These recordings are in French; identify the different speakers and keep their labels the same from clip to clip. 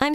Speaker 1: I'm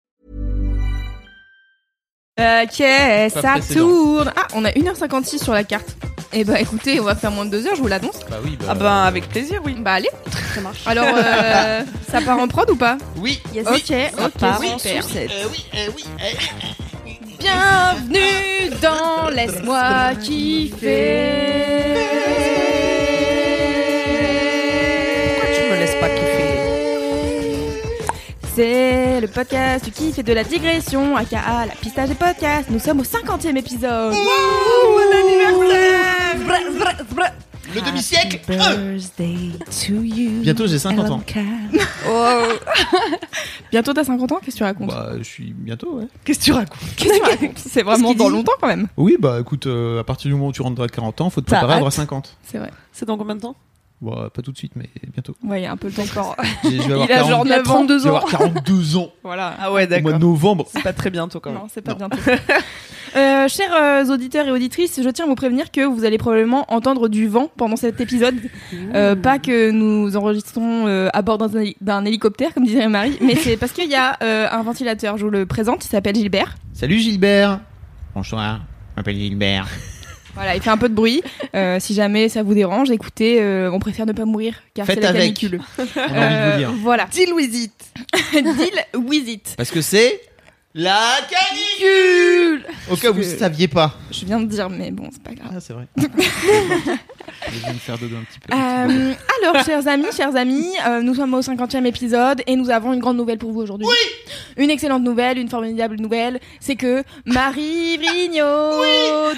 Speaker 2: Euh, Ok, ça
Speaker 3: précédent.
Speaker 2: tourne. Ah, on a 1h56 sur la carte. Eh bah écoutez, on va faire moins de 2 heures, je vous l'annonce.
Speaker 3: Bah oui, bah.
Speaker 4: Ah ben avec plaisir, oui.
Speaker 2: Bah allez,
Speaker 5: Ça marche.
Speaker 2: alors euh, ça part en prod ou pas
Speaker 3: Oui.
Speaker 5: Yes.
Speaker 2: Ok,
Speaker 5: Ça part
Speaker 2: ok,
Speaker 5: en
Speaker 2: super.
Speaker 5: sucette.
Speaker 4: Euh,
Speaker 2: Bienvenue dans Laisse-moi kiffer.
Speaker 4: Pourquoi tu me laisses pas kiffer
Speaker 2: C'est le podcast du kiff et de la digression, aka la pistage des podcasts. Nous sommes au 50e épisode.
Speaker 3: Le demi-siècle
Speaker 5: Birthday to you.
Speaker 6: Bientôt, j'ai 50 ans.
Speaker 5: LMK.
Speaker 2: Bientôt t'as 50 ans, qu'est-ce que tu racontes
Speaker 6: Bah, je suis bientôt, ouais.
Speaker 4: Qu'est-ce que tu racontes
Speaker 2: Qu'est-ce que tu racontes C'est vraiment
Speaker 4: Qu'est-ce qu'il
Speaker 2: dans
Speaker 4: dit
Speaker 2: longtemps quand même.
Speaker 6: Oui, bah écoute, euh, à partir du moment où tu rentres à 40 ans, faut te
Speaker 4: T'as
Speaker 6: préparer à
Speaker 4: hâte.
Speaker 6: avoir 50.
Speaker 2: C'est vrai.
Speaker 4: C'est dans combien de temps
Speaker 6: Bon, euh, pas tout de suite, mais bientôt.
Speaker 2: Ouais, il y a un peu le temps encore.
Speaker 6: J'ai- Je vais
Speaker 2: Il
Speaker 6: avoir,
Speaker 2: a genre
Speaker 6: 40
Speaker 2: 9 ans.
Speaker 6: je vais avoir 42 ans
Speaker 2: Voilà.
Speaker 4: Ah ouais,
Speaker 6: au mois de
Speaker 4: d'accord.
Speaker 6: novembre.
Speaker 4: C'est pas très bientôt quand même.
Speaker 2: Non, c'est pas bientôt. Euh, chers euh, auditeurs et auditrices, je tiens à vous prévenir que vous allez probablement entendre du vent pendant cet épisode. Euh, pas que nous enregistrons euh, à bord d'un héli- d'un hélicoptère, comme disait Marie, mais c'est parce qu'il y a euh, un ventilateur. Je vous le présente, il s'appelle Gilbert.
Speaker 6: Salut Gilbert Bonsoir, je m'appelle Gilbert.
Speaker 2: Voilà, il fait un peu de bruit. Euh, si jamais ça vous dérange, écoutez, euh, on préfère ne pas mourir car
Speaker 6: Faites
Speaker 2: c'est la
Speaker 6: avec.
Speaker 2: canicule.
Speaker 6: On a envie de vous
Speaker 2: Euh,
Speaker 6: dire.
Speaker 2: voilà.
Speaker 4: Deal with it.
Speaker 2: Deal with it.
Speaker 6: Parce que c'est la
Speaker 2: Canicule.
Speaker 6: Au cas où vous
Speaker 2: Je-
Speaker 6: saviez pas.
Speaker 2: Je viens de dire, mais bon, c'est pas grave.
Speaker 6: Ah, c'est vrai. Je viens de faire dodo un petit peu.
Speaker 2: Euh, alors, chers amis, chers amis, euh, nous sommes au 50e épisode et nous avons une grande nouvelle pour vous aujourd'hui. Une excellente nouvelle, une formidable nouvelle, c'est que Marie Vrignot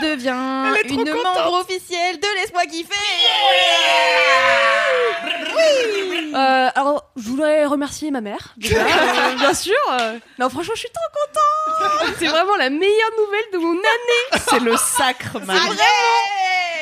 Speaker 2: devient
Speaker 4: Elle est trop
Speaker 2: une
Speaker 4: contente.
Speaker 2: membre officielle de Laisse-moi kiffer Oui
Speaker 5: Euh, alors, je voulais remercier ma mère. déjà. Euh, bien sûr. euh, Non, franchement, je suis trop contente. C'est vraiment la meilleure nouvelle de mon année.
Speaker 4: C'est le sacre, Marie.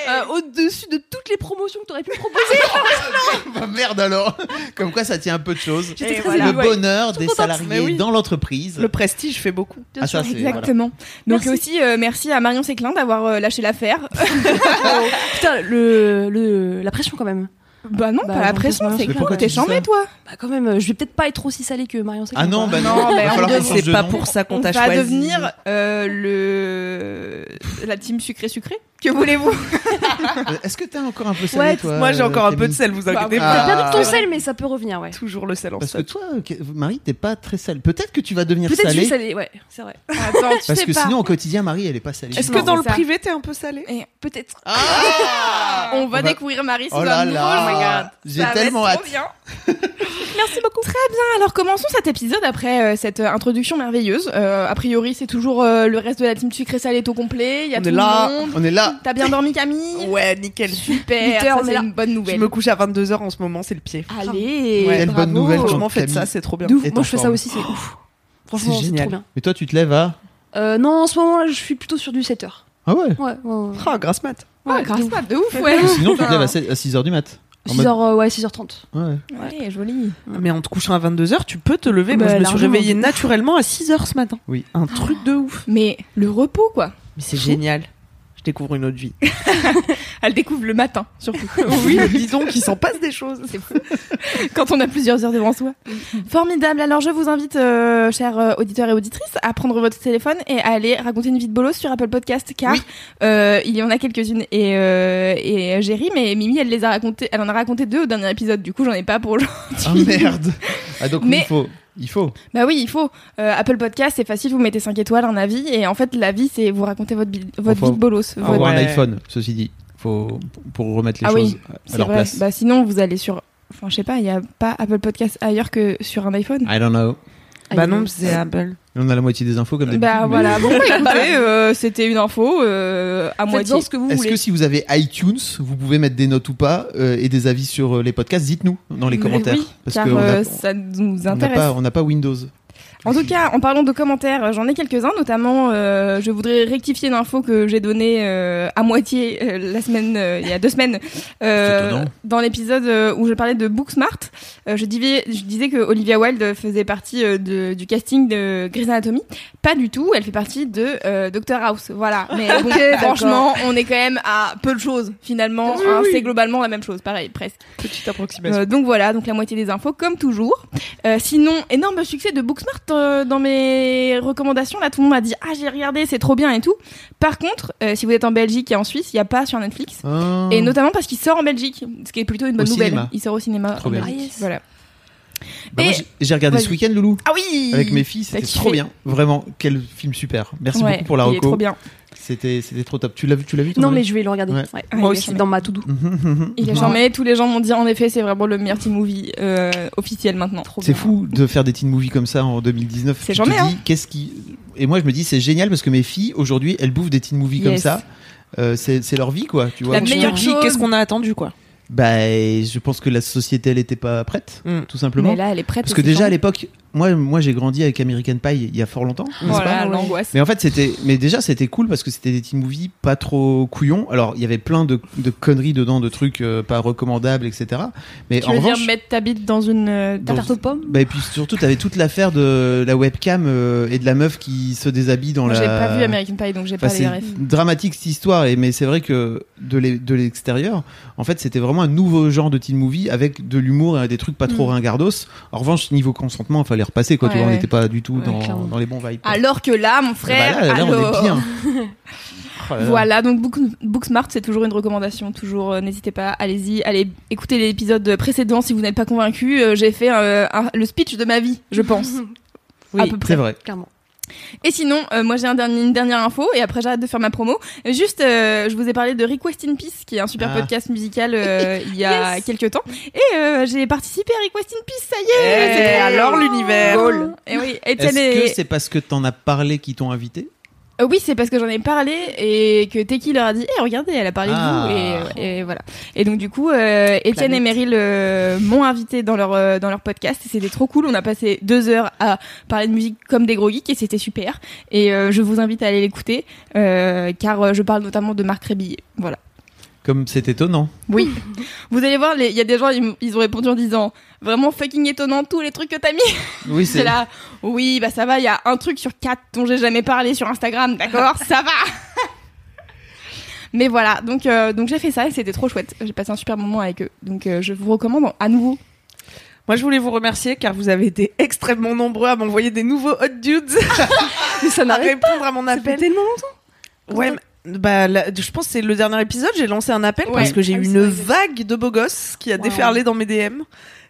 Speaker 5: Euh, Au-dessus de toutes les promotions que t'aurais pu proposer.
Speaker 6: Bah, merde alors Comme quoi ça tient un peu de choses.
Speaker 5: J'étais
Speaker 4: Et
Speaker 5: très
Speaker 4: voilà.
Speaker 6: Le
Speaker 5: émue, ouais.
Speaker 6: bonheur des
Speaker 5: contente.
Speaker 6: salariés
Speaker 4: Mais oui.
Speaker 6: dans l'entreprise.
Speaker 4: Le prestige fait beaucoup.
Speaker 5: Bien
Speaker 6: Ah,
Speaker 5: sûr.
Speaker 6: ça, c'est- voilà.
Speaker 2: Exactement. Donc
Speaker 5: Merci.
Speaker 2: aussi, euh, merci à Marion Séclin d'avoir euh, lâché l'affaire.
Speaker 5: Oh, Putain, le, le- la pression quand même.
Speaker 2: bah non,
Speaker 5: Bah,
Speaker 2: pas la
Speaker 5: j'en peux
Speaker 2: pression,
Speaker 5: pas.
Speaker 2: c'est
Speaker 6: Mais
Speaker 2: clair.
Speaker 6: pourquoi
Speaker 2: T'es
Speaker 6: tu dis ça
Speaker 2: chambé, toi
Speaker 5: Bah quand même, euh, je vais peut-être pas être aussi salée que Marion Séclin.
Speaker 6: Ah non,
Speaker 5: quoi.
Speaker 6: bah
Speaker 2: Non,
Speaker 6: non,
Speaker 2: mais
Speaker 6: va
Speaker 2: on
Speaker 6: falloir qu'on
Speaker 2: devrait-
Speaker 6: change
Speaker 4: C'est
Speaker 6: de
Speaker 4: pas
Speaker 6: nom.
Speaker 4: pour ça qu'on
Speaker 2: On
Speaker 4: t'a
Speaker 2: va
Speaker 4: choisi.
Speaker 2: devenir euh, le la team sucré sucré. Que voulez-vous
Speaker 6: Euh, Est-ce que t'as encore un peu salé,
Speaker 4: Ouais,
Speaker 6: toi
Speaker 4: moi j'ai
Speaker 6: euh,
Speaker 4: encore un peu de
Speaker 6: Camille
Speaker 4: sel, vous inquiétez
Speaker 6: Bah,
Speaker 4: pas.
Speaker 5: T'as perdu
Speaker 4: C'est
Speaker 5: ton
Speaker 4: vrai.
Speaker 5: sel, mais ça peut revenir, ouais.
Speaker 4: Toujours le sel en
Speaker 6: Parce que
Speaker 4: soi.
Speaker 6: toi, que- Marie, t'es pas très salée. Peut-être que tu vas devenir
Speaker 5: Peut-être que je
Speaker 6: salée.
Speaker 5: suis salée, ouais, c'est vrai.
Speaker 2: Attends, tu
Speaker 6: parce
Speaker 2: sais
Speaker 6: que
Speaker 2: pas.
Speaker 6: sinon, au quotidien, Marie, elle est pas salée.
Speaker 4: Est-ce
Speaker 2: Non,
Speaker 4: que dans
Speaker 2: c'est
Speaker 4: le
Speaker 2: ça.
Speaker 4: privé t'es un peu salé
Speaker 2: Eh, peut-être.
Speaker 6: Ah
Speaker 2: On va
Speaker 6: On va-
Speaker 2: découvrir Marie sous
Speaker 6: Oh là
Speaker 2: un nouveau-
Speaker 6: là.
Speaker 2: Oh my God.
Speaker 6: J'ai
Speaker 2: Ça va
Speaker 6: tellement
Speaker 2: être
Speaker 6: hâte.
Speaker 2: trop bien. Merci beaucoup. Très bien. Alors commençons cet épisode après euh, cette euh, introduction merveilleuse. Euh, a priori, c'est toujours euh, le reste de la team sucré salé est au complet. Il y a
Speaker 4: On
Speaker 2: tout
Speaker 4: est
Speaker 2: le
Speaker 4: là.
Speaker 2: monde.
Speaker 6: On est là.
Speaker 2: T'as bien dormi, Camille
Speaker 4: Ouais, nickel.
Speaker 2: Super.
Speaker 5: Huit
Speaker 2: ça,
Speaker 5: heures, on est
Speaker 2: c'est
Speaker 5: là.
Speaker 2: une bonne
Speaker 4: Je
Speaker 2: nouvelle.
Speaker 4: me couche à 22h en ce moment, c'est le pied.
Speaker 5: Allez,
Speaker 4: Ouais.
Speaker 6: Quelle
Speaker 5: bravo.
Speaker 6: bonne nouvelle.
Speaker 4: Ah, Franchement, faites
Speaker 6: Camille.
Speaker 4: ça, c'est trop bien.
Speaker 5: De ouf.
Speaker 6: est en
Speaker 5: Moi, je fais ça
Speaker 6: forme.
Speaker 5: aussi, c'est ouf. Franchement,
Speaker 4: C'est
Speaker 5: c'est
Speaker 4: génial.
Speaker 5: trop bien.
Speaker 6: Mais toi, tu te lèves à.
Speaker 5: Euh, non, en ce moment, là, je suis plutôt sur du 7 heures.
Speaker 6: Ah ouais
Speaker 5: Ouais, ouais, ouais.
Speaker 4: Ah, grâce mat.
Speaker 2: Ah,
Speaker 5: Ouais,
Speaker 2: grâce
Speaker 5: de ouf.
Speaker 2: pas de ouf, ouais.
Speaker 6: Sinon, tu te lèves à 6h du mat. En
Speaker 5: 6
Speaker 6: mode-
Speaker 5: heures, euh, ouais, 6h30.
Speaker 6: Ouais.
Speaker 2: Ouais, joli.
Speaker 4: Mais en te couchant à 22h, tu peux te lever.
Speaker 5: Bah,
Speaker 4: Moi, je me suis
Speaker 5: largement.
Speaker 4: réveillée naturellement à 6h ce matin.
Speaker 6: Oui.
Speaker 4: Un truc de ouf.
Speaker 2: Mais le repos, quoi.
Speaker 4: Mais c'est génial. Je découvre une autre vie.
Speaker 2: Elle découvre le matin, surtout.
Speaker 4: oui, disons qu'il s'en passe des choses.
Speaker 2: quand on a plusieurs heures devant soi. Formidable. Alors je vous invite, euh, chers euh, auditeurs et auditrices, à prendre votre téléphone et à aller raconter une vie de bolos sur Apple Podcast, car euh, il y en a quelques-unes et euh, et j'ai ri, mais Mimi elle les a racontées, elle en a raconté deux au dernier épisode. Du coup j'en ai pas pour aujourd'hui.
Speaker 6: Ah merde Ah donc,
Speaker 2: Mais-
Speaker 6: il faut. Il faut.
Speaker 2: Bah oui, il faut. Euh, Apple Podcast c'est facile, vous mettez 5 étoiles, un avis, et en fait l'avis c'est vous racontez votre bi- votre
Speaker 6: Enfin,
Speaker 2: vie de bolos.
Speaker 6: Faut
Speaker 2: votre-
Speaker 6: avoir un
Speaker 4: ouais.
Speaker 6: iPhone, ceci dit. Faut pour remettre les
Speaker 2: Ah oui,
Speaker 6: choses à
Speaker 2: C'est
Speaker 6: leur
Speaker 2: vrai.
Speaker 6: place.
Speaker 2: Bah sinon vous allez sur, enfin je sais pas, il y a pas Apple Podcast ailleurs que sur un iPhone.
Speaker 6: I don't know.
Speaker 4: Bah non, c'est Apple.
Speaker 6: On a la moitié des infos comme d'habitude.
Speaker 2: Bah
Speaker 6: mais-
Speaker 2: voilà, bon bah, écoutez, euh, c'était une info euh, à moitié.
Speaker 5: ce que vous
Speaker 6: Est-ce
Speaker 5: voulez.
Speaker 6: que si vous avez iTunes, vous pouvez mettre des notes ou pas euh, et des avis sur euh, les podcasts Dites-nous dans les
Speaker 2: Mais
Speaker 6: commentaires.
Speaker 2: oui,
Speaker 6: parce
Speaker 2: car
Speaker 6: que on a-
Speaker 2: euh, ça nous
Speaker 6: on n'a
Speaker 2: intéresse.
Speaker 6: pas, on n'a pas Windows.
Speaker 2: En tout cas, en parlant de commentaires, euh, j'en ai quelques-uns, notamment euh, je voudrais rectifier une info que j'ai donnée euh, à moitié euh, la semaine, euh, il y a deux semaines,
Speaker 7: C'est
Speaker 2: euh,
Speaker 7: étonnant.
Speaker 2: dans l'épisode euh, où je parlais de Booksmart. Euh, je, divais- je disais que Olivia Wilde faisait partie euh, de- du casting de Grey's Anatomy. Pas du tout, elle fait partie de euh, Doctor House. Voilà. Mais bon, franchement, on est quand même à peu de choses finalement. hein, C'est globalement la même chose, pareil, presque.
Speaker 4: Petite approximation.
Speaker 2: Euh, donc voilà, donc la moitié des infos, comme toujours. Euh, sinon, énorme succès de Booksmart euh, dans mes recommandations. Là, tout le monde m'a dit Ah, j'ai regardé, c'est trop bien et tout. Par contre, euh, si vous êtes en Belgique et en Suisse, il n'y a pas sur Netflix.
Speaker 6: Ah.
Speaker 2: Et notamment parce qu'il sort en Belgique, ce qui est plutôt une bonne
Speaker 6: Au
Speaker 2: nouvelle.
Speaker 6: cinéma.
Speaker 2: Il sort Hmm. au cinéma.
Speaker 7: Trop
Speaker 2: en
Speaker 7: bien.
Speaker 2: Belgique.
Speaker 5: Ah, yes.
Speaker 2: Voilà.
Speaker 6: Bah, moi,
Speaker 2: et-
Speaker 6: j'ai- J'ai regardé ce
Speaker 2: Vas-y.
Speaker 6: week-end, Loulou.
Speaker 2: Ah oui
Speaker 6: Avec mes filles,
Speaker 2: T'as
Speaker 6: c'était
Speaker 2: kiffé.
Speaker 6: trop bien. Vraiment, quel film super. Merci
Speaker 2: Ouais,
Speaker 6: beaucoup pour la
Speaker 2: il est trop
Speaker 6: reco.
Speaker 2: bien.
Speaker 6: C'était c'était trop top. Tu l'as vu, tu l'as vu ton
Speaker 5: Non,
Speaker 6: Nolan
Speaker 5: mais je vais le regarder.
Speaker 6: Ouais.
Speaker 5: Ouais.
Speaker 2: il est
Speaker 5: Moi aussi,
Speaker 2: charmé.
Speaker 5: dans ma to-do.
Speaker 2: Il est
Speaker 6: Ouais.
Speaker 2: charmé. Tous les gens m'ont dit En effet, c'est vraiment le meilleur teen movie euh, officiel maintenant.
Speaker 6: C'est fou de faire des teen movies comme ça en 2019.
Speaker 2: C'est
Speaker 6: Tu
Speaker 2: jamais, hein.
Speaker 6: te dis, Qu'est-ce qui Et moi je me dis c'est génial parce que mes filles aujourd'hui elles bouffent des teen movies comme
Speaker 2: Yes.
Speaker 6: ça. Euh, c'est c'est leur vie quoi, tu vois.
Speaker 2: La meilleure chose.
Speaker 4: Qu'est-ce qu'on a attendu, quoi
Speaker 6: Bah je pense que la société elle était pas prête
Speaker 4: Mm.
Speaker 6: tout simplement.
Speaker 2: Mais là, elle est prête.
Speaker 6: parce que déjà à l'époque moi moi j'ai grandi avec American Pie il y a fort longtemps. n'est-ce pas
Speaker 2: Voilà, l'angoisse.
Speaker 6: Mais en fait, c'était. Mais déjà, c'était cool parce que c'était des teen movies pas trop couillons. Alors, il y avait plein de, de conneries dedans, de trucs euh, pas recommandables, etc. Mais
Speaker 2: Tu
Speaker 6: en
Speaker 2: veux
Speaker 6: revanche.
Speaker 2: dire mettre ta bite dans une euh,
Speaker 6: Dans-
Speaker 5: Ta tarte aux pommes
Speaker 6: Bah, et puis surtout, t'avais toute l'affaire de la webcam euh, et de la meuf qui se déshabille dans
Speaker 2: Moi,
Speaker 6: la.
Speaker 2: J'ai pas vu American Pie, donc j'ai
Speaker 6: Enfin,
Speaker 2: pas les
Speaker 6: c'est
Speaker 2: refs.
Speaker 6: dramatique cette histoire, et, mais c'est vrai que de l'e- de l'extérieur, en fait, c'était vraiment un nouveau genre de teen movie avec de l'humour et des trucs pas trop ringardos. En revanche, niveau consentement, fallait repasser quoi. tu
Speaker 2: Ouais,
Speaker 6: vois, on
Speaker 2: Mm. ouais.
Speaker 6: n'était pas du tout
Speaker 5: Ouais,
Speaker 6: dans,
Speaker 5: clairement.
Speaker 6: dans les bons vibes. quoi.
Speaker 2: Alors que là, mon frère,
Speaker 6: Bah là, là, on est
Speaker 2: alors-
Speaker 6: bien. Oh là là.
Speaker 2: Voilà, donc Book, Booksmart, c'est toujours une recommandation. Toujours, euh, n'hésitez pas, allez-y, allez écouter l'épisode précédent si vous n'êtes pas convaincu. Euh, J'ai fait euh, un- le speech de ma vie, je pense.
Speaker 4: Oui,
Speaker 2: à peu
Speaker 6: C'est
Speaker 2: près.
Speaker 6: vrai.
Speaker 5: Clairement.
Speaker 2: Et sinon, euh, moi j'ai un dernier- une dernière info et après j'arrête de faire ma promo. Juste, euh, je vous ai parlé de Request in Peace, qui est un super
Speaker 6: Ah.
Speaker 2: podcast musical euh, il y a
Speaker 5: Yes.
Speaker 2: quelques temps. Et euh, j'ai participé à Request in Peace, ça y est
Speaker 4: Eh,
Speaker 2: c'est trop
Speaker 4: alors
Speaker 2: bien.
Speaker 4: l'univers. Goal.
Speaker 2: Et oui, Étienne
Speaker 6: Est-ce
Speaker 2: est-
Speaker 6: que c'est parce que t'en as parlé qu'ils t'ont invité
Speaker 2: Euh, oui, c'est parce que j'en ai parlé et que Teki leur a dit Eh, regardez, elle a parlé
Speaker 6: Ah.
Speaker 2: de vous. Et, et voilà. Et donc, du coup, euh, Étienne et
Speaker 4: Planète.
Speaker 2: Meryl euh, m'ont invité dans leur, euh, dans leur podcast. Et C'était trop cool. On a passé deux heures à parler de musique comme des gros geeks et c'était super. Et euh, je vous invite à aller l'écouter euh, car euh, je parle notamment de Marc Rébillet. Voilà.
Speaker 6: Comme c'est étonnant.
Speaker 2: Oui. vous allez voir, les- il y a des gens, ils, m- ils ont répondu en disant Vraiment fucking étonnant tous les trucs que t'as mis.
Speaker 6: Oui,
Speaker 2: C'est là, oui, bah ça va, il y a un truc sur quatre dont j'ai jamais parlé sur Instagram, d'accord, ça va. Mais voilà, donc, euh, donc j'ai fait ça et c'était trop chouette. J'ai passé un super moment avec eux. Donc euh, je vous recommande à nouveau.
Speaker 4: Moi, je voulais vous remercier car vous avez été extrêmement nombreux à m'envoyer des nouveaux hot dudes,
Speaker 5: Mais ça
Speaker 4: à
Speaker 5: n'arrive
Speaker 4: répondre à mon
Speaker 5: pas. Ça fait
Speaker 4: appel.
Speaker 5: tellement longtemps.
Speaker 4: Ouais, mais- bah, là, je pense que c'est le dernier épisode. J'ai lancé un appel
Speaker 2: Ouais.
Speaker 4: parce que j'ai
Speaker 2: Ah
Speaker 4: eu
Speaker 2: oui, c'est
Speaker 4: une
Speaker 2: vrai que-
Speaker 4: vague de beaux gosses qui a
Speaker 5: Wow.
Speaker 4: déferlé dans mes DM.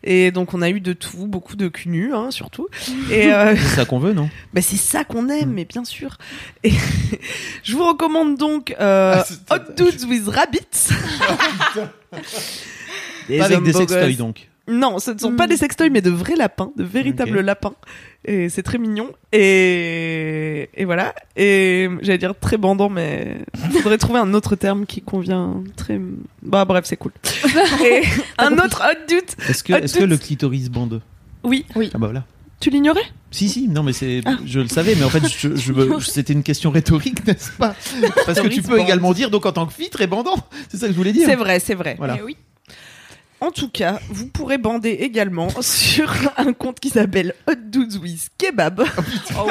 Speaker 4: Et donc, on a eu de tout, beaucoup de cul nus, hein, surtout. Et euh,
Speaker 6: C'est ça qu'on veut, non
Speaker 4: bah, c'est ça qu'on aime,
Speaker 6: Mm.
Speaker 4: mais bien sûr. Et je vous recommande donc euh,
Speaker 6: Ah, c'est-
Speaker 4: Hot Dudes with Rabbits. Des
Speaker 6: Pas avec
Speaker 4: hommes
Speaker 6: des
Speaker 4: beaux
Speaker 6: sextoys
Speaker 4: gosses.
Speaker 6: donc.
Speaker 4: Non, ce ne sont
Speaker 5: Mm.
Speaker 4: pas des sextoys, mais de vrais lapins, de véritables
Speaker 6: Ok.
Speaker 4: lapins. Et c'est très mignon. Et, et voilà. Et j'allais dire très bandant, mais faudrait trouver un autre terme qui convient. Très. Bah bref, c'est cool. Et un autre hot dude.
Speaker 6: Est-ce
Speaker 2: Oh,
Speaker 6: que,
Speaker 4: Hot
Speaker 6: est-ce que
Speaker 4: Dudes.
Speaker 6: le clitoris bande
Speaker 4: Oui.
Speaker 6: Ah bah voilà.
Speaker 4: Tu l'ignorais
Speaker 6: Si, si, non mais c'est,
Speaker 4: Ah.
Speaker 6: je le savais, mais en fait, je, je me- c'était une question rhétorique, n'est-ce pas Parce que tu peux
Speaker 4: Clitoris
Speaker 6: également dire, donc en tant que fille, très bandant. C'est ça que je voulais dire.
Speaker 4: C'est vrai, c'est vrai.
Speaker 6: Voilà.
Speaker 2: Eh oui.
Speaker 4: En tout cas, vous pourrez bander également sur un compte qui s'appelle Hot Dudes with Kebab.
Speaker 6: Oh,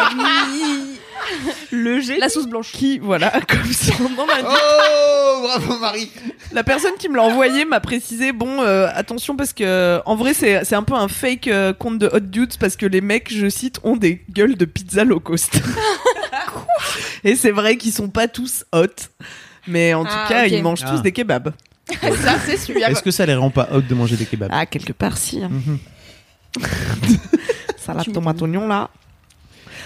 Speaker 4: Le G
Speaker 5: La sauce blanche.
Speaker 4: qui, voilà, comme son nom l'indique,
Speaker 6: Oh, bravo Marie.
Speaker 4: La personne qui me l'a envoyé m'a précisé bon euh, attention parce que euh, en vrai c'est c'est un peu un fake euh, compte de hot dudes parce que les mecs je cite ont des gueules de pizza low cost. Et c'est vrai qu'ils sont pas tous hot. Mais en
Speaker 2: Ah,
Speaker 4: tout cas,
Speaker 2: ok.
Speaker 4: ils mangent
Speaker 6: Ah.
Speaker 4: tous des kebabs.
Speaker 2: ça, c'est super.
Speaker 6: Est-ce que ça les rend pas hot de manger des kebabs
Speaker 4: Ah, quelque part, si. hein.
Speaker 6: Mhm.
Speaker 4: Salade tomate oignon, là.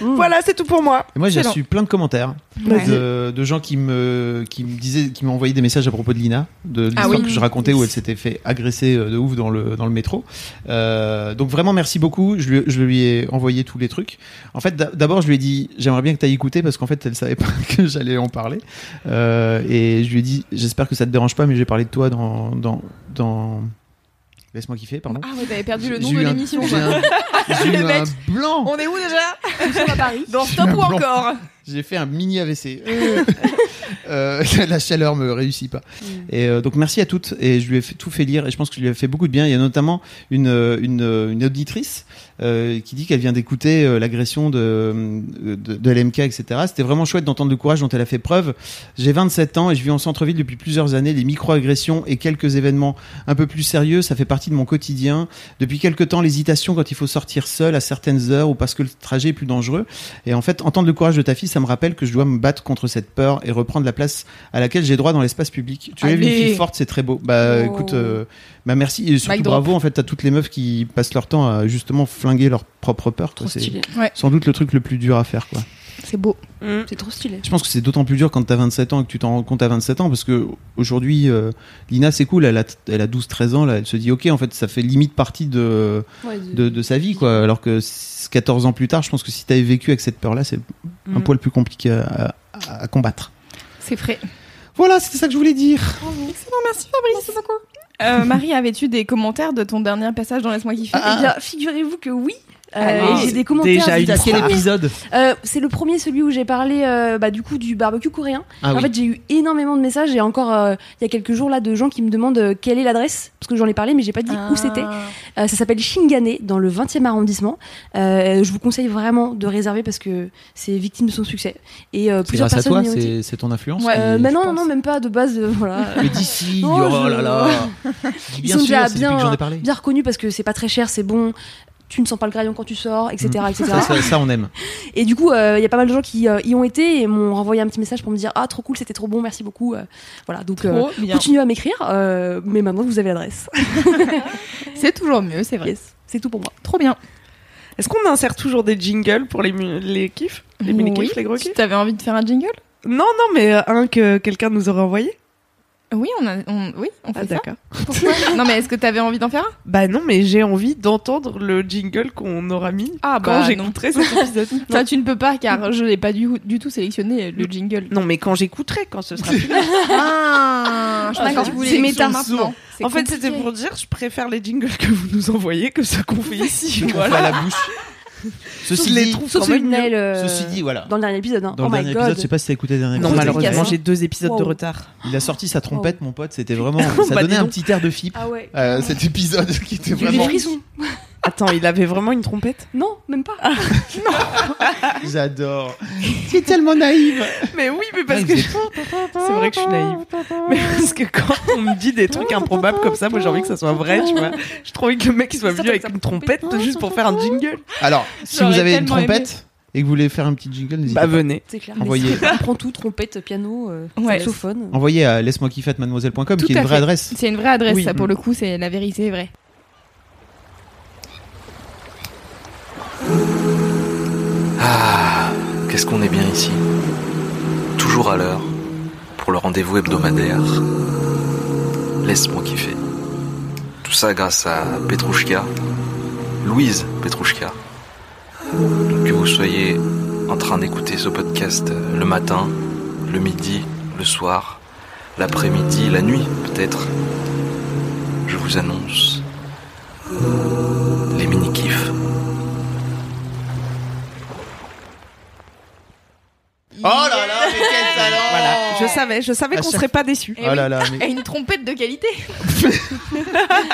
Speaker 4: Voilà, c'est tout pour moi.
Speaker 6: Et moi, j'ai
Speaker 4: Excellent.
Speaker 6: reçu plein de commentaires
Speaker 4: Vas-y.
Speaker 6: de, de gens qui me, qui me disaient, qui m'ont envoyé des messages à propos de Lina, de l'histoire
Speaker 2: Ah oui.
Speaker 6: que je racontais où elle s'était fait agresser euh, de ouf dans le, dans le métro. Euh, donc vraiment, merci beaucoup. Je lui, je lui ai envoyé tous les trucs. En fait, d'a- d'abord, je lui ai dit, j'aimerais bien que tu ailles écouter parce qu'en fait, elle savait pas que j'allais en parler. Euh, et je lui ai dit, j'espère que ça te dérange pas, mais j'ai parlé de toi dans, dans, dans... Laisse-moi kiffer, pardon.
Speaker 2: Ah ouais, t'avais perdu le
Speaker 6: J'ai
Speaker 2: nom
Speaker 6: eu
Speaker 2: de
Speaker 6: un-
Speaker 2: l'émission.
Speaker 6: j'ai un- J'ai eu
Speaker 2: Le
Speaker 6: un
Speaker 2: mec.
Speaker 6: blanc.
Speaker 2: On est où déjà
Speaker 5: à Paris.
Speaker 2: Dans
Speaker 6: J'ai
Speaker 2: Stop
Speaker 6: un
Speaker 2: ou
Speaker 6: blanc.
Speaker 2: encore
Speaker 6: J'ai fait un mini AVC. Euh, la chaleur me réussit pas. Et euh, donc merci à toutes et je lui ai fait- tout fait lire et je pense que je lui ai fait beaucoup de bien. Il y a notamment une euh, une, euh, une auditrice euh, qui dit qu'elle vient d'écouter euh, l'agression de, de de LMK etc. C'était vraiment chouette d'entendre le courage dont elle a fait preuve. J'ai 27 ans et je vis en centre-ville depuis plusieurs années. Les micro-agressions et quelques événements un peu plus sérieux, ça fait partie de mon quotidien. Depuis quelques temps, l'hésitation quand il faut sortir seul à certaines heures ou parce que le trajet est plus dangereux. Et en fait, entendre le courage de ta fille, ça me rappelle que je dois me battre contre cette peur et reprendre la place à laquelle j'ai droit dans l'espace public. Tu es une
Speaker 2: Allez.
Speaker 6: fille forte, c'est très beau. Bah
Speaker 5: Oh.
Speaker 6: écoute, euh, bah merci et surtout
Speaker 2: Mic drop.
Speaker 6: bravo en fait à toutes les meufs qui passent leur temps à justement flinguer leur propre peur. quoi.
Speaker 5: Trop
Speaker 6: C'est
Speaker 5: stylé.
Speaker 6: sans doute le truc le plus dur à faire quoi.
Speaker 2: C'est beau.
Speaker 4: Mm.
Speaker 5: C'est trop stylé.
Speaker 6: Je pense que c'est d'autant plus dur quand t'as 27 ans et que tu t'en rends compte à 27 ans parce que aujourd'hui euh, Lina c'est cool, elle a, elle a 12 13 ans là, elle se dit OK en fait ça fait limite partie de
Speaker 5: Ouais,
Speaker 6: de, de sa vie quoi alors que c- 14 ans plus tard je pense que si t'avais vécu avec cette peur là c'est un
Speaker 4: Mm.
Speaker 6: poil plus compliqué à, à- à combattre
Speaker 2: C'est frais.
Speaker 6: voilà c'était ça que je voulais dire
Speaker 2: Oh, Excellent, merci Fabrice. Euh, Marie, avais-tu des commentaires de ton dernier passage dans Laisse-moi kiffer
Speaker 6: Ah,
Speaker 5: Eh bien, figurez-vous que oui. Euh,
Speaker 4: Allez.
Speaker 5: j'ai des commentaires.
Speaker 4: Déjà
Speaker 5: du-
Speaker 4: une
Speaker 5: du
Speaker 4: fois.
Speaker 5: premier.
Speaker 6: épisode
Speaker 5: Euh, c'est le premier, celui où j'ai parlé euh, bah, du coup du barbecue coréen.
Speaker 6: ah
Speaker 5: en
Speaker 6: oui
Speaker 5: fait, j'ai eu énormément de messages et encore euh, il y a quelques jours là de gens qui me demandent euh, quelle est l'adresse parce que j'en ai parlé mais j'ai pas dit
Speaker 2: Ah.
Speaker 5: où c'était. Euh, ça s'appelle Shingane dans le 20e arrondissement. Euh, je vous conseille vraiment de réserver parce que c'est victime de son succès et euh,
Speaker 6: c'est
Speaker 5: plusieurs
Speaker 6: grâce à toi
Speaker 5: personnes. y ont été.
Speaker 6: c'est c'est ton influence
Speaker 2: Ouais,
Speaker 5: Euh,
Speaker 6: qui-
Speaker 5: mais non,
Speaker 2: je
Speaker 5: non, non,
Speaker 2: pense.
Speaker 5: même pas de base. euh, voilà.
Speaker 6: mais d'ici
Speaker 5: Non,
Speaker 6: oh
Speaker 5: je-
Speaker 6: là là Dis
Speaker 5: Ils
Speaker 6: bien hein.
Speaker 5: sont
Speaker 6: sûr
Speaker 5: déjà
Speaker 6: c'est depuis que j'en ai
Speaker 5: bien,
Speaker 6: parlé
Speaker 5: bien reconnus parce que c'est pas très cher, c'est bon. Tu ne sens pas le graillon quand tu sors, etc. etc.
Speaker 6: ça, ça- ça, on aime
Speaker 5: Et du coup, il y a pas mal de gens qui euh, y ont été et m'ont renvoyé un petit message pour me dire Ah, trop cool, c'était trop bon, merci beaucoup. Euh, voilà, donc euh,
Speaker 2: Trop bien.
Speaker 5: continuez à m'écrire, euh, mais maintenant que vous avez l'adresse.
Speaker 2: C'est toujours mieux, c'est vrai.
Speaker 5: Yes, c'est tout pour moi.
Speaker 2: Trop bien.
Speaker 4: Est-ce qu'on insère toujours des jingles pour les, mu- les kiffs Les mini-kiffs, les gros
Speaker 2: Tu
Speaker 4: kiffs
Speaker 2: t'avais envie de faire un jingle
Speaker 4: Non, non, mais euh, un que quelqu'un nous aurait envoyé.
Speaker 2: Oui, on a, on, oui, on fait ça.
Speaker 4: d'accord.
Speaker 2: Ah, Non, mais est-ce que t'avais envie d'en faire un
Speaker 4: Bah non, mais j'ai envie d'entendre le jingle qu'on aura mis
Speaker 2: Ah
Speaker 4: quand
Speaker 2: bah non.
Speaker 4: j'écouterai cet épisode.
Speaker 2: Ça, tu ne peux pas car je n'ai pas du, du tout sélectionné le jingle.
Speaker 4: non, mais quand j'écouterai, quand ce sera fini.
Speaker 2: Ah, je pensais que
Speaker 5: D'accord.
Speaker 2: tu voulais
Speaker 4: C'est
Speaker 2: que
Speaker 4: méta.
Speaker 2: ce soit maintenant. C'est
Speaker 4: En fait,
Speaker 2: compliqué.
Speaker 4: c'était pour dire je préfère les jingles que vous nous envoyez que ceux qu'on fait ici.
Speaker 6: on fait
Speaker 4: voilà.
Speaker 6: à la bouche ceci
Speaker 4: Je les
Speaker 6: dit
Speaker 4: trouve
Speaker 5: Sauf
Speaker 4: quand même
Speaker 5: celui de
Speaker 4: mieux.
Speaker 5: Naël, euh,
Speaker 6: ceci dit voilà
Speaker 5: dans le dernier épisode. Hein.
Speaker 6: dans
Speaker 5: oh
Speaker 6: le
Speaker 5: my
Speaker 6: dernier
Speaker 5: god.
Speaker 6: épisode je sais pas si t'as écouté le dernier
Speaker 4: Non,
Speaker 6: épisode.
Speaker 4: malheureusement,
Speaker 5: dédicace, hein.
Speaker 4: j'ai deux épisodes de
Speaker 5: Wow.
Speaker 4: retard.
Speaker 6: il a sorti sa trompette mon pote c'était vraiment ça
Speaker 4: Bah, dis
Speaker 6: donnait un
Speaker 4: donc.
Speaker 6: petit air de flip
Speaker 5: Ah ouais.
Speaker 6: Euh, cet épisode qui était
Speaker 5: J'ai des
Speaker 6: vraiment
Speaker 5: frissons.
Speaker 4: Attends, il avait vraiment une trompette
Speaker 5: Non, même pas.
Speaker 6: j'adore c'est tellement naïve
Speaker 4: Mais oui, mais parce
Speaker 6: Ouais,
Speaker 4: que
Speaker 6: il
Speaker 4: je- c'est vrai que je suis naïve. Mais parce que quand on me dit des trucs improbables comme ça, moi j'ai envie que ça soit vrai, tu vois. J'ai trop envie que le mec il soit
Speaker 5: Surtout
Speaker 4: venu avec
Speaker 5: que ça-
Speaker 4: une trompette hein, juste pour faire un jingle.
Speaker 6: Alors, si
Speaker 2: J'aurais
Speaker 6: vous avez une
Speaker 2: tellement aimé.
Speaker 6: trompette et que vous voulez faire un petit jingle, n'hésitez
Speaker 4: Bah
Speaker 6: pas.
Speaker 4: venez.
Speaker 5: C'est clair.
Speaker 6: Envoyez.
Speaker 5: Mais On prend tout trompette, piano, euh,
Speaker 2: Ouais.
Speaker 5: saxophone.
Speaker 6: Envoyez à laisse-moi kiffer at mademoiselle.com
Speaker 2: Tout
Speaker 6: qui est une
Speaker 2: à
Speaker 6: vraie
Speaker 2: fait.
Speaker 6: adresse.
Speaker 2: C'est une vraie adresse,
Speaker 6: Oui.
Speaker 2: ça pour le coup, c'est la vérité vraie.
Speaker 7: Ah, qu'est-ce qu'on est bien ici. Toujours à l'heure, pour le rendez-vous hebdomadaire. Laisse-moi kiffer. Tout ça grâce à Petrouchka, Louise Petrouchka. Donc que vous soyez en train d'écouter ce podcast le matin, le midi, le soir, l'après-midi, la nuit peut-être, je vous annonce les mini-kifs.
Speaker 6: Oh là là, mais quel talent Eh
Speaker 4: Voilà, je savais, je savais
Speaker 6: À
Speaker 4: qu'on
Speaker 6: chaque-
Speaker 4: serait pas déçus.
Speaker 6: Oh là là, mais
Speaker 2: Eh Et une trompette de qualité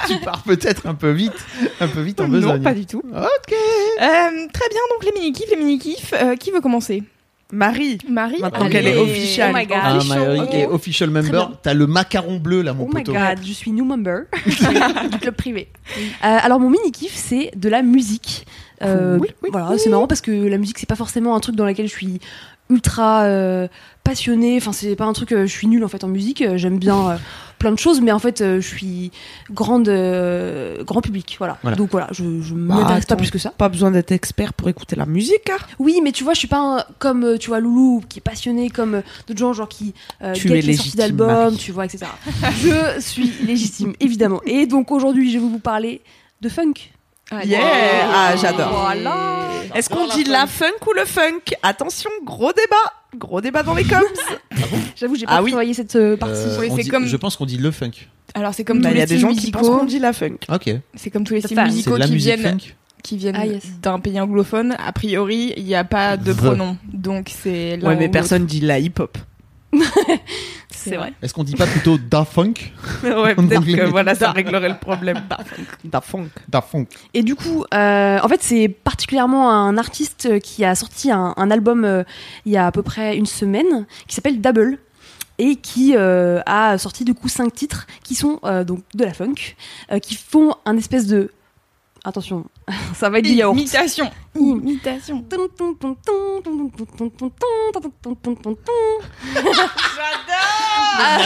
Speaker 6: tu pars peut-être un peu vite, un peu vite en
Speaker 4: Non,
Speaker 6: besogne.
Speaker 4: pas du tout.
Speaker 6: Ok.
Speaker 2: Euh, Très bien, donc les mini-kifs, les mini-kifs. euh, qui veut commencer
Speaker 4: Marie,
Speaker 2: Marie
Speaker 6: Maintenant
Speaker 2: Allez.
Speaker 6: qu'elle est
Speaker 4: officielle.
Speaker 5: Oh my
Speaker 6: Ah,
Speaker 5: god.
Speaker 6: Marie
Speaker 5: ok.
Speaker 6: est
Speaker 4: Oh.
Speaker 6: official member. T'as le macaron bleu là, mon
Speaker 5: Oh my
Speaker 6: poteau. Euh,
Speaker 5: god, je suis new member du club privé. Euh, alors mon mini kiff c'est de la musique. Euh, voilà, c'est marrant parce que la musique c'est pas forcément un truc dans lequel je suis ultra euh, passionnée. Enfin c'est pas un truc euh, je suis nulle en fait en musique. Euh, J'aime bien euh, plein de choses, mais en fait euh, je suis grande euh, grand public. Voilà.
Speaker 6: Voilà.
Speaker 5: Donc voilà, je, je
Speaker 4: Bah,
Speaker 5: m'intéresse pas
Speaker 4: attends.
Speaker 5: plus que ça.
Speaker 4: pas besoin d'être expert pour écouter la musique, hein.
Speaker 5: Oui, mais tu vois, je suis pas un- comme euh, tu vois Loulou qui est passionné comme euh, d'autres gens genre qui euh,
Speaker 4: Tu
Speaker 5: guettent
Speaker 4: es
Speaker 5: les sorties
Speaker 4: légitime,
Speaker 5: d'albums,
Speaker 4: Marie.
Speaker 5: tu vois, etc. je suis légitime évidemment. Et donc aujourd'hui, je vais vous parler de funk.
Speaker 4: Yeah. Ah, j'adore.
Speaker 5: Voilà.
Speaker 4: Est-ce qu'on dit la funk ou le funk Attention, gros débat Gros débat dans les coms
Speaker 5: J'avoue, j'ai
Speaker 4: Ah
Speaker 5: pas
Speaker 4: oui.
Speaker 5: travaillé cette euh, partie.
Speaker 6: Euh,
Speaker 2: oui,
Speaker 6: on
Speaker 2: c'est
Speaker 6: dit-
Speaker 2: comme-
Speaker 6: Je pense qu'on dit le funk.
Speaker 2: Alors c'est comme
Speaker 4: Bah,
Speaker 2: tous
Speaker 4: Il y
Speaker 2: les
Speaker 4: a des
Speaker 2: styles
Speaker 4: gens qui pensent
Speaker 2: musicaux.
Speaker 4: qu'on dit la funk.
Speaker 6: Ok.
Speaker 2: C'est comme tous les
Speaker 5: Ça
Speaker 2: styles
Speaker 5: fait-
Speaker 6: C'est
Speaker 2: musicaux
Speaker 6: de la
Speaker 2: qui
Speaker 6: musique
Speaker 2: viennent.
Speaker 6: funk.
Speaker 2: qui viennent
Speaker 5: Ah, yes.
Speaker 2: d'un pays anglophone, a priori, il n'y a pas de
Speaker 6: The.
Speaker 2: pronom. Donc c'est l'un
Speaker 4: Ouais,
Speaker 2: ou
Speaker 4: mais
Speaker 2: l'autre.
Speaker 4: personne dit la hip-hop.
Speaker 2: C'est vrai.
Speaker 6: Est-ce qu'on dit pas plutôt Da Funk
Speaker 4: ouais,
Speaker 6: En
Speaker 4: peut-être
Speaker 6: anglais.
Speaker 4: que voilà, ça réglerait le problème. Da funk.
Speaker 6: Da Funk.
Speaker 5: Et du coup, euh, en fait, c'est particulièrement un artiste euh, qui a sorti un, un album euh, il y a à peu près une semaine qui s'appelle Double et qui euh, a sorti du coup cinq titres qui sont euh, donc de la funk, euh, qui font un espèce de attention, ça va être du yaourt.
Speaker 2: Imitation. Imitation. Ah.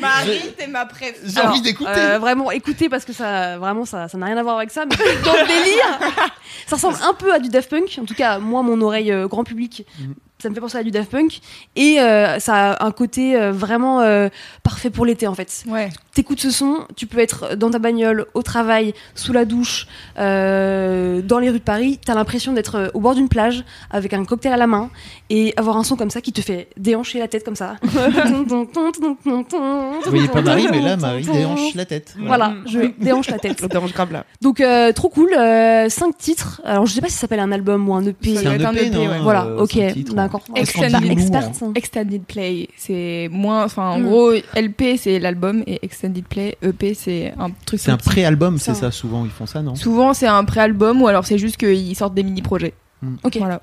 Speaker 6: Marie,
Speaker 2: t'es ma préf.
Speaker 6: J'ai
Speaker 5: Alors,
Speaker 6: envie d'écouter.
Speaker 5: euh, vraiment, écoutez parce que ça, vraiment, ça, ça n'a rien à voir avec ça. Mais dans le délire, ça ressemble un peu à du Daft Punk. En tout cas, moi, mon oreille euh, grand public,
Speaker 6: Mhm.
Speaker 5: ça me fait penser à du Daft Punk. Et euh, ça a un côté euh, vraiment euh, parfait pour l'été, en fait.
Speaker 2: Ouais.
Speaker 5: T'écoutes ce son, tu peux être dans ta bagnole, au travail, sous la douche, euh, dans les rues de Paris. T'as l'impression d'être euh, au bord d'une plage avec un cocktail à la main et avoir un son comme ça qui te fait déhancher la tête comme ça.
Speaker 6: Vous voyez pas Marie, mais là, Marie déhanche la tête.
Speaker 5: Voilà,
Speaker 4: Mm.
Speaker 5: je déhanche la tête.
Speaker 4: On dérange grave là.
Speaker 5: Donc euh, trop cool, euh, cinq titres. Alors je sais pas si ça s'appelle un album ou un EP.
Speaker 2: Ça doit être un EP, ouais.
Speaker 5: Voilà,
Speaker 6: E Euh,
Speaker 5: ok,
Speaker 6: c'est un titre,
Speaker 5: d'accord.
Speaker 6: hein. Est-ce qu'on dit
Speaker 2: Extended
Speaker 6: lourd,
Speaker 5: Experte.
Speaker 6: hein
Speaker 2: Extended Play, c'est moins. Enfin, en
Speaker 5: Mm.
Speaker 2: gros, LP, c'est l'album et Extended Play, EP, c'est un truc.
Speaker 6: C'est un
Speaker 2: petit.
Speaker 6: pré-album, c'est
Speaker 5: Ça.
Speaker 6: ça, souvent, ils font ça, non
Speaker 2: Souvent, c'est un pré-album ou alors c'est juste qu'ils sortent des mini-projets.
Speaker 6: Mm.
Speaker 5: Ok.
Speaker 2: Voilà.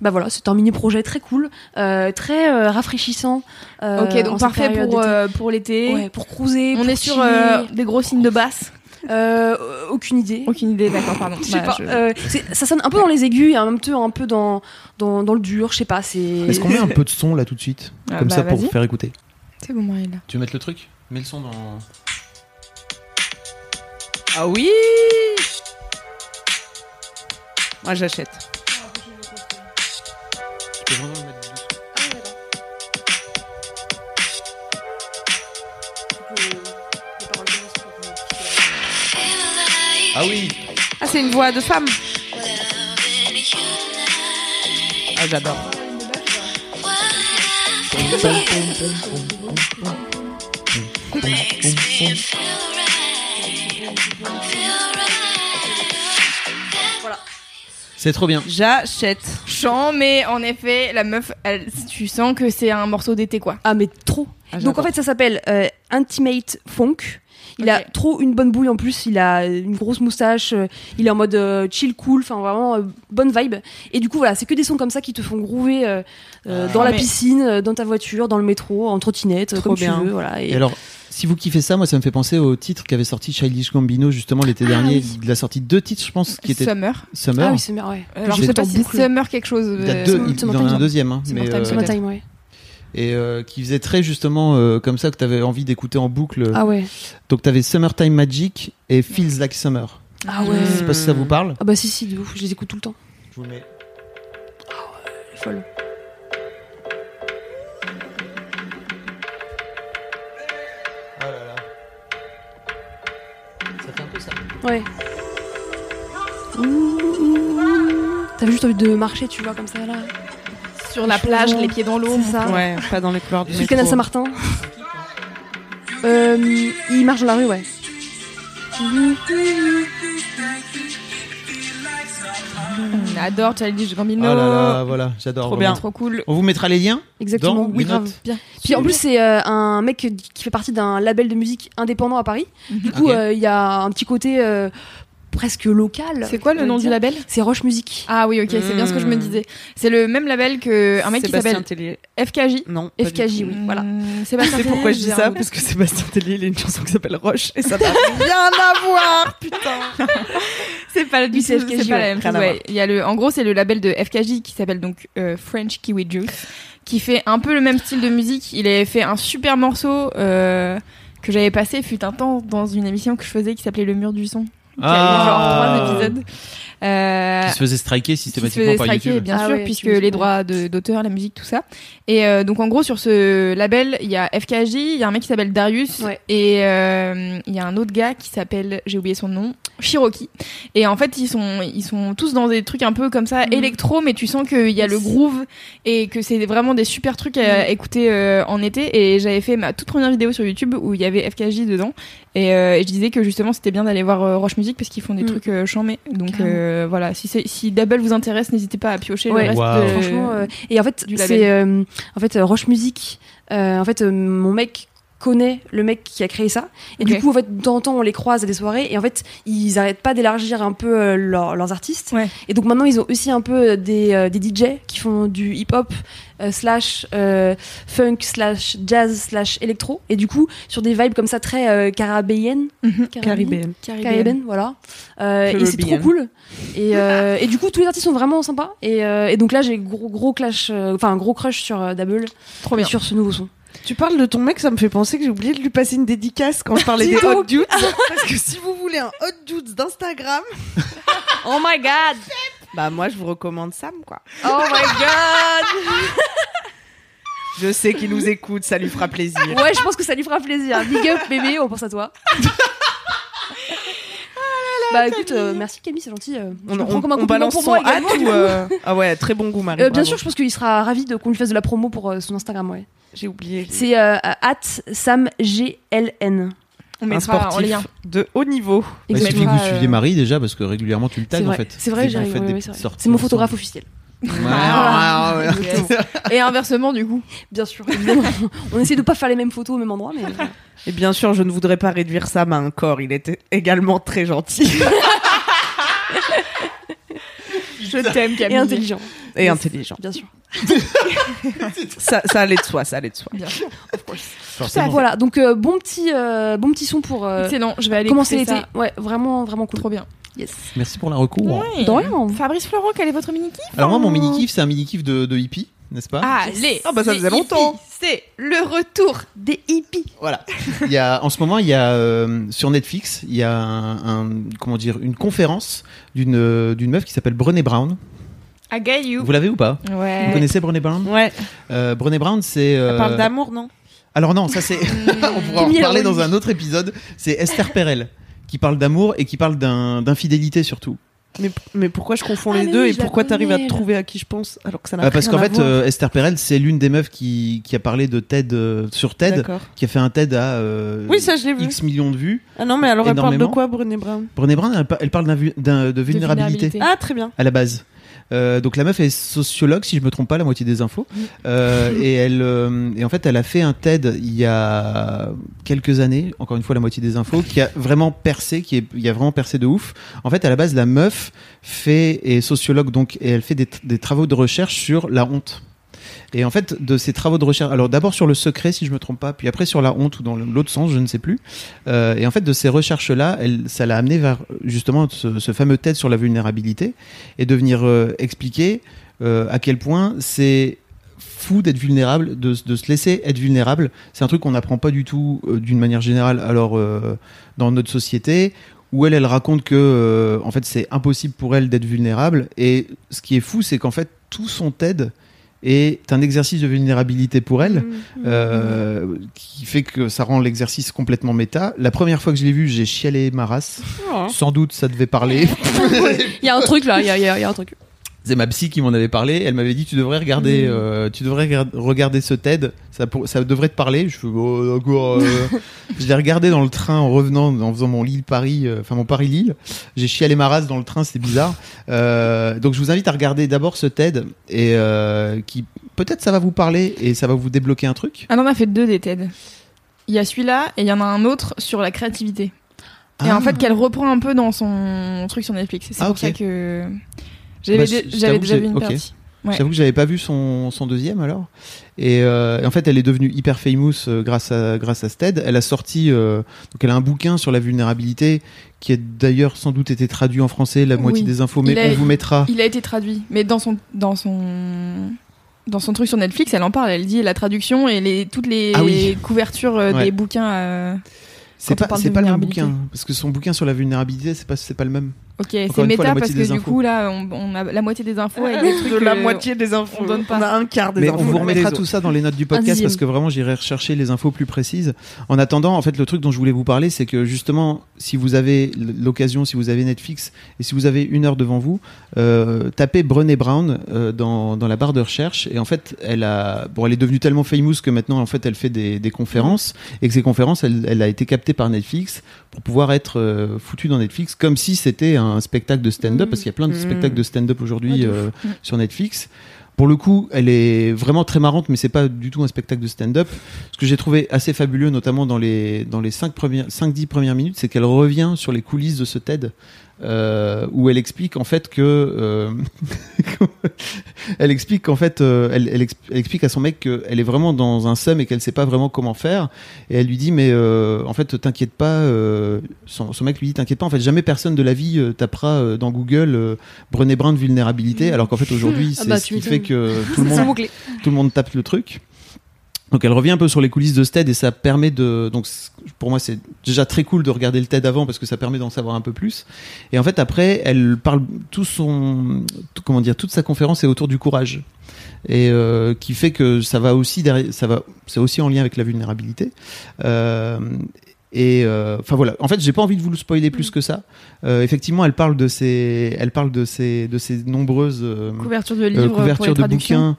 Speaker 5: Bah voilà, c'est un mini projet très cool, euh, très euh, rafraîchissant. euh,
Speaker 2: ok,
Speaker 5: en
Speaker 2: donc
Speaker 5: cette
Speaker 2: parfait
Speaker 5: période
Speaker 2: pour,
Speaker 5: d'été.
Speaker 2: euh, pour l'été.
Speaker 5: Ouais, pour cruiser.
Speaker 2: On
Speaker 5: pour
Speaker 2: est sur
Speaker 5: chiller.
Speaker 2: euh, des gros signes de basse.
Speaker 5: Euh, euh, aucune idée.
Speaker 2: Aucune idée, d'accord, pardon.
Speaker 5: Je sais
Speaker 2: Bah,
Speaker 5: pas.
Speaker 2: je-
Speaker 5: euh, c'est- ça sonne un peu dans les aigus et en même temps un peu dans dans, dans le dur. Je sais pas. C'est.
Speaker 6: Est-ce qu'on met un peu de son là tout de suite
Speaker 2: Ah,
Speaker 6: Comme
Speaker 2: bah,
Speaker 6: ça pour
Speaker 2: vas-y.
Speaker 6: vous faire écouter.
Speaker 2: C'est bon, Marie, là.
Speaker 6: Tu veux mettre le truc Mets le son dans.
Speaker 4: Ah oui Moi j'achète.
Speaker 6: Tu peux vraiment le mettre dessus. Ah oui
Speaker 4: Ah c'est une voix de femme Ah j'adore.
Speaker 6: C'est trop bien.
Speaker 4: J'achète.
Speaker 2: Chant, mais en effet, la meuf, elle, tu sens que c'est un morceau d'été, quoi.
Speaker 5: Ah mais trop. Donc en fait ça s'appelle euh, Intimate Funk. Il a
Speaker 2: Ok.
Speaker 5: trop une bonne bouille en plus, il a une grosse moustache, euh, il est en mode euh, chill cool, enfin vraiment euh, bonne vibe. Et du coup voilà, c'est que des sons comme ça qui te font groover euh, euh,
Speaker 6: Ah.
Speaker 5: dans la
Speaker 2: Mais-
Speaker 5: piscine, euh, dans ta voiture, dans le métro, en trottinette, euh,
Speaker 4: Trop
Speaker 5: comme
Speaker 4: bien.
Speaker 5: tu veux, voilà. Et,
Speaker 6: Et alors, si vous kiffez ça, moi ça me fait penser au titre qu'avait sorti Childish Gambino justement l'été dernier. Il a sorti deux titres, je pense, qui étaient
Speaker 2: Summer.
Speaker 6: Summer.
Speaker 5: ah oui, c'est bien, ouais.
Speaker 2: Alors,
Speaker 6: j'ai
Speaker 2: je sais
Speaker 6: le
Speaker 2: pas
Speaker 5: temps
Speaker 2: si
Speaker 5: boucle.
Speaker 2: Summer quelque chose.
Speaker 6: il y a
Speaker 2: euh,
Speaker 6: deux,
Speaker 5: Summer-
Speaker 6: il-
Speaker 5: Summer
Speaker 6: il en a un
Speaker 5: Time.
Speaker 6: deuxième, hein,
Speaker 2: Summer
Speaker 6: mais
Speaker 2: Time,
Speaker 6: euh,
Speaker 2: Summer Time.
Speaker 5: Summertime, ouais.
Speaker 6: et euh, qui faisait très justement euh, comme ça que t'avais envie d'écouter en boucle.
Speaker 5: Ah ouais.
Speaker 6: Donc t'avais Summertime Magic et Feels Like Summer.
Speaker 5: Ah ouais.
Speaker 6: Je sais pas si ça vous parle.
Speaker 5: Ah bah si si, de ouf, je les écoute tout le temps.
Speaker 6: Je vous le mets.
Speaker 5: Elle est folle.
Speaker 6: Oh là là. Ça fait un peu ça.
Speaker 5: Ouais. Ouh, ouh, ouh. T'avais juste envie de marcher, tu vois, comme ça là.
Speaker 2: Sur la plage, les pieds dans l'eau.
Speaker 5: C'est ça.
Speaker 4: Ouais, pas dans les couleurs du
Speaker 5: Sur ah, le canal
Speaker 4: métro.
Speaker 5: Saint-Martin. Euh, il marche dans la rue, ouais.
Speaker 2: On adore Childish
Speaker 6: Oh
Speaker 5: Ah
Speaker 2: Gambino.
Speaker 6: là là, voilà, j'adore.
Speaker 4: Trop
Speaker 6: vraiment.
Speaker 4: bien.
Speaker 2: Trop cool.
Speaker 6: On vous mettra les liens
Speaker 5: Exactement.
Speaker 6: Dans
Speaker 5: oui,
Speaker 6: les
Speaker 5: grave.
Speaker 6: notes.
Speaker 5: Bien. Puis en plus, c'est euh, un mec qui fait partie d'un label de musique indépendant à Paris.
Speaker 2: Mhm.
Speaker 5: Du coup,
Speaker 6: Ok.
Speaker 5: euh, il y a un petit côté euh, presque local.
Speaker 2: C'est quoi
Speaker 5: on
Speaker 2: le
Speaker 5: peut
Speaker 2: nom
Speaker 5: dire.
Speaker 2: du label
Speaker 5: C'est Roche Musique.
Speaker 2: Ah oui, ok, c'est bien ce que je me
Speaker 4: Mm.
Speaker 2: disais. C'est le même label que un mec qui
Speaker 4: Sébastien
Speaker 2: s'appelle
Speaker 4: Tellier.
Speaker 2: FKJ.
Speaker 4: Non. pas du
Speaker 5: FKJ,
Speaker 4: tout.
Speaker 5: oui, voilà.
Speaker 2: Mm,
Speaker 4: Tu
Speaker 2: Sébastien
Speaker 4: sais
Speaker 2: Tellier,
Speaker 4: pourquoi je dis ça
Speaker 2: Gérard
Speaker 4: Parce que Sébastien Tellier, il a une chanson qui s'appelle Roche et ça n'a rien à voir, putain.
Speaker 2: C'est pas du
Speaker 5: Oui,
Speaker 2: tout,
Speaker 5: c'est
Speaker 2: c'est
Speaker 5: FKJ,
Speaker 2: pas
Speaker 5: ouais,
Speaker 2: la même
Speaker 4: rien
Speaker 2: chose.
Speaker 4: à
Speaker 2: ouais.
Speaker 4: voir.
Speaker 2: Il y a le, en gros, c'est le label de FKJ qui s'appelle donc euh, French Kiwi Juice, qui fait un peu le même style de musique. Il avait fait un super morceau euh, que j'avais passé fut un temps dans une émission que je faisais qui s'appelait Le Mur du Son. Qui
Speaker 6: Ah.
Speaker 2: avait genre trois épisodes. Euh,
Speaker 6: qui se faisait striker
Speaker 2: qui se
Speaker 6: systématiquement
Speaker 2: faisait
Speaker 6: par
Speaker 2: striker,
Speaker 6: YouTube.
Speaker 2: bien
Speaker 5: Ah
Speaker 2: sûr,
Speaker 5: ouais,
Speaker 2: puisque
Speaker 5: tu me dis,
Speaker 2: les
Speaker 5: ouais.
Speaker 2: droits de- d'auteur, la musique, tout ça. Et euh, donc, en gros, sur ce label, il y a FKJ, il y a un mec qui s'appelle Darius,
Speaker 5: Ouais.
Speaker 2: et euh, il y a un autre gars qui s'appelle, j'ai oublié son nom, Shiroki. Et en fait, ils sont, ils sont tous dans des trucs un peu comme
Speaker 5: Mm.
Speaker 2: ça, électro, mais tu sens qu'il y a le groove et que c'est vraiment des super trucs à
Speaker 5: Mm.
Speaker 2: écouter euh, en été. Et j'avais fait ma toute première vidéo sur YouTube où il y avait FKJ dedans. Et, euh, et je disais que justement, c'était bien d'aller voir euh, Roche Music parce qu'ils font des
Speaker 5: Mm.
Speaker 2: trucs euh, chambés. Donc euh, voilà, si, c'est- si Double vous intéresse, n'hésitez pas à piocher
Speaker 5: Ouais.
Speaker 2: le reste.
Speaker 6: Waouh.
Speaker 2: de-
Speaker 5: Franchement, euh, et en fait,
Speaker 2: du label.
Speaker 5: c'est euh, en fait euh, Roche Music. euh, en fait, euh, mon mec connaît le mec qui a créé ça. Et
Speaker 2: Ok.
Speaker 5: du coup, en fait, de temps en temps, on les croise à des soirées. Et en fait, ils arrêtent pas d'élargir un peu euh, leur- leurs artistes.
Speaker 2: Ouais.
Speaker 5: Et donc maintenant, ils ont aussi un peu des, euh, des DJ qui font du hip-hop euh, slash euh, funk slash jazz slash électro. Et du coup, sur des vibes comme ça très euh, carabéennes.
Speaker 2: Mhm.
Speaker 4: Caribéenne.
Speaker 5: Caribbean, voilà. Euh, et c'est trop
Speaker 4: Caribbean.
Speaker 5: cool. Et, euh, et du coup, tous les artistes sont vraiment sympas. Et, euh, et donc là, j'ai gros gros clash, euh, enfin un gros crush sur euh, Double
Speaker 2: Trop
Speaker 5: et
Speaker 2: bien.
Speaker 5: sur ce nouveau son.
Speaker 4: Tu parles de ton mec, ça me fait penser que j'ai oublié de lui passer une dédicace quand je parlais des hot dudes. Parce que si vous voulez un hot dudes d'Instagram,
Speaker 5: Oh my god!
Speaker 4: bah moi je vous recommande Sam quoi.
Speaker 5: Oh my
Speaker 4: Je sais qu'il nous écoute, ça lui fera plaisir.
Speaker 5: god! Ouais, je pense que ça lui fera plaisir. Big up, bébé, on pense à toi. bah écoute, euh, merci Camille, c'est gentil. euh, je
Speaker 4: On,
Speaker 5: le prends
Speaker 4: on-
Speaker 5: comme un
Speaker 4: on
Speaker 5: compliment
Speaker 4: balance
Speaker 5: pour
Speaker 4: son
Speaker 5: moi
Speaker 4: hâte
Speaker 5: également, du
Speaker 4: ou
Speaker 5: coup.
Speaker 4: euh, ah ouais très bon goût Marie.
Speaker 5: Euh, bien
Speaker 4: bravo.
Speaker 5: sûr, je pense qu'il sera ravi de- qu'on lui fasse de la promo pour euh, son Instagram. Ouais.
Speaker 4: j'ai oublié.
Speaker 5: C'est euh, at samgln.
Speaker 2: On
Speaker 4: un
Speaker 2: mettra en
Speaker 4: sportif
Speaker 2: lien.
Speaker 4: de haut niveau.
Speaker 6: Bah, il
Speaker 5: Exactement.
Speaker 6: suffit que vous
Speaker 5: Euh,
Speaker 6: suiviez Marie déjà parce que régulièrement tu le tags
Speaker 5: C'est
Speaker 6: en
Speaker 5: vrai.
Speaker 6: fait.
Speaker 5: C'est vrai,
Speaker 6: Dès
Speaker 5: j'ai
Speaker 6: qu'on fait
Speaker 5: rigolé,
Speaker 6: des
Speaker 5: ouais, c'est vrai.
Speaker 6: sorties
Speaker 5: C'est mon
Speaker 6: ensemble.
Speaker 5: photographe officiel.
Speaker 6: Voilà.
Speaker 2: Yes. Et inversement, du coup.
Speaker 5: Bien sûr, évidemment. on essaie de pas faire les mêmes photos au même endroit, mais
Speaker 4: Et bien sûr, je ne voudrais pas réduire Sam à un corps. Il était également très gentil
Speaker 2: Je t'aime,
Speaker 5: et
Speaker 2: Camille.
Speaker 5: intelligent,
Speaker 4: et intelligent.
Speaker 5: bien sûr.
Speaker 4: Ça, ça allait de soi, ça allait de soi.
Speaker 2: Bien sûr.
Speaker 6: Forcément.
Speaker 5: Voilà, donc euh, bon petit euh, bon petit son pour euh,
Speaker 2: Excellent, je vais aller
Speaker 5: commencer
Speaker 2: écouter
Speaker 5: l'été.
Speaker 2: ça.
Speaker 5: Ouais, vraiment vraiment cool.
Speaker 2: Trop bien.
Speaker 5: Yes.
Speaker 6: Merci pour la recours.
Speaker 2: Ouais.
Speaker 5: De rien.
Speaker 2: Fabrice Florent, quel est votre mini
Speaker 6: Alors moi mon mini kiff c'est un mini kiff de, de hippie, n'est-ce pas
Speaker 2: Allez
Speaker 4: Ah, bah, ça
Speaker 2: les
Speaker 4: faisait longtemps.
Speaker 2: hippies, C'est le retour des hippies
Speaker 6: Voilà. Il y a, en ce moment, il y a euh, sur Netflix, il y a un, un- comment dire une conférence d'une euh, d'une meuf qui s'appelle Brené Brown.
Speaker 2: à Gaillou.
Speaker 6: Vous l'avez ou pas Vous
Speaker 2: Ouais.
Speaker 6: connaissez Brené Brown
Speaker 4: Ouais.
Speaker 6: euh, Brené Brown, c'est. euh,
Speaker 4: Elle parle d'amour, Mm. non
Speaker 6: Alors non, ça c'est. on pourra en
Speaker 5: Mille
Speaker 6: parler
Speaker 5: euros.
Speaker 6: dans un autre épisode. C'est Esther Perel qui parle d'amour et qui parle d'un- d'infidélité surtout.
Speaker 4: mais, mais pourquoi je confonds
Speaker 5: Ah,
Speaker 4: les
Speaker 5: mais
Speaker 4: deux
Speaker 5: oui,
Speaker 4: et
Speaker 5: je la
Speaker 4: pourquoi t'arrives à
Speaker 5: connais,
Speaker 4: te
Speaker 5: elle.
Speaker 4: trouver à qui je pense alors que ça n'a
Speaker 6: Euh,
Speaker 4: rien
Speaker 6: parce qu'en
Speaker 4: à
Speaker 6: fait,
Speaker 4: voir.
Speaker 6: euh, Esther Perel, c'est l'une des meufs qui, qui a parlé de TED euh, sur TED,
Speaker 4: D'accord.
Speaker 6: qui a fait un TED à euh,
Speaker 4: Oui, ça je l'ai vu.
Speaker 6: X millions de vues.
Speaker 4: Ah non, mais alors elle parle de
Speaker 6: Énormément.
Speaker 4: quoi, Brené Brown
Speaker 6: Brené Brown, elle, pa- elle parle d'un vu- d'un- de vulnérabilité.
Speaker 2: vulnérabilité.
Speaker 4: Ah, très bien.
Speaker 6: à la base. Euh, donc la meuf est sociologue, si je me trompe pas, la moitié des infos. Euh, et elle, euh, et en fait, elle a fait un TED il y a quelques années, encore une fois la moitié des infos, qui a vraiment percé, qui est, il a vraiment percé de ouf. En fait, à la base, la meuf fait est sociologue, donc et elle fait des, des travaux de recherche sur la honte. Et en fait, de ces travaux de recherche, alors d'abord sur le secret, si je me trompe pas, puis après sur la honte ou dans l'autre sens, je ne sais plus. Euh, et en fait, de ces recherches-là, elle- ça l'a amené vers justement ce, ce fameux TED sur la vulnérabilité et de venir euh, expliquer euh, à quel point c'est fou d'être vulnérable, de, de se laisser être vulnérable. C'est un truc qu'on n'apprend pas du tout euh, d'une manière générale. Alors euh, dans notre société, où elle, elle raconte que euh, en fait c'est impossible pour elle d'être vulnérable. Et ce qui est fou, c'est qu'en fait tout son TED est un exercice de vulnérabilité pour elle euh, qui fait que ça rend l'exercice complètement méta. La première fois que je l'ai vu, j'ai chialé ma race. Sans doute, ça devait parler.
Speaker 5: Il y a un truc là, il y a, il y a- il y a un truc.
Speaker 6: C'est ma psy qui m'en avait parlé. Elle m'avait dit tu devrais regarder, euh, tu devrais regard- regarder ce TED. Ça, pour- ça devrait te parler. Je fais, oh, d'accord. euh. je l'ai regardé dans le train en revenant, en faisant mon Lille Paris, euh, enfin mon Paris Lille. J'ai chialé ma race dans le train, c'est bizarre. Euh, donc je vous invite à regarder d'abord ce TED et euh, qui peut-être ça va vous parler et ça va vous débloquer un truc.
Speaker 2: Ah non, on a fait deux des TED. Il y a celui-là et il y en a un autre sur la créativité. Et
Speaker 6: Ah.
Speaker 2: en fait, qu'elle reprend un peu dans son truc sur Netflix. Et C'est
Speaker 6: Ah,
Speaker 2: pour
Speaker 6: ok.
Speaker 2: ça que j'avais
Speaker 6: Bah,
Speaker 2: dé-
Speaker 6: je- je
Speaker 2: j'avais
Speaker 6: t'avoue
Speaker 2: déjà
Speaker 6: que
Speaker 2: vu une
Speaker 6: j'ai- ok.
Speaker 2: partie. Ouais.
Speaker 6: J'avoue que j'avais pas vu son, son deuxième alors. Et, euh, et en fait, elle est devenue hyper famous euh, grâce à grâce à Stead. Elle a sorti euh, donc elle a un bouquin sur la vulnérabilité qui a d'ailleurs sans doute été traduit en français la moitié
Speaker 2: Oui.
Speaker 6: des infos,
Speaker 2: Il
Speaker 6: mais
Speaker 2: a-
Speaker 6: on vous mettra.
Speaker 2: Il a été traduit, mais dans son dans son dans son truc sur Netflix, elle en parle. Elle dit la traduction et les toutes les
Speaker 6: Ah oui.
Speaker 2: couvertures euh,
Speaker 6: Ouais.
Speaker 2: des bouquins. euh,
Speaker 6: C'est
Speaker 2: quand on
Speaker 6: pas
Speaker 2: parle
Speaker 6: c'est
Speaker 2: de
Speaker 6: pas le même hein,
Speaker 2: vulnérabilité.
Speaker 6: bouquin parce que son bouquin sur la vulnérabilité c'est pas c'est pas le même.
Speaker 2: Ok, c'est
Speaker 6: fois, la
Speaker 2: méta parce
Speaker 6: moitié des
Speaker 2: que du
Speaker 6: infos.
Speaker 2: coup là, on, on a la moitié des infos et des trucs euh,
Speaker 4: de la
Speaker 2: que-
Speaker 4: moitié des infos.
Speaker 2: on donne pas.
Speaker 4: a un quart des
Speaker 6: Mais on
Speaker 4: infos.
Speaker 6: vous remettra
Speaker 4: Les
Speaker 6: tout ça dans les notes du podcast
Speaker 5: dixième.
Speaker 6: parce que vraiment j'irai rechercher les infos plus précises. En attendant, en fait, le truc dont je voulais vous parler, c'est que justement, si vous avez l'occasion, si vous avez Netflix et si vous avez une heure devant vous, euh, tapez Brené Brown euh, dans, dans la barre de recherche et en fait, elle a, bon, elle est devenue tellement famous que maintenant, en fait, elle fait des, des conférences et que ces conférences, elle, elle a été captée par Netflix pour pouvoir être euh, foutue dans Netflix comme si c'était un spectacle de stand-up parce qu'il y a plein de
Speaker 4: Mhm.
Speaker 6: spectacles de stand-up aujourd'hui
Speaker 5: Ouais, de
Speaker 6: euh,
Speaker 2: Mm.
Speaker 6: sur Netflix. Pour le coup, elle est vraiment très marrante, mais c'est pas du tout un spectacle de stand-up. Ce que j'ai trouvé assez fabuleux, notamment dans les dans les cinq premières, cinq dix premières minutes, c'est qu'elle revient sur les coulisses de ce TED. euh, où elle explique en fait que euh, elle explique qu'en fait euh, elle, elle exp- elle explique à son mec qu'elle est vraiment dans un seum et qu'elle sait pas vraiment comment faire et elle lui dit mais euh, en fait t'inquiète pas euh, son, son mec lui dit t'inquiète pas en fait jamais personne de la vie euh, tapera euh, dans Google euh, Brené Brown vulnérabilité alors qu'en fait aujourd'hui
Speaker 5: Ah
Speaker 6: c'est
Speaker 5: bah,
Speaker 6: ce
Speaker 5: tu
Speaker 6: qui fait
Speaker 5: m'étonnes.
Speaker 6: que tout le monde
Speaker 5: Sans mots-clés.
Speaker 6: tout le monde tape le truc. Donc elle revient un peu sur les coulisses de ce TED et ça permet de donc c- pour moi c'est déjà très cool de regarder le TED avant parce que ça permet d'en savoir un peu plus. Et en fait après elle parle tout son tout- comment dire toute sa conférence est autour du courage et euh, qui fait que ça va aussi derrière, ça va c'est aussi en lien avec la vulnérabilité. Euh, et euh, enfin voilà. En fait, j'ai pas envie de vous le spoiler plus que ça. Euh, effectivement, elle parle de ses, elle parle de ses, de ses nombreuses euh,
Speaker 2: Couverture de
Speaker 6: euh,
Speaker 2: livres, pour les
Speaker 6: couvertures de
Speaker 2: traductions.
Speaker 6: bouquins.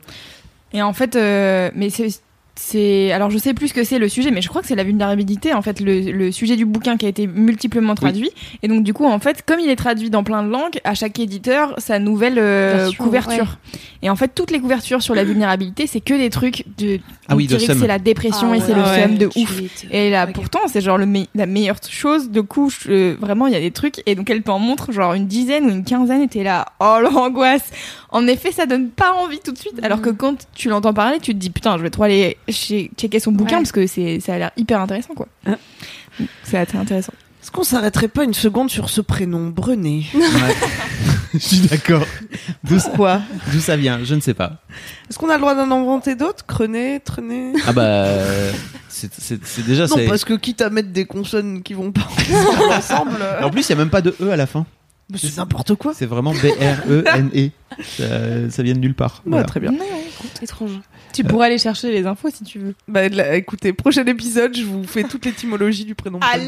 Speaker 2: Et en fait, euh, mais c'est. c'est- Alors, je sais plus ce que c'est le sujet, mais je crois que c'est la vulnérabilité, en fait, le, le sujet du bouquin qui a été multiplement traduit. Et donc, du coup, en fait, comme il est traduit dans plein de langues, à chaque éditeur, sa nouvelle euh,
Speaker 5: Version,
Speaker 2: couverture. Et en fait, toutes les couvertures sur la vulnérabilité, c'est que des trucs de.
Speaker 6: Ah oui,
Speaker 2: on dirait
Speaker 6: de
Speaker 2: que
Speaker 6: seum.
Speaker 2: c'est la dépression
Speaker 5: Ah
Speaker 2: et c'est le
Speaker 4: ouais.
Speaker 2: seum de
Speaker 5: Tu
Speaker 2: ouf.
Speaker 5: m'étonnes.
Speaker 2: Et là,
Speaker 5: Ok.
Speaker 2: pourtant, c'est genre le me- la meilleure chose. De coup, je- euh, vraiment, il y a des trucs. Et donc, elle t'en montre genre une dizaine ou une quinzaine. Et t'es là, oh l'angoisse. En effet, ça donne pas envie tout de suite. Alors que quand tu l'entends parler, tu te dis putain, je vais trop aller che- checker son bouquin
Speaker 5: Ouais.
Speaker 2: parce que c'est ça a l'air hyper intéressant quoi.
Speaker 4: Ah.
Speaker 2: C'est assez intéressant.
Speaker 4: Est-ce qu'on s'arrêterait pas une seconde sur ce prénom Brené
Speaker 6: Je suis d'accord. D'où ça-
Speaker 4: Quoi
Speaker 6: d'où ça vient Je ne sais pas.
Speaker 4: Est-ce qu'on a le droit d'en inventer d'autres Crené, Trené
Speaker 6: Ah bah, c'est- c'est c'est déjà.
Speaker 4: Non,
Speaker 6: c'est-
Speaker 4: parce que quitte à mettre des consonnes qui vont pas ensemble,
Speaker 2: Bah,
Speaker 6: Et En plus, il n'y a même pas de E à la fin.
Speaker 4: mais c'est n'importe quoi.
Speaker 6: C'est vraiment B-R-E-N-E. E. ça, ça vient de nulle part.
Speaker 4: Bah,
Speaker 6: Voilà.
Speaker 4: très bien.
Speaker 5: Étrange.
Speaker 2: Tu pourrais aller chercher les infos si tu veux.
Speaker 4: Euh. Bah, là, écoutez, prochain épisode, je vous fais toute l'étymologie du prénom. Brené.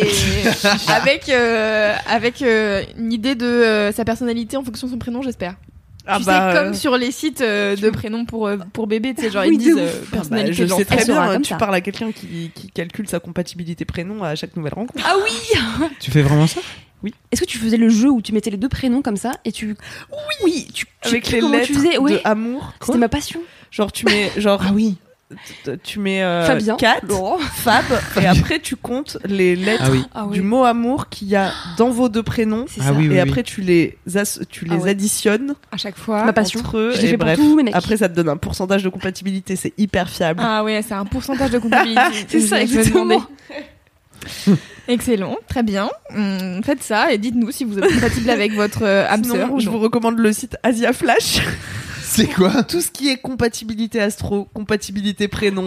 Speaker 2: Allez Avec, euh, avec euh, une idée de euh, sa personnalité en fonction de son prénom, j'espère.
Speaker 4: Ah
Speaker 2: tu
Speaker 4: bah,
Speaker 2: sais,
Speaker 4: euh,
Speaker 2: comme sur les sites euh, de prénoms pour, euh, pour bébé, tu sais, genre
Speaker 5: Oui,
Speaker 2: ils
Speaker 5: de
Speaker 2: disent
Speaker 5: ouf.
Speaker 2: euh,
Speaker 4: ah bah,
Speaker 2: personnalité
Speaker 4: je sais
Speaker 2: genre.
Speaker 4: très
Speaker 5: Elle saura
Speaker 4: bien, hein,
Speaker 5: comme
Speaker 4: tu
Speaker 5: ça.
Speaker 4: parles à quelqu'un qui, qui calcule sa compatibilité prénom à chaque nouvelle rencontre.
Speaker 5: Ah oui
Speaker 6: Tu fais vraiment ça
Speaker 5: Est-ce que tu faisais le jeu où tu mettais les deux prénoms comme ça et tu. Ah Oui tu, tu-
Speaker 4: Avec
Speaker 5: tu-
Speaker 4: les
Speaker 5: comment
Speaker 4: lettres
Speaker 5: tu faisais Ouais.
Speaker 4: de amour.
Speaker 5: C'était ma passion.
Speaker 4: Genre, tu mets, genre,
Speaker 6: Ah oui.
Speaker 4: t- tu mets euh,
Speaker 5: Fabien.
Speaker 4: Kat,
Speaker 5: Laurent.
Speaker 4: Fab, et après tu comptes les lettres
Speaker 6: Ah oui.
Speaker 5: Ah
Speaker 4: du mot amour qu'il y a dans vos deux prénoms.
Speaker 5: C'est
Speaker 6: Ah
Speaker 5: ça.
Speaker 6: oui,
Speaker 4: Et après, tu les, as- tu les
Speaker 5: Ah ouais.
Speaker 4: additionnes
Speaker 2: À chaque fois.
Speaker 5: Ma passion.
Speaker 4: entre eux.
Speaker 5: Je l'ai
Speaker 4: Et
Speaker 5: fait pour
Speaker 4: bref,
Speaker 5: tous mes mecs.
Speaker 4: après, ça te donne un pourcentage de compatibilité. C'est hyper fiable.
Speaker 2: Ah ouais, c'est un pourcentage de compatibilité.
Speaker 5: C'est
Speaker 2: Je
Speaker 5: ça,
Speaker 2: me demandais.
Speaker 5: exactement.
Speaker 2: Excellent, très bien. Hum, faites ça et dites-nous si vous êtes compatible avec votre euh, âme
Speaker 4: Sinon,
Speaker 2: sœur ou
Speaker 4: je
Speaker 2: non.
Speaker 4: vous recommande le site Asia Flash.
Speaker 6: C'est quoi
Speaker 4: Tout ce qui est compatibilité astro, compatibilité prénom,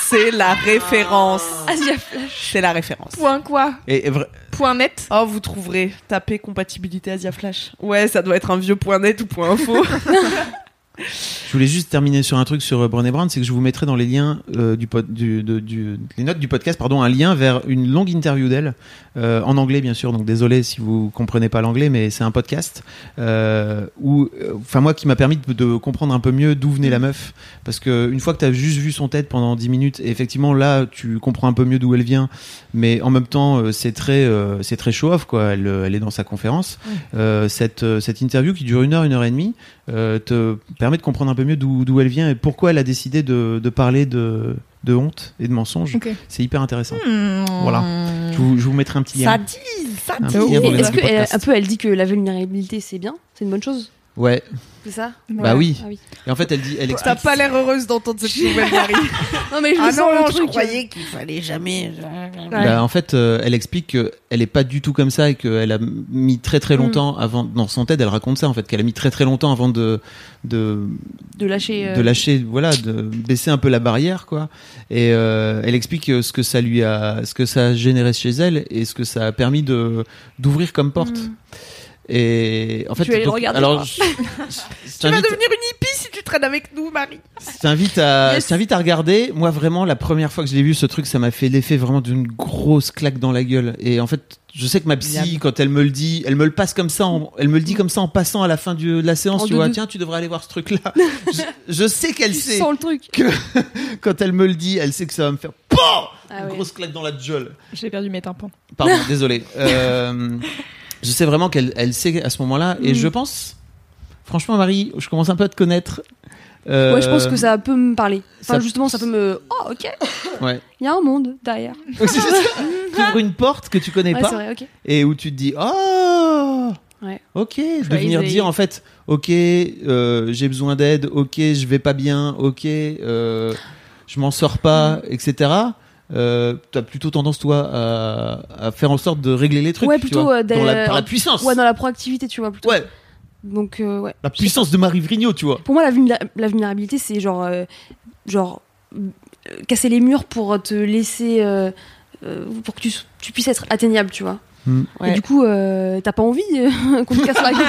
Speaker 4: c'est la référence.
Speaker 5: Asia Flash.
Speaker 4: C'est Ah, la référence.
Speaker 2: Point quoi
Speaker 6: et, et vra-
Speaker 2: Point net
Speaker 4: Oh, vous trouverez. Tapez compatibilité Asia Flash. Ouais, ça doit être un vieux point net ou point info.
Speaker 6: Je voulais juste terminer sur un truc sur euh, Brené Brown, c'est que je vous mettrai dans les liens euh, du, pod- du, de- du- les notes du podcast, pardon, un lien vers une longue interview d'elle euh, en anglais bien sûr. Donc désolé si vous comprenez pas l'anglais, mais c'est un podcast euh, où, euh, enfin moi qui m'a permis de, de comprendre un peu mieux d'où venait la meuf, parce que une fois que tu as juste vu son tête pendant 10 minutes, et effectivement là tu comprends un peu mieux d'où elle vient, mais en même temps euh, c'est très euh, c'est très show off quoi. Elle, euh, elle est dans sa conférence. Euh, cette euh, cette interview qui dure une heure une heure et demie euh, te permet de comprendre un peu mieux d'où d'où elle vient et pourquoi elle a décidé de, de parler de, de honte et de mensonge.
Speaker 2: Ok.
Speaker 6: C'est hyper intéressant.
Speaker 2: Mm.
Speaker 6: Voilà. Je vous, je vous mettrai un petit lien.
Speaker 4: dit, Hmm. ça
Speaker 6: Un
Speaker 4: dit.
Speaker 6: petit lien dans les
Speaker 5: Est-ce
Speaker 6: notes du
Speaker 5: que elle,
Speaker 6: podcast.
Speaker 5: un peu elle dit que la vulnérabilité c'est bien C'est une bonne chose
Speaker 6: Ouais.
Speaker 5: C'est ça
Speaker 6: Bah oui.
Speaker 5: Ah oui.
Speaker 6: Et en fait, elle dit, elle
Speaker 4: T'as
Speaker 6: explique.
Speaker 4: pas l'air heureuse d'entendre cette nouvelle, Marie.
Speaker 5: Non mais je
Speaker 4: ah
Speaker 5: me sens
Speaker 4: non,
Speaker 5: le
Speaker 4: je
Speaker 5: truc.
Speaker 4: croyais qu'il fallait jamais.
Speaker 6: Bah, en fait, euh, elle explique qu'elle est pas du tout comme ça et qu'elle a mis très
Speaker 4: Hmm.
Speaker 6: très longtemps avant. Dans son TED, elle raconte ça en fait, qu'elle a mis très très longtemps avant de de,
Speaker 5: De lâcher. euh,
Speaker 6: de lâcher, voilà, de baisser un peu la barrière quoi. Et euh, elle explique euh, ce que ça lui a, ce que ça a généré chez elle et ce que ça a permis de d'ouvrir comme porte. Et en fait,
Speaker 5: Tu vas Hmm. aller le
Speaker 6: donc-
Speaker 5: regarder,
Speaker 6: alors,
Speaker 5: toi.
Speaker 6: je, je- je
Speaker 4: Tu vas
Speaker 6: t'invite-
Speaker 4: devenir une hippie si tu traînes avec nous, Marie.
Speaker 6: je t'invite à,
Speaker 4: Yes.
Speaker 6: je t'invite à regarder. Moi, vraiment, la première fois que je l'ai vu, ce truc, ça m'a fait l'effet vraiment d'une grosse claque dans la gueule. Et en fait, je sais que ma psy,
Speaker 4: Génial.
Speaker 6: quand elle me le dit, elle me le passe comme ça, en- elle me le dit comme ça en passant à la fin du- de la séance.
Speaker 5: En
Speaker 6: tu vois,
Speaker 5: doudou.
Speaker 6: tiens, tu devrais aller voir ce truc-là. je, je sais qu'elle
Speaker 5: Tu
Speaker 6: sait.
Speaker 5: sens le truc.
Speaker 6: Quand elle me le dit, elle sait que ça va me faire POM
Speaker 5: Ah
Speaker 6: une
Speaker 5: ouais.
Speaker 6: grosse claque dans la gueule.
Speaker 2: J'ai perdu mes tympans.
Speaker 6: Pardon, désolé. Euh, je sais vraiment qu'elle elle sait à ce moment-là, et
Speaker 5: Mm.
Speaker 6: je pense, franchement, Marie, je commence un peu à te connaître. Euh,
Speaker 5: Ouais, je pense que ça peut me parler. Enfin,
Speaker 6: ça-
Speaker 5: justement, ça peut me. Oh, ok.
Speaker 6: Euh, Ouais.
Speaker 5: Il y a un monde derrière.
Speaker 6: C'est ça. T'ouvres une porte que tu connais
Speaker 5: Ouais, c'est
Speaker 6: pas
Speaker 5: vrai, ok.
Speaker 6: et où tu te dis oh
Speaker 5: Ouais.
Speaker 6: ok de venir dire en fait ok euh, j'ai besoin d'aide ok je vais pas bien ok euh, je m'en sors
Speaker 5: Mm.
Speaker 6: pas etc euh, t'as plutôt tendance toi à, à faire en sorte de régler les trucs
Speaker 5: Ouais,
Speaker 6: tu
Speaker 5: plutôt,
Speaker 6: vois,
Speaker 5: euh,
Speaker 6: dans la- par la
Speaker 5: d'aller-
Speaker 6: puissance
Speaker 5: Ouais, dans la proactivité, tu vois, plutôt.
Speaker 6: ouais
Speaker 5: Donc, euh, ouais.
Speaker 6: la puissance de Marie Vrigno tu vois
Speaker 5: Pour moi, la, vulnéra- la vulnérabilité, c'est genre, euh, genre euh, casser les murs pour te laisser. euh, euh, pour que tu, s- tu puisses être atteignable, tu vois.
Speaker 6: Hmm.
Speaker 5: Et du coup, euh, t'as pas envie euh, qu'on te casse la gueule.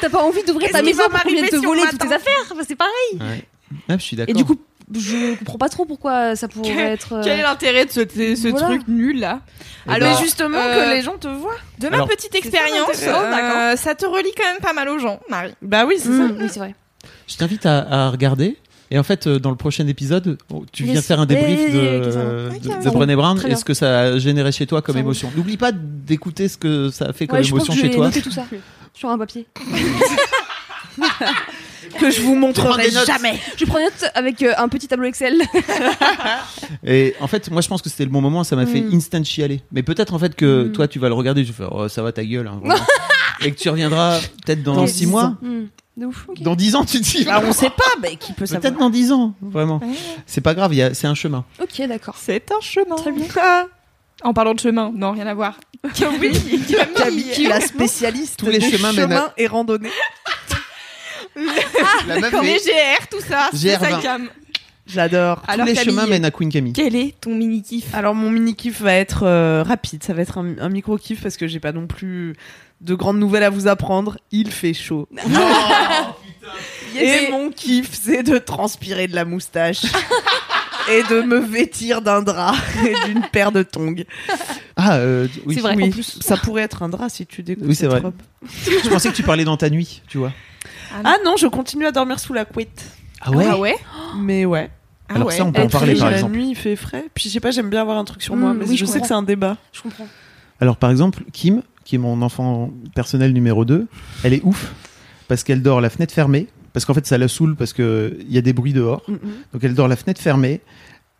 Speaker 5: t'as pas envie d'ouvrir ta
Speaker 4: Qu'est-ce qui
Speaker 5: maison
Speaker 4: va
Speaker 5: pour qu'on vienne
Speaker 4: m'arriver
Speaker 5: te
Speaker 4: si on
Speaker 5: voler toutes
Speaker 4: m'attend
Speaker 5: tes affaires. Enfin, c'est pareil.
Speaker 6: ouais. Ah, je suis d'accord
Speaker 5: Et du coup, je comprends pas trop pourquoi ça pourrait
Speaker 2: Que-
Speaker 5: être. euh,
Speaker 2: Quel est l'intérêt de ce, ce
Speaker 5: voilà.
Speaker 2: truc nul là
Speaker 6: Et
Speaker 2: Alors,
Speaker 6: bah,
Speaker 4: justement,
Speaker 2: euh,
Speaker 4: que les gens te voient.
Speaker 2: De ma
Speaker 6: Alors-
Speaker 2: petite
Speaker 5: ça
Speaker 2: expérience,
Speaker 5: l'intérêt.
Speaker 2: euh,
Speaker 5: Oh, d'accord.
Speaker 2: ça te relie quand même pas mal aux gens, Marie.
Speaker 4: Bah oui, c'est ça.
Speaker 5: Hmm, oui, c'est vrai.
Speaker 6: je t'invite à, à regarder et en fait, euh, dans le prochain épisode, oh, tu viens
Speaker 5: Yes.
Speaker 6: faire un débrief
Speaker 5: Eh, eh,
Speaker 6: de,
Speaker 5: eh, carrément.
Speaker 6: euh,
Speaker 5: Ah,
Speaker 6: de- de
Speaker 5: carrément.
Speaker 6: Brené Brown
Speaker 5: Très
Speaker 6: et
Speaker 5: bien.
Speaker 6: ce que ça a généré chez toi comme
Speaker 5: Carrément.
Speaker 6: émotion. N'oublie pas d'écouter ce que ça a fait comme
Speaker 5: Ouais, je pense
Speaker 6: émotion
Speaker 5: que je
Speaker 6: chez
Speaker 5: vais
Speaker 6: toi.
Speaker 5: noter tout ça sur un papier.
Speaker 4: Que je vous montrerai
Speaker 6: des notes.
Speaker 4: jamais.
Speaker 5: Je prends note avec euh, un petit tableau Excel.
Speaker 6: Et en fait, moi, je pense que c'était le bon moment. Ça m'a fait instant chialer. Mais peut-être en fait que
Speaker 5: Mm.
Speaker 6: toi, tu vas le regarder. Tu vas faire, oh, ça va ta gueule. hein, vraiment. et que tu reviendras peut-être dans
Speaker 4: Dans
Speaker 6: 6
Speaker 4: dix
Speaker 6: mois,
Speaker 4: ans.
Speaker 5: Hmm, de ouf. ok. Ah
Speaker 6: dans 10 ans, tu te dis. ah,
Speaker 4: Bah, on sait pas, mais qui peut savoir.
Speaker 6: Peut-être dans 10 ans, vraiment. C'est pas grave, il y a- c'est un chemin.
Speaker 5: Ok, d'accord.
Speaker 4: C'est un chemin.
Speaker 5: Très bien.
Speaker 4: Ah,
Speaker 2: En parlant de chemin, non, rien à voir. oui,
Speaker 4: Camille, qui est la spécialiste
Speaker 6: Tous les
Speaker 4: des
Speaker 6: chemins mènent à-
Speaker 4: et randonnées.
Speaker 5: Ah,
Speaker 6: La meuf,
Speaker 2: les GR, tout ça, c'est
Speaker 6: GR20.
Speaker 2: sa gamme.
Speaker 4: J'adore.
Speaker 6: tous
Speaker 2: Alors,
Speaker 6: les chemins
Speaker 2: Camille,
Speaker 6: mènent à Queen Camille.
Speaker 2: quel est ton mini kiff
Speaker 4: Alors mon mini kiff va être euh, rapide, ça va être un, un micro kiff parce que j'ai pas non plus de grandes nouvelles à vous apprendre. Il fait chaud. Et mon kiff, c'est de transpirer de la moustache et de me vêtir d'un drap et d'une paire de tongs.
Speaker 6: Ah, euh, oui,
Speaker 5: C'est vrai.
Speaker 4: Oui,
Speaker 5: en plus.
Speaker 4: ça pourrait être un drap si tu découvres
Speaker 6: Oui, c'est
Speaker 4: cette
Speaker 6: vrai.
Speaker 4: robe.
Speaker 6: je pensais que tu parlais dans ta nuit, tu vois.
Speaker 4: Ah non, je continue à dormir sous la couette.
Speaker 6: Ah ouais,
Speaker 2: Ah ouais
Speaker 4: Mais ouais.
Speaker 2: Ah
Speaker 6: Alors
Speaker 2: ouais.
Speaker 6: ça, on peut en
Speaker 4: Être
Speaker 6: parler
Speaker 4: riche
Speaker 6: par
Speaker 4: la
Speaker 6: exemple.
Speaker 4: nuit, il fait frais. Puis je sais pas, j'aime bien avoir un truc sur moi,
Speaker 5: Mm,
Speaker 4: mais
Speaker 5: oui,
Speaker 4: Mmh, je,
Speaker 5: je
Speaker 4: sais que
Speaker 5: comprends.
Speaker 4: c'est un débat.
Speaker 5: Je comprends.
Speaker 6: Alors par exemple, Kim, qui est mon enfant personnel numéro 2, elle est ouf parce qu'elle dort la fenêtre fermée, parce qu'en fait ça la saoule parce que il y a des bruits dehors.
Speaker 4: Mmh,
Speaker 6: Donc elle dort la fenêtre fermée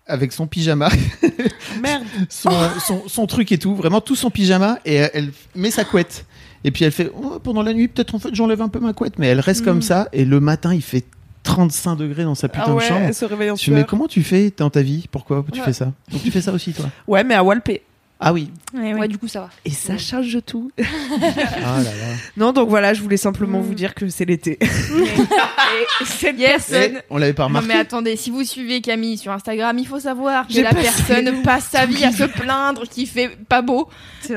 Speaker 6: avec son pyjama,
Speaker 4: Merde.
Speaker 6: son, son, son truc et tout, vraiment tout son pyjama et elle- elle met sa couette. Et puis elle fait Oh, pendant la nuit peut-être en fait j'enlève un peu ma couette mais elle reste comme ça et le matin il fait 35 degrés dans sa putain
Speaker 4: ah
Speaker 6: de
Speaker 4: ouais,
Speaker 6: chambre.
Speaker 4: elle se réveille en
Speaker 6: Tu mais
Speaker 4: sueur.
Speaker 6: comment tu fais dans ta vie Pourquoi tu
Speaker 4: Ouais.
Speaker 6: fais ça Donc tu fais ça aussi toi
Speaker 4: Ouais, mais à Walpé.
Speaker 6: Ah oui.
Speaker 5: Ouais, du coup, ça va.
Speaker 4: Et ça charge tout. Mmh.
Speaker 6: Ah là là.
Speaker 4: Non, donc voilà, je voulais simplement
Speaker 5: Mm.
Speaker 4: vous dire que c'est l'été.
Speaker 2: Et cette personne.
Speaker 6: Eh, on l'avait pas
Speaker 2: Non
Speaker 6: remarqué.
Speaker 2: mais attendez, si vous suivez Camille sur Instagram, il faut savoir que
Speaker 4: J'ai
Speaker 2: la
Speaker 4: passé-
Speaker 2: personne passe sa vie à se plaindre qu'il fait pas beau.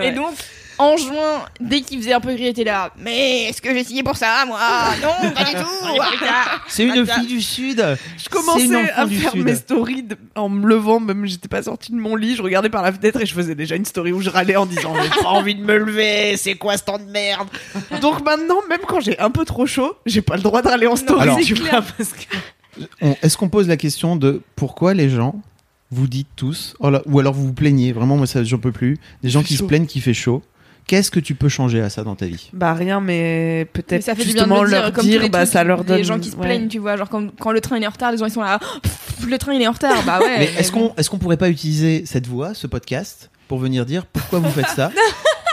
Speaker 2: Et donc, en juin, dès qu'il faisait un peu gris, elle était là. Mais est-ce que j'ai signé pour ça, moi Non, pas du tout.
Speaker 6: C'est une fille du sud.
Speaker 4: Je commençais à faire mes stories de- en me levant, même j'étais pas sortie de mon lit, je regardais par la fenêtre et je faisais déjà une story où je râlais en disant j'ai pas envie de me lever, c'est quoi ce temps de merde. Donc maintenant, même quand j'ai un peu trop chaud, j'ai pas le droit de râler en story,
Speaker 6: Alors-
Speaker 4: tu vois, parce que
Speaker 6: On- Est-ce qu'on pose la question de pourquoi les gens vous dites tous, oh là- ou alors vous vous plaignez, vraiment, moi ça j'en peux plus, des gens
Speaker 4: fait
Speaker 6: qui se
Speaker 4: chaud.
Speaker 6: plaignent qu'il fait chaud. Qu'est-ce que tu peux changer à ça dans ta vie
Speaker 4: Bah rien, mais
Speaker 2: Mais
Speaker 4: peut-être
Speaker 2: ça fait du bien de
Speaker 4: justement
Speaker 2: le dire,
Speaker 4: leur
Speaker 2: comme tous
Speaker 4: dire,
Speaker 2: les
Speaker 4: bah
Speaker 2: trucs,
Speaker 4: ça leur donne.
Speaker 2: Les gens qui se
Speaker 4: ouais.
Speaker 2: plaignent, tu vois, genre quand, quand le train il est en retard, les gens ils sont là. oh, Pff, Le train il est en retard, bah ouais.
Speaker 6: Mais est-ce qu'on est qu'on pourrait pas utiliser cette voix, ce podcast, pour venir dire pourquoi vous faites ça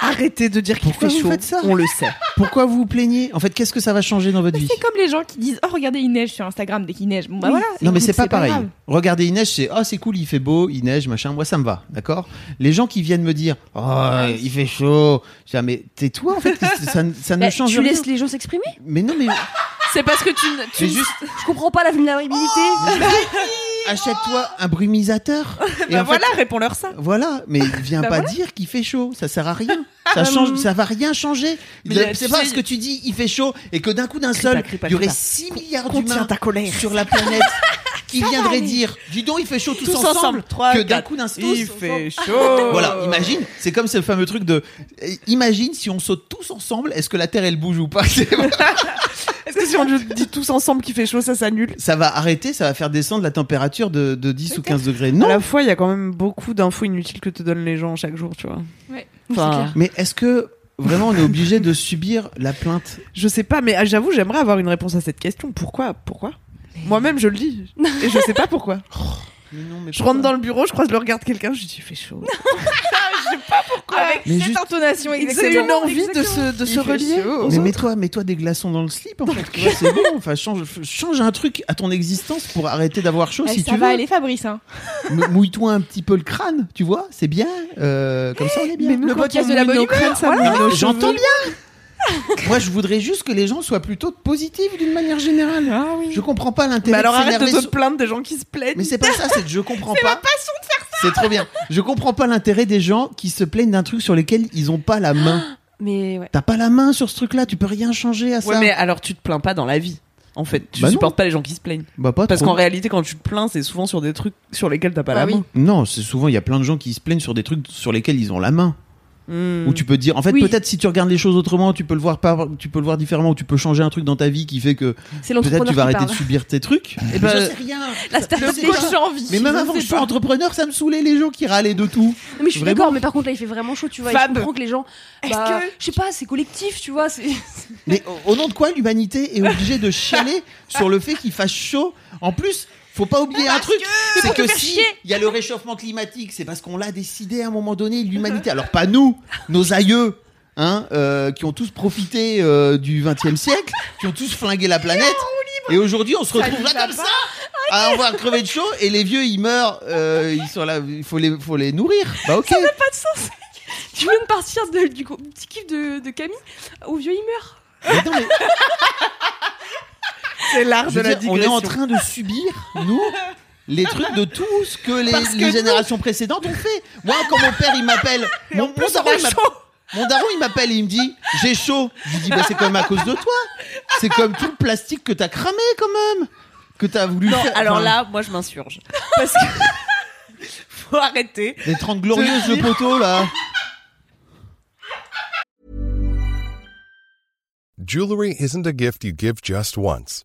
Speaker 4: Arrêtez de dire qu'il
Speaker 6: Pourquoi
Speaker 4: fait
Speaker 6: vous
Speaker 4: chaud,
Speaker 6: faites ça
Speaker 4: on le sait.
Speaker 6: Pourquoi vous vous plaignez En fait, qu'est-ce que ça va changer dans votre vie
Speaker 2: C'est comme les gens qui disent oh regardez il neige sur Instagram dès qu'il neige. Bon bah voilà.
Speaker 6: Non mais
Speaker 2: écoute,
Speaker 6: c'est pas pareil.
Speaker 2: grave.
Speaker 6: Regardez, il neige, c'est oh c'est cool, il fait beau, il neige, machin. Moi ça me va, d'accord. Les gens qui viennent me dire oh il fait chaud, je dis, Ah, mais tais-toi en fait, ça, ne- ça ne
Speaker 5: Bah,
Speaker 6: change
Speaker 5: tu
Speaker 6: rien.
Speaker 5: laisses les gens s'exprimer
Speaker 6: Mais non mais
Speaker 5: C'est parce que tu, ne- tu
Speaker 6: c'est
Speaker 5: ne-
Speaker 6: juste
Speaker 5: je comprends pas la vulnérabilité.
Speaker 6: Oh achète-toi un brumisateur. Et
Speaker 4: Bah
Speaker 6: en fait,
Speaker 4: voilà, réponds-leur ça.
Speaker 6: voilà, mais viens
Speaker 4: Bah Ah
Speaker 6: pas dire qu'il fait chaud, ça sert à rien. Ça change, ça va rien changer.
Speaker 4: Mais
Speaker 6: De-
Speaker 4: il y a-
Speaker 6: C'est
Speaker 4: tu
Speaker 6: pas
Speaker 4: sais-
Speaker 6: ce que tu dis, il fait chaud et que d'un coup d'un
Speaker 4: Crie
Speaker 6: seul,
Speaker 4: pas, crie pas,
Speaker 6: il y aurait
Speaker 4: crie pas.
Speaker 6: 6 milliards
Speaker 4: Contiens
Speaker 6: d'humains
Speaker 4: ta colère.
Speaker 6: sur la planète qui viendraient dire dis donc il fait chaud tous,
Speaker 4: Tous ensemble. Trois,
Speaker 6: que d'un
Speaker 4: quatre.
Speaker 6: coup d'un seul
Speaker 4: Il fait chaud. Euh,
Speaker 6: voilà, imagine, c'est comme ce fameux truc de eh, imagine si on saute tous ensemble, est-ce que la terre elle bouge ou pas
Speaker 4: Est-ce que si on dit tous ensemble qu'il fait chaud, ça s'annule
Speaker 6: Ça va arrêter, ça va faire descendre la température de, de 10 ou 15 degrés. Non,
Speaker 4: À la fois, il y a quand même beaucoup d'infos inutiles que te donnent les gens chaque jour, tu vois.
Speaker 2: Ouais.
Speaker 4: Enfin,
Speaker 5: C'est clair.
Speaker 6: mais est-ce que vraiment on est obligé de subir la plainte
Speaker 4: je sais pas, mais ah, j'avoue, j'aimerais avoir une réponse à cette question. Pourquoi Pourquoi Moi-même, je le dis. Et je sais pas pourquoi. Je rentre dans le bureau, je croise le regard de quelqu'un, je dis il fait chaud.
Speaker 2: Avec
Speaker 6: Mais
Speaker 2: cette
Speaker 6: juste-
Speaker 2: intonation,
Speaker 4: J'ai
Speaker 2: exactement.
Speaker 4: une envie de se, de se relier. aux
Speaker 6: mais
Speaker 4: autres.
Speaker 6: mets-toi, mets-toi des glaçons dans le slip, en fait. tu vois, c'est bon. Enfin, change, f- change un truc à ton existence pour arrêter d'avoir chaud,
Speaker 2: Eh,
Speaker 6: si
Speaker 2: ça
Speaker 6: tu
Speaker 2: va
Speaker 6: veux.
Speaker 2: aller, Fabrice. Hein.
Speaker 6: M- Mouille-toi un petit peu le crâne, tu vois. C'est bien. Euh, comme ça, on est bien. Ah,
Speaker 2: Le
Speaker 4: quand
Speaker 2: podcast
Speaker 4: on
Speaker 2: de la
Speaker 4: mouille
Speaker 2: bonne
Speaker 4: nos crânes,
Speaker 2: humeur,
Speaker 4: ça
Speaker 2: voilà.
Speaker 4: mouille nos
Speaker 6: J'entends
Speaker 4: cheveux.
Speaker 6: bien. Moi, je voudrais juste que les gens soient plutôt positifs d'une manière générale.
Speaker 4: Ah oui.
Speaker 6: Je comprends pas
Speaker 4: Mais
Speaker 6: l'intérêt
Speaker 4: alors
Speaker 6: de
Speaker 4: arrête de
Speaker 6: s'énerver
Speaker 4: te
Speaker 6: sur-
Speaker 4: plaindre des gens qui se plaignent.
Speaker 6: Mais c'est pas ça, c'est que je comprends pas. C'est trop bien. Je comprends pas l'intérêt des gens qui se plaignent d'un truc sur lequel ils ont pas la main.
Speaker 5: Mais ouais.
Speaker 6: T'as pas la main sur ce truc-là, tu peux rien changer à ça.
Speaker 4: Ouais, mais alors tu te plains pas dans la vie. En fait, tu
Speaker 6: Bah non.
Speaker 4: supportes pas les gens qui se plaignent.
Speaker 6: Bah, pas
Speaker 4: Parce
Speaker 6: trop.
Speaker 4: qu'en réalité, quand tu te plains, c'est souvent sur des trucs sur lesquels t'as pas
Speaker 2: Bah
Speaker 4: la
Speaker 2: oui.
Speaker 4: main.
Speaker 6: Non, c'est souvent, il y a plein de gens qui se plaignent sur des trucs sur lesquels ils ont la main.
Speaker 4: Hmm.
Speaker 6: Où tu peux dire, en fait,
Speaker 5: Oui.
Speaker 6: peut-être si tu regardes les choses autrement, tu peux le voir par- tu peux le voir différemment, ou tu peux changer un truc dans ta vie qui fait que
Speaker 5: C'est
Speaker 6: peut-être
Speaker 5: l'entrepreneur
Speaker 6: tu
Speaker 5: qui
Speaker 6: vas arrêter
Speaker 5: parle.
Speaker 6: de subir tes trucs.
Speaker 4: Eh ben,
Speaker 6: J'en sais rien.
Speaker 5: La
Speaker 6: Ça-
Speaker 5: star
Speaker 6: je
Speaker 5: des
Speaker 6: sais pas.
Speaker 5: gens.
Speaker 6: Mais même avant que je sois entrepreneur, ça me saoulait les gens qui râlaient de tout.
Speaker 5: Non, mais je suis
Speaker 6: Vraiment.
Speaker 5: d'accord, mais par contre là il fait vraiment chaud, tu vois. et
Speaker 4: Fab.
Speaker 5: Je comprends que les gens.
Speaker 2: Est-ce
Speaker 5: bah,
Speaker 2: que-
Speaker 5: Je sais pas, c'est collectif, tu vois. c'est-
Speaker 6: Mais au- au nom de quoi l'humanité est obligée de chialer sur le fait qu'il fasse chaud En plus, faut pas oublier un truc, c'est que si il y a le réchauffement climatique, c'est parce qu'on l'a décidé à un moment donné l'humanité. Alors pas nous, nos aïeux. Hein, euh, qui ont tous profité euh, du 20e siècle, qui ont tous flingué la planète. Et aujourd'hui, on se retrouve là comme ça. Ah, on va crever de chaud et les vieux ils meurent. euh, ils sont là, il faut les, faut les nourrir. Bah ok.
Speaker 5: pas de sens. Tu viens de partir de- du gros- petit kiff de, de Camille au vieux il meurt.
Speaker 6: Mais non, mais-
Speaker 4: c'est l'art
Speaker 6: Je
Speaker 4: de
Speaker 6: veux
Speaker 4: la
Speaker 6: dire, on est
Speaker 4: digression.
Speaker 6: en train de subir, nous, les trucs de tout ce que les,
Speaker 4: Parce que
Speaker 6: les
Speaker 4: nous-
Speaker 6: générations précédentes ont fait. Moi, quand mon père, il m'appelle. Mon, mon daron, il m'appelle- mon daron, il m'appelle et il me dit J'ai chaud. Je lui dis bah, C'est quand même à cause de toi. C'est comme tout le plastique que t'as cramé, quand même. Que t'as voulu
Speaker 4: Non,
Speaker 6: faire.
Speaker 4: alors
Speaker 6: enfin,
Speaker 4: là, moi je m'insurge. Parce que. Faut arrêter.
Speaker 6: Les 30 glorieuses, le
Speaker 4: dire-
Speaker 6: poteau, là.
Speaker 8: Jewelry isn't a gift you give just once.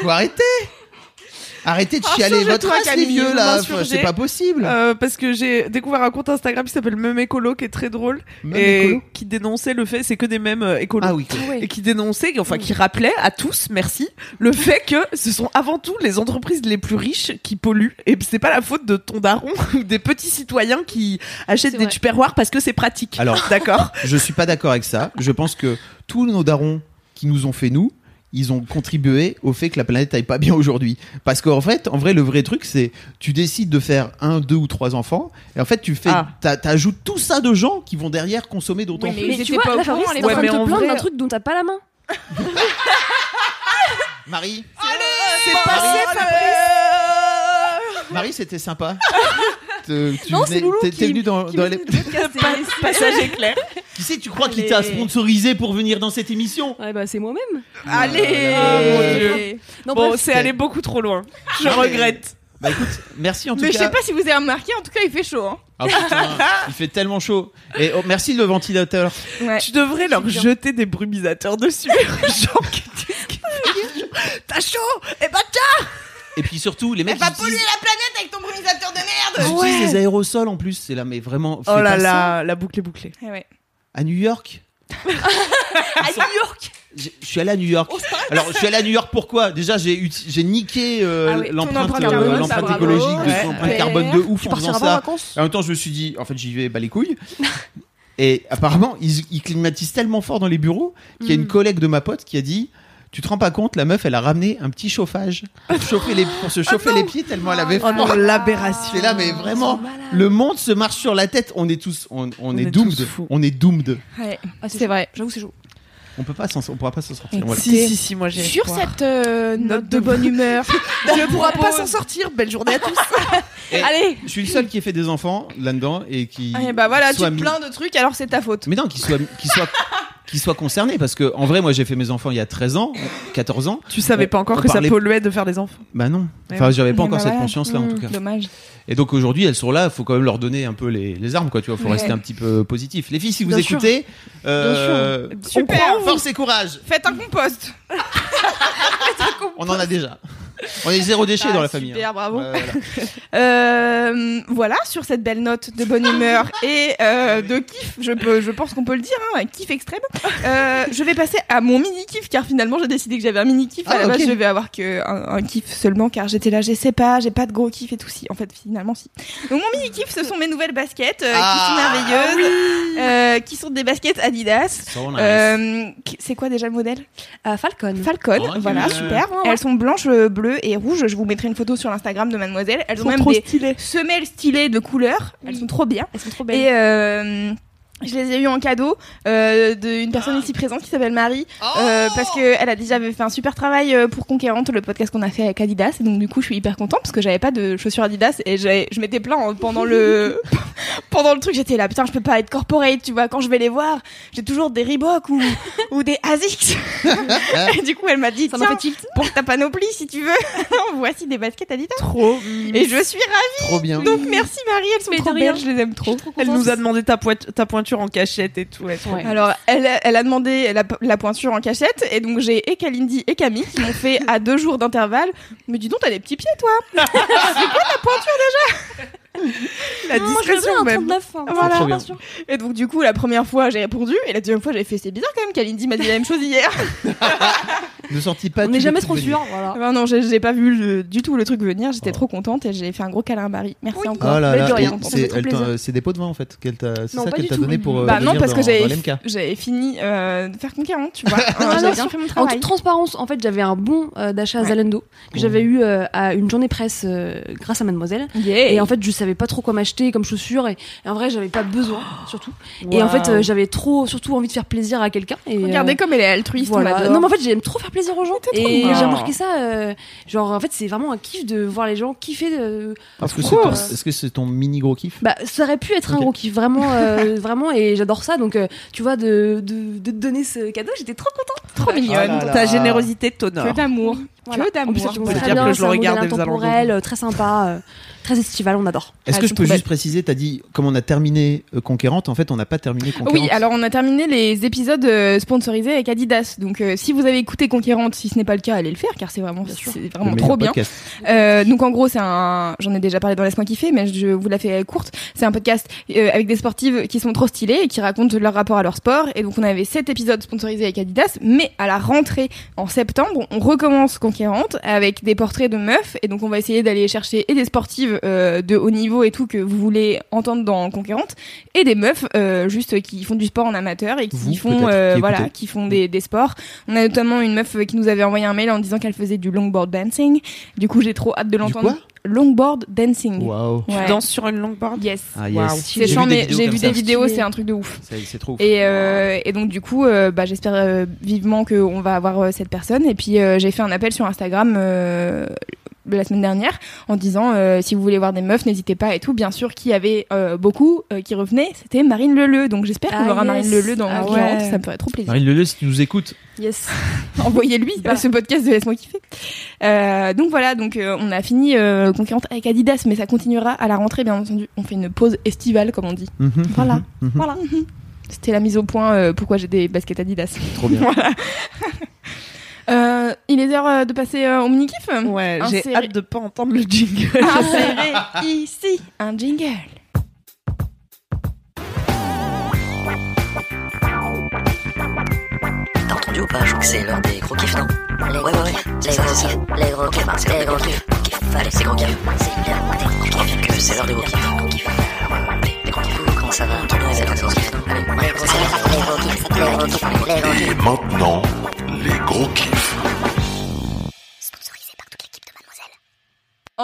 Speaker 6: Faut arrêter. Arrêtez
Speaker 4: Ah,
Speaker 6: de chialer votre
Speaker 4: Insurge-toi,
Speaker 6: race, les
Speaker 4: Camille,
Speaker 6: vieux,
Speaker 4: vous
Speaker 6: là.
Speaker 4: m'insurgez.
Speaker 6: C'est pas possible.
Speaker 4: Euh, parce que j'ai découvert un compte Instagram qui s'appelle Meme Écolo, qui est très drôle.
Speaker 6: Meme
Speaker 4: et
Speaker 6: écolo
Speaker 4: qui dénonçait le fait. C'est que des mèmes euh, écolos.
Speaker 6: Ah oui, quoi.
Speaker 4: Et qui dénonçait, enfin qui rappelait à tous, merci, le fait que ce sont avant tout les entreprises les plus riches qui polluent. Et c'est pas la faute de ton daron ou des petits citoyens qui achètent
Speaker 5: C'est
Speaker 4: des
Speaker 5: vrai.
Speaker 4: tupperwares parce que c'est pratique.
Speaker 6: Alors-
Speaker 4: d'accord.
Speaker 6: Je suis pas d'accord avec ça. Je pense que tous nos darons qui nous ont fait nous, ils ont contribué au fait que la planète aille pas bien aujourd'hui. Parce qu'en fait, en vrai, le vrai truc, c'est tu décides de faire un, deux ou trois enfants, et en fait, tu fais,
Speaker 4: Ah.
Speaker 6: t'a- t'ajoutes tout ça de gens qui vont derrière consommer d'autant
Speaker 2: Oui,
Speaker 6: plus.
Speaker 2: Ils
Speaker 5: Mais tu
Speaker 2: étaient
Speaker 5: vois,
Speaker 2: pas au
Speaker 5: là,
Speaker 2: courant,
Speaker 5: Fabrice,
Speaker 2: les
Speaker 5: t'es en
Speaker 4: gens. Ouais,
Speaker 5: train
Speaker 4: mais
Speaker 5: de
Speaker 4: en
Speaker 5: te plaindre
Speaker 4: vrai-
Speaker 5: d'un truc dont t'as pas la main.
Speaker 6: Marie,
Speaker 4: C'est passé, Fabrice.
Speaker 6: Marie, c'était sympa. Te- tu
Speaker 5: Non,
Speaker 6: venais-
Speaker 5: c'est Loulou
Speaker 6: t'es-
Speaker 5: qui-
Speaker 6: t'es venu dans,
Speaker 5: qui
Speaker 6: dans
Speaker 5: m'a
Speaker 6: les-
Speaker 5: dit de podcaster.
Speaker 4: Passage éclair.
Speaker 6: Qui c'est, tu crois qu'il
Speaker 5: Allez.
Speaker 6: t'a sponsorisé pour venir dans cette émission
Speaker 5: Ouais, bah c'est moi-même.
Speaker 6: Ah,
Speaker 2: Oh
Speaker 4: Allez.
Speaker 5: Non,
Speaker 4: Bon,
Speaker 5: bref.
Speaker 4: c'est allé beaucoup trop loin. Je
Speaker 6: Non, mais-
Speaker 4: regrette.
Speaker 6: Bah écoute, merci en tout
Speaker 2: Mais je
Speaker 6: cas.
Speaker 2: sais pas si vous avez remarqué, en tout cas, il fait chaud. Hein.
Speaker 6: Ah, putain, il fait tellement chaud. Et oh, merci le ventilateur.
Speaker 2: Ouais.
Speaker 4: Tu devrais leur
Speaker 2: bien.
Speaker 4: jeter des brumisateurs dessus. Genre, qui disent qu'ils font chaud. T'as chaud Eh ben tiens
Speaker 6: Et puis surtout, les mecs.
Speaker 3: Va
Speaker 6: ils
Speaker 3: polluer
Speaker 6: utilisent-
Speaker 3: la planète avec ton brumisateur de merde
Speaker 6: Ils utilisent des aérosols en plus, c'est là, mais vraiment.
Speaker 4: Oh
Speaker 6: fais
Speaker 4: là
Speaker 6: pas ça.
Speaker 4: là, la boucle est bouclée.
Speaker 2: Eh ouais.
Speaker 6: À New York
Speaker 5: À New York
Speaker 6: J'ai- Je suis allé à New York. Alors, je suis allé à New York pourquoi Déjà, j'ai uti- j'ai niqué euh,
Speaker 5: Ah oui, ton
Speaker 6: l'empreinte
Speaker 2: empreinte
Speaker 6: euh,
Speaker 2: carbone,
Speaker 6: l'empreinte
Speaker 2: ça, bravo.
Speaker 6: écologique, de
Speaker 4: Ouais.
Speaker 6: son empreinte carbone de ouf
Speaker 5: Tu
Speaker 6: en faisant
Speaker 5: partiras pas en
Speaker 6: ça.
Speaker 5: vacances
Speaker 6: Et en même temps, je me suis dit, en fait, j'y vais, bah les couilles. Et apparemment, ils, ils climatisent tellement fort dans les bureaux qu'il y a une collègue de ma pote qui a dit. Tu te rends pas compte, la meuf, elle a ramené un petit chauffage pour, chauffer les, pour se chauffer les pieds tellement Ah, elle
Speaker 2: Oh
Speaker 6: avait froid.
Speaker 4: l'aberration.
Speaker 6: C'est là, mais vraiment, le monde se marche sur la tête. On est tous, on, on est,
Speaker 4: est
Speaker 6: doomed.
Speaker 4: tous fous.
Speaker 6: On est doomed.
Speaker 2: Ouais, c'est vrai.
Speaker 5: J'avoue, Ah, c'est chaud.
Speaker 6: On peut pas s'en, on pourra pas s'en sortir. Voilà.
Speaker 4: Si, si, si, moi j'ai.
Speaker 2: Sur
Speaker 4: espoir.
Speaker 2: cette euh, note de bonne humeur,
Speaker 4: Je pourrais pas
Speaker 2: propose-
Speaker 4: s'en sortir. Belle journée à tous.
Speaker 2: allez.
Speaker 6: Je suis le seul qui ait fait des enfants là-dedans et qui.
Speaker 2: Et bah voilà, tu
Speaker 6: soit
Speaker 2: te
Speaker 6: mis-
Speaker 2: plains de trucs, alors c'est ta faute.
Speaker 6: Mais non, qui soit, qui soit, qui soit concerné parce que en vrai, moi, j'ai fait mes enfants il y a 13 ans, 14 ans.
Speaker 4: Tu savais pas
Speaker 6: On
Speaker 4: encore que ça
Speaker 6: parlait-
Speaker 4: polluait de faire des enfants.
Speaker 6: Bah non.
Speaker 4: Ouais.
Speaker 6: Enfin, j'avais pas
Speaker 2: Eh
Speaker 6: encore
Speaker 2: bah
Speaker 6: cette
Speaker 2: voilà.
Speaker 6: conscience-là en
Speaker 2: Mmh,
Speaker 6: tout cas.
Speaker 2: Dommage.
Speaker 6: Et donc aujourd'hui, elles sont là. Faut quand même leur donner un peu les, les armes, quoi. Tu vois, faut
Speaker 2: Ouais.
Speaker 6: rester un petit peu positif. Les filles, si vous
Speaker 5: Bien sûr.
Speaker 6: écoutez, euh, on
Speaker 2: Super.
Speaker 6: croit en force et courage.
Speaker 2: Faites un compost.
Speaker 6: On en a déjà. On est zéro déchet
Speaker 2: Ah,
Speaker 6: dans la famille.
Speaker 2: Super,
Speaker 6: hein.
Speaker 2: bravo.
Speaker 6: Ouais, voilà.
Speaker 2: Euh, voilà, sur cette belle note de bonne humeur et euh, de kiff, je, peux, je pense qu'on peut le dire, hein, kiff extrême. Euh, je vais passer à mon mini kiff car finalement j'ai décidé que j'avais un mini kiff.
Speaker 6: Ah,
Speaker 2: à la
Speaker 6: ok.
Speaker 2: base, je vais avoir que un, un kiff seulement car j'étais là, je sais pas, j'ai pas de gros kiff et tout si. En fait, finalement si. Donc mon mini kiff, ce sont mes nouvelles baskets euh,
Speaker 6: Ah,
Speaker 2: qui sont merveilleuses, euh, qui sont des baskets Adidas.
Speaker 6: So nice.
Speaker 2: Euh, qui- c'est quoi déjà le modèle
Speaker 5: Euh, Falcon.
Speaker 2: Falcon,
Speaker 6: Oh,
Speaker 2: voilà,
Speaker 6: yeah.
Speaker 2: super.
Speaker 5: Ouais, ouais.
Speaker 2: Elles sont blanches, euh, bleues et rouges. Je vous mettrai une photo sur l'Instagram de Mademoiselle. Elles ont même des
Speaker 4: stylé.
Speaker 2: semelles stylées de couleurs. Elles
Speaker 5: Oui. Ben
Speaker 2: sont trop bien.
Speaker 5: Elles sont trop
Speaker 2: Et euh, je les ai eues en cadeau euh, d'une personne
Speaker 5: Ah.
Speaker 2: ici présente qui s'appelle Marie. euh,
Speaker 5: Oh
Speaker 2: parce qu'elle a déjà fait un super travail euh, pour Conquérante, le podcast qu'on a fait avec Adidas. Et donc, du coup, je suis hyper contente parce que j'avais pas de chaussures Adidas et j'avais- je m'étais plaint hein, pendant le, pendant le truc. J'étais là, putain, je peux pas être corporate, tu vois. Quand je vais les voir, j'ai toujours des Reebok ou, ou des Asics. et du coup, elle m'a dit,
Speaker 5: Ça
Speaker 2: tiens,
Speaker 5: m'a fait tilt.
Speaker 2: pour ta panoplie, si tu veux, voici des baskets Adidas.
Speaker 4: Trop.
Speaker 2: Et je suis ravie.
Speaker 6: Trop bien.
Speaker 2: Donc, merci Marie, elles sont
Speaker 5: Mais de
Speaker 2: trop
Speaker 5: rien.
Speaker 2: belles, je les aime trop.
Speaker 4: Elle nous a demandé ta, poit- ta pointure en cachette et tout. elles sont-
Speaker 5: Ouais.
Speaker 2: Alors, elle, elle a demandé la, la pointure en cachette, et donc j'ai et Kalindi et Camille qui m'ont fait à deux jours d'intervalle. Mais dis donc, t'as des petits pieds, toi
Speaker 5: Ah,
Speaker 4: La discrétion même.
Speaker 5: hein.
Speaker 2: Ah, Voilà.
Speaker 6: trop bien.
Speaker 2: Et donc, du coup, la première fois, j'ai répondu, et la deuxième fois, j'ai fait c'est bizarre quand même. Kalindi m'a dit la même chose hier.
Speaker 6: Ne sortis pas.
Speaker 5: On n'est jamais trop sûr, voilà.
Speaker 2: Ben non, j'ai j'ai pas vu le- du tout le truc venir, j'étais
Speaker 6: Oh.
Speaker 2: trop contente, et j'ai fait un gros câlin à Marie. Merci
Speaker 5: Oui.
Speaker 2: encore.
Speaker 6: Ah là
Speaker 5: Mais de
Speaker 6: là,
Speaker 5: rien,
Speaker 6: et
Speaker 5: ça me
Speaker 6: c'est
Speaker 5: fait
Speaker 6: elle t'a-
Speaker 5: plaisir.
Speaker 6: euh, c'est des pots de vin en fait qu'elle t'a, c'est
Speaker 5: Non,
Speaker 6: ça
Speaker 5: pas
Speaker 6: qu'elle
Speaker 5: du
Speaker 6: t'a
Speaker 5: tout.
Speaker 6: donné pour. euh,
Speaker 2: bah non,
Speaker 6: venir
Speaker 2: parce que
Speaker 6: dans-
Speaker 2: j'avais
Speaker 6: dans l'MK.
Speaker 2: j'avais fini euh, de faire conquérant, tu vois.
Speaker 5: Ah,
Speaker 2: Euh,
Speaker 5: bien
Speaker 2: j'avais
Speaker 5: sûr.
Speaker 2: bien fait mon
Speaker 5: En
Speaker 2: travail.
Speaker 5: toute transparence, en fait, j'avais un bon euh, d'achat à
Speaker 2: Ouais. Mmh.
Speaker 5: Zalando que
Speaker 6: Oh.
Speaker 5: j'avais eu euh, à une journée presse euh, grâce à Mademoiselle. Et en fait, je savais pas trop quoi m'acheter comme chaussures et, et en vrai, j'avais pas besoin surtout. Et en fait, euh, j'avais trop surtout envie de faire plaisir à quelqu'un. Et, euh,
Speaker 2: Regardez comme elle est altruiste, on
Speaker 5: voilà.
Speaker 2: l'adore.
Speaker 5: Non, mais en fait, j'aime trop faire plaisir aux gens.
Speaker 2: t'es trop
Speaker 5: Et
Speaker 2: mignon.
Speaker 5: j'ai remarqué ça. euh, genre, en fait, c'est vraiment un kiff de voir les gens kiffer. euh,
Speaker 6: Parce que
Speaker 5: Of
Speaker 6: c'est ton-
Speaker 5: course.
Speaker 6: Est-ce que c'est ton mini gros kiff
Speaker 5: Bah, ça aurait pu être un
Speaker 6: Ok.
Speaker 5: gros kiff, vraiment, euh, vraiment. Et j'adore ça. Donc, euh, tu vois, de, de, de te donner ce cadeau, j'étais trop contente.
Speaker 2: trop mignonne.
Speaker 6: Ah là
Speaker 4: Ta
Speaker 6: là.
Speaker 4: générosité t'honore.
Speaker 2: Que d'amour.
Speaker 5: Voilà.
Speaker 2: Que
Speaker 5: En plus,
Speaker 2: d'amour.
Speaker 5: ça te montre
Speaker 4: Peut
Speaker 5: très
Speaker 4: dire
Speaker 5: bien,
Speaker 4: que je
Speaker 5: c'est un
Speaker 4: le regarde
Speaker 5: modèle
Speaker 4: et vous allez en
Speaker 5: intemporel, euh, très sympa, euh, très estival. On adore.
Speaker 6: Est-ce
Speaker 2: Ah,
Speaker 6: que
Speaker 2: elles
Speaker 6: je
Speaker 2: sont
Speaker 6: peux
Speaker 2: trop
Speaker 6: juste préciser T'as dit comme on a terminé euh, Conquérante, en fait on n'a pas terminé Conquérante.
Speaker 2: Oui, alors on a terminé les épisodes euh, sponsorisés avec Adidas. Donc euh, si vous avez écouté Conquérante, si ce n'est pas le cas, allez le faire car c'est vraiment,
Speaker 5: Bien sûr.
Speaker 2: c'est
Speaker 6: Le
Speaker 2: vraiment
Speaker 6: meilleur
Speaker 2: trop bien.
Speaker 6: podcast.
Speaker 2: Euh, donc en gros, c'est un, j'en ai déjà parlé dans Laisse-moi kiffer, mais je vous la fais courte. C'est un podcast euh, avec des sportives qui sont trop stylées et qui racontent leur rapport à leur sport. Et donc on avait sept épisodes sponsorisés avec Adidas, mais à la rentrée en septembre, on recommence Conquérante avec des portraits de meufs. Et donc on va essayer d'aller chercher et des sportives euh, de haut niveau et tout que vous voulez entendre dans Conquérante, et des meufs euh, juste qui font du sport en amateur et qui
Speaker 6: Vous,
Speaker 2: font
Speaker 6: peut-être,
Speaker 2: euh,
Speaker 6: qui
Speaker 2: voilà,
Speaker 6: écoutez.
Speaker 2: qui font des, des sports. On a notamment une meuf euh, qui nous avait envoyé un mail en disant qu'elle faisait du longboard dancing. Du coup, j'ai trop hâte de
Speaker 6: Du
Speaker 2: l'entendre.
Speaker 6: quoi
Speaker 2: Longboard dancing.
Speaker 6: Waouh.
Speaker 2: Ouais.
Speaker 4: Tu danses sur une longboard
Speaker 2: Yes.
Speaker 6: Ah
Speaker 4: Waouh.
Speaker 6: yes.
Speaker 2: C'est chiant, mais j'ai vu des vidéos,
Speaker 5: Stylé.
Speaker 2: c'est un truc de ouf.
Speaker 6: C'est c'est trop. ouf.
Speaker 2: Et, euh, et donc du coup, euh, bah, j'espère euh, vivement qu'on va avoir euh, cette personne. Et puis euh, j'ai fait un appel sur Instagram euh, la semaine dernière en disant euh, si vous voulez voir des meufs, n'hésitez pas et tout. Bien sûr, qui avait euh, beaucoup euh, qui revenait, c'était Marine Leleu. Donc j'espère qu'on
Speaker 5: Ah,
Speaker 2: aura
Speaker 5: yes.
Speaker 2: Marine Leleu dans
Speaker 5: Ah,
Speaker 2: la
Speaker 5: ouais.
Speaker 2: cliente, ça me ferait trop plaisir.
Speaker 6: Marine Leleu, si tu nous écoutes,
Speaker 5: Yes.
Speaker 2: Envoyez-lui
Speaker 4: Bah.
Speaker 5: Voilà.
Speaker 2: ce podcast de Laisse-moi kiffer. Euh, donc voilà, donc euh, on a fini euh, concurrente avec Adidas, mais ça continuera à la rentrée, bien entendu. On fait une pause estivale, comme on dit.
Speaker 6: Mhm,
Speaker 2: Voilà,
Speaker 6: mhm, mhm.
Speaker 2: voilà. C'était la mise au point euh, pourquoi j'ai des baskets Adidas.
Speaker 6: Trop bien.
Speaker 2: Voilà. Euh, il est l'heure euh, de passer euh, au mini kiff.
Speaker 4: Ouais, j'ai
Speaker 2: Inséré-
Speaker 4: hâte de pas entendre le jingle.
Speaker 2: Ah Insérer ici un jingle.
Speaker 9: T'as entendu ou pas Je crois que c'est l'heure des gros kiffs, non Les ouais, ouais, ouais. Les gros kiffs, les gros kiffs, les gros kiffs. Allez, c'est gros kiffs. C'est l'heure des gros kiffs. que c'est l'heure des gros kiffs. Les gros kiffs. Comment ça va T'as entendu les gros kiffs, non Allez, ouais, Et
Speaker 10: maintenant, les gros kiffs.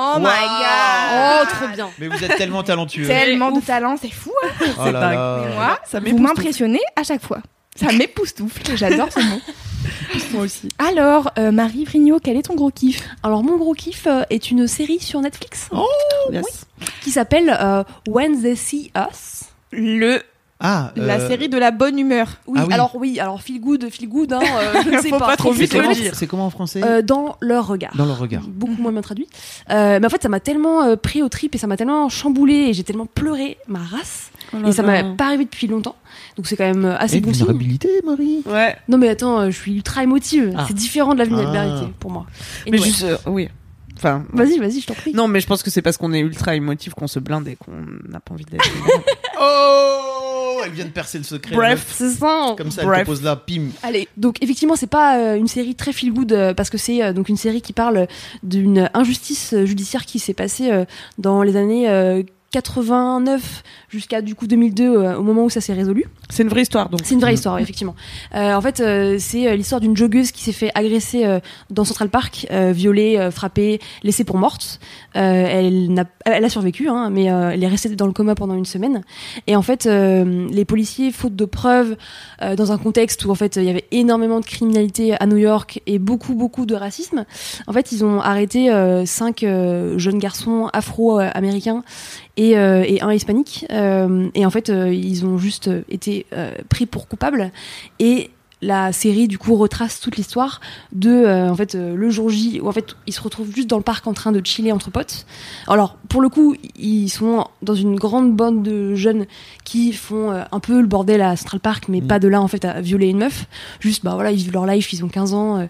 Speaker 2: Oh my god
Speaker 5: Oh, trop bien.
Speaker 6: Mais vous êtes tellement talentueux.
Speaker 2: Tellement de talent, c'est fou. hein.
Speaker 6: Oh là
Speaker 4: dingue.
Speaker 6: là.
Speaker 2: Mais moi,
Speaker 4: Ça
Speaker 2: vous
Speaker 4: m'époustoufle.
Speaker 2: m'impressionnez à chaque fois. Ça m'époustoufle, j'adore ce mot.
Speaker 4: Moi aussi.
Speaker 2: Alors, euh, Marie Vrignot, quel est ton gros kiff
Speaker 5: Alors, mon gros kiff euh, est une série sur Netflix
Speaker 4: Oh. Yes.
Speaker 5: qui s'appelle euh, When They See Us.
Speaker 2: Le
Speaker 6: Ah,
Speaker 2: La
Speaker 6: euh,
Speaker 2: série de la bonne humeur.
Speaker 5: Oui,
Speaker 6: Ah oui.
Speaker 5: alors oui, alors feel good, feel good, hein, euh, je ne sais
Speaker 4: Faut
Speaker 5: pas.
Speaker 4: pas trop
Speaker 6: c'est
Speaker 4: vite le
Speaker 6: comment-
Speaker 4: dire.
Speaker 6: C'est comment en français
Speaker 5: Euh, bah, dans leur regard.
Speaker 6: Dans leur regard.
Speaker 5: Beaucoup moins bien traduit. Euh, mais en fait, ça m'a tellement euh, pris au trip et ça m'a tellement chamboulé et j'ai tellement pleuré ma race. et ça m'a pas arrivé depuis longtemps. Donc c'est quand même euh,
Speaker 4: Eh,
Speaker 5: assez
Speaker 6: Et
Speaker 5: bon signe.
Speaker 6: Eh, vulnérabilité, Marie.
Speaker 4: Ouais.
Speaker 5: Non mais attends, euh, je suis ultra émotive.
Speaker 6: Ah.
Speaker 5: C'est différent de la vulnérabilité
Speaker 6: Ah.
Speaker 5: pour moi. Et
Speaker 4: Mais
Speaker 5: ouais.
Speaker 4: juste, euh, oui. Enfin,
Speaker 5: Vas-y, vas-y, je t'en prie.
Speaker 4: Non, mais je pense que c'est parce qu'on est ultra émotif qu'on se blinde et qu'on n'a pas envie d'être.
Speaker 6: Oh Elle vient de percer le secret. la meuf.
Speaker 5: C'est
Speaker 2: hein.
Speaker 5: ça.
Speaker 6: Comme ça, elle
Speaker 4: Bref.
Speaker 6: te pose là, pim.
Speaker 5: Allez, donc effectivement, c'est pas euh, une série très feel good euh, parce que c'est euh, donc une série qui parle d'une injustice euh, judiciaire qui s'est passée euh, dans les années euh, 89 jusqu'à du coup 2002 euh, au moment où ça s'est résolu.
Speaker 4: c'est une vraie histoire, donc.
Speaker 5: C'est une vraie histoire, ouais, effectivement. Euh, en fait, euh, c'est euh, l'histoire d'une joggeuse qui s'est fait agresser euh, dans Central Park, euh, violée, euh, frappée, laissée pour morte. Euh, elle, n'a- elle a survécu, hein, mais euh, elle est restée dans le coma pendant une semaine. Et en fait, euh, les policiers, faute de preuves, euh, dans un contexte où en fait il y avait énormément de criminalité à New York et beaucoup, beaucoup de racisme, en fait, ils ont arrêté euh, cinq euh, jeunes garçons euh, afro-américains et, euh, et un hispanique. Euh, et en fait, euh, ils ont juste euh, été euh, pris pour coupables. Et la série, du coup, retrace toute l'histoire de, euh, en fait, euh, le jour J, où en fait, ils se retrouvent juste dans le parc en train de chiller entre potes. Alors, pour le coup, ils sont dans une grande bande de jeunes qui font euh, un peu le bordel à Central Park, mais
Speaker 6: Mhm.
Speaker 5: pas de là, en fait, à violer une meuf. Juste, bah voilà, ils vivent leur life, ils ont 15 ans. euh,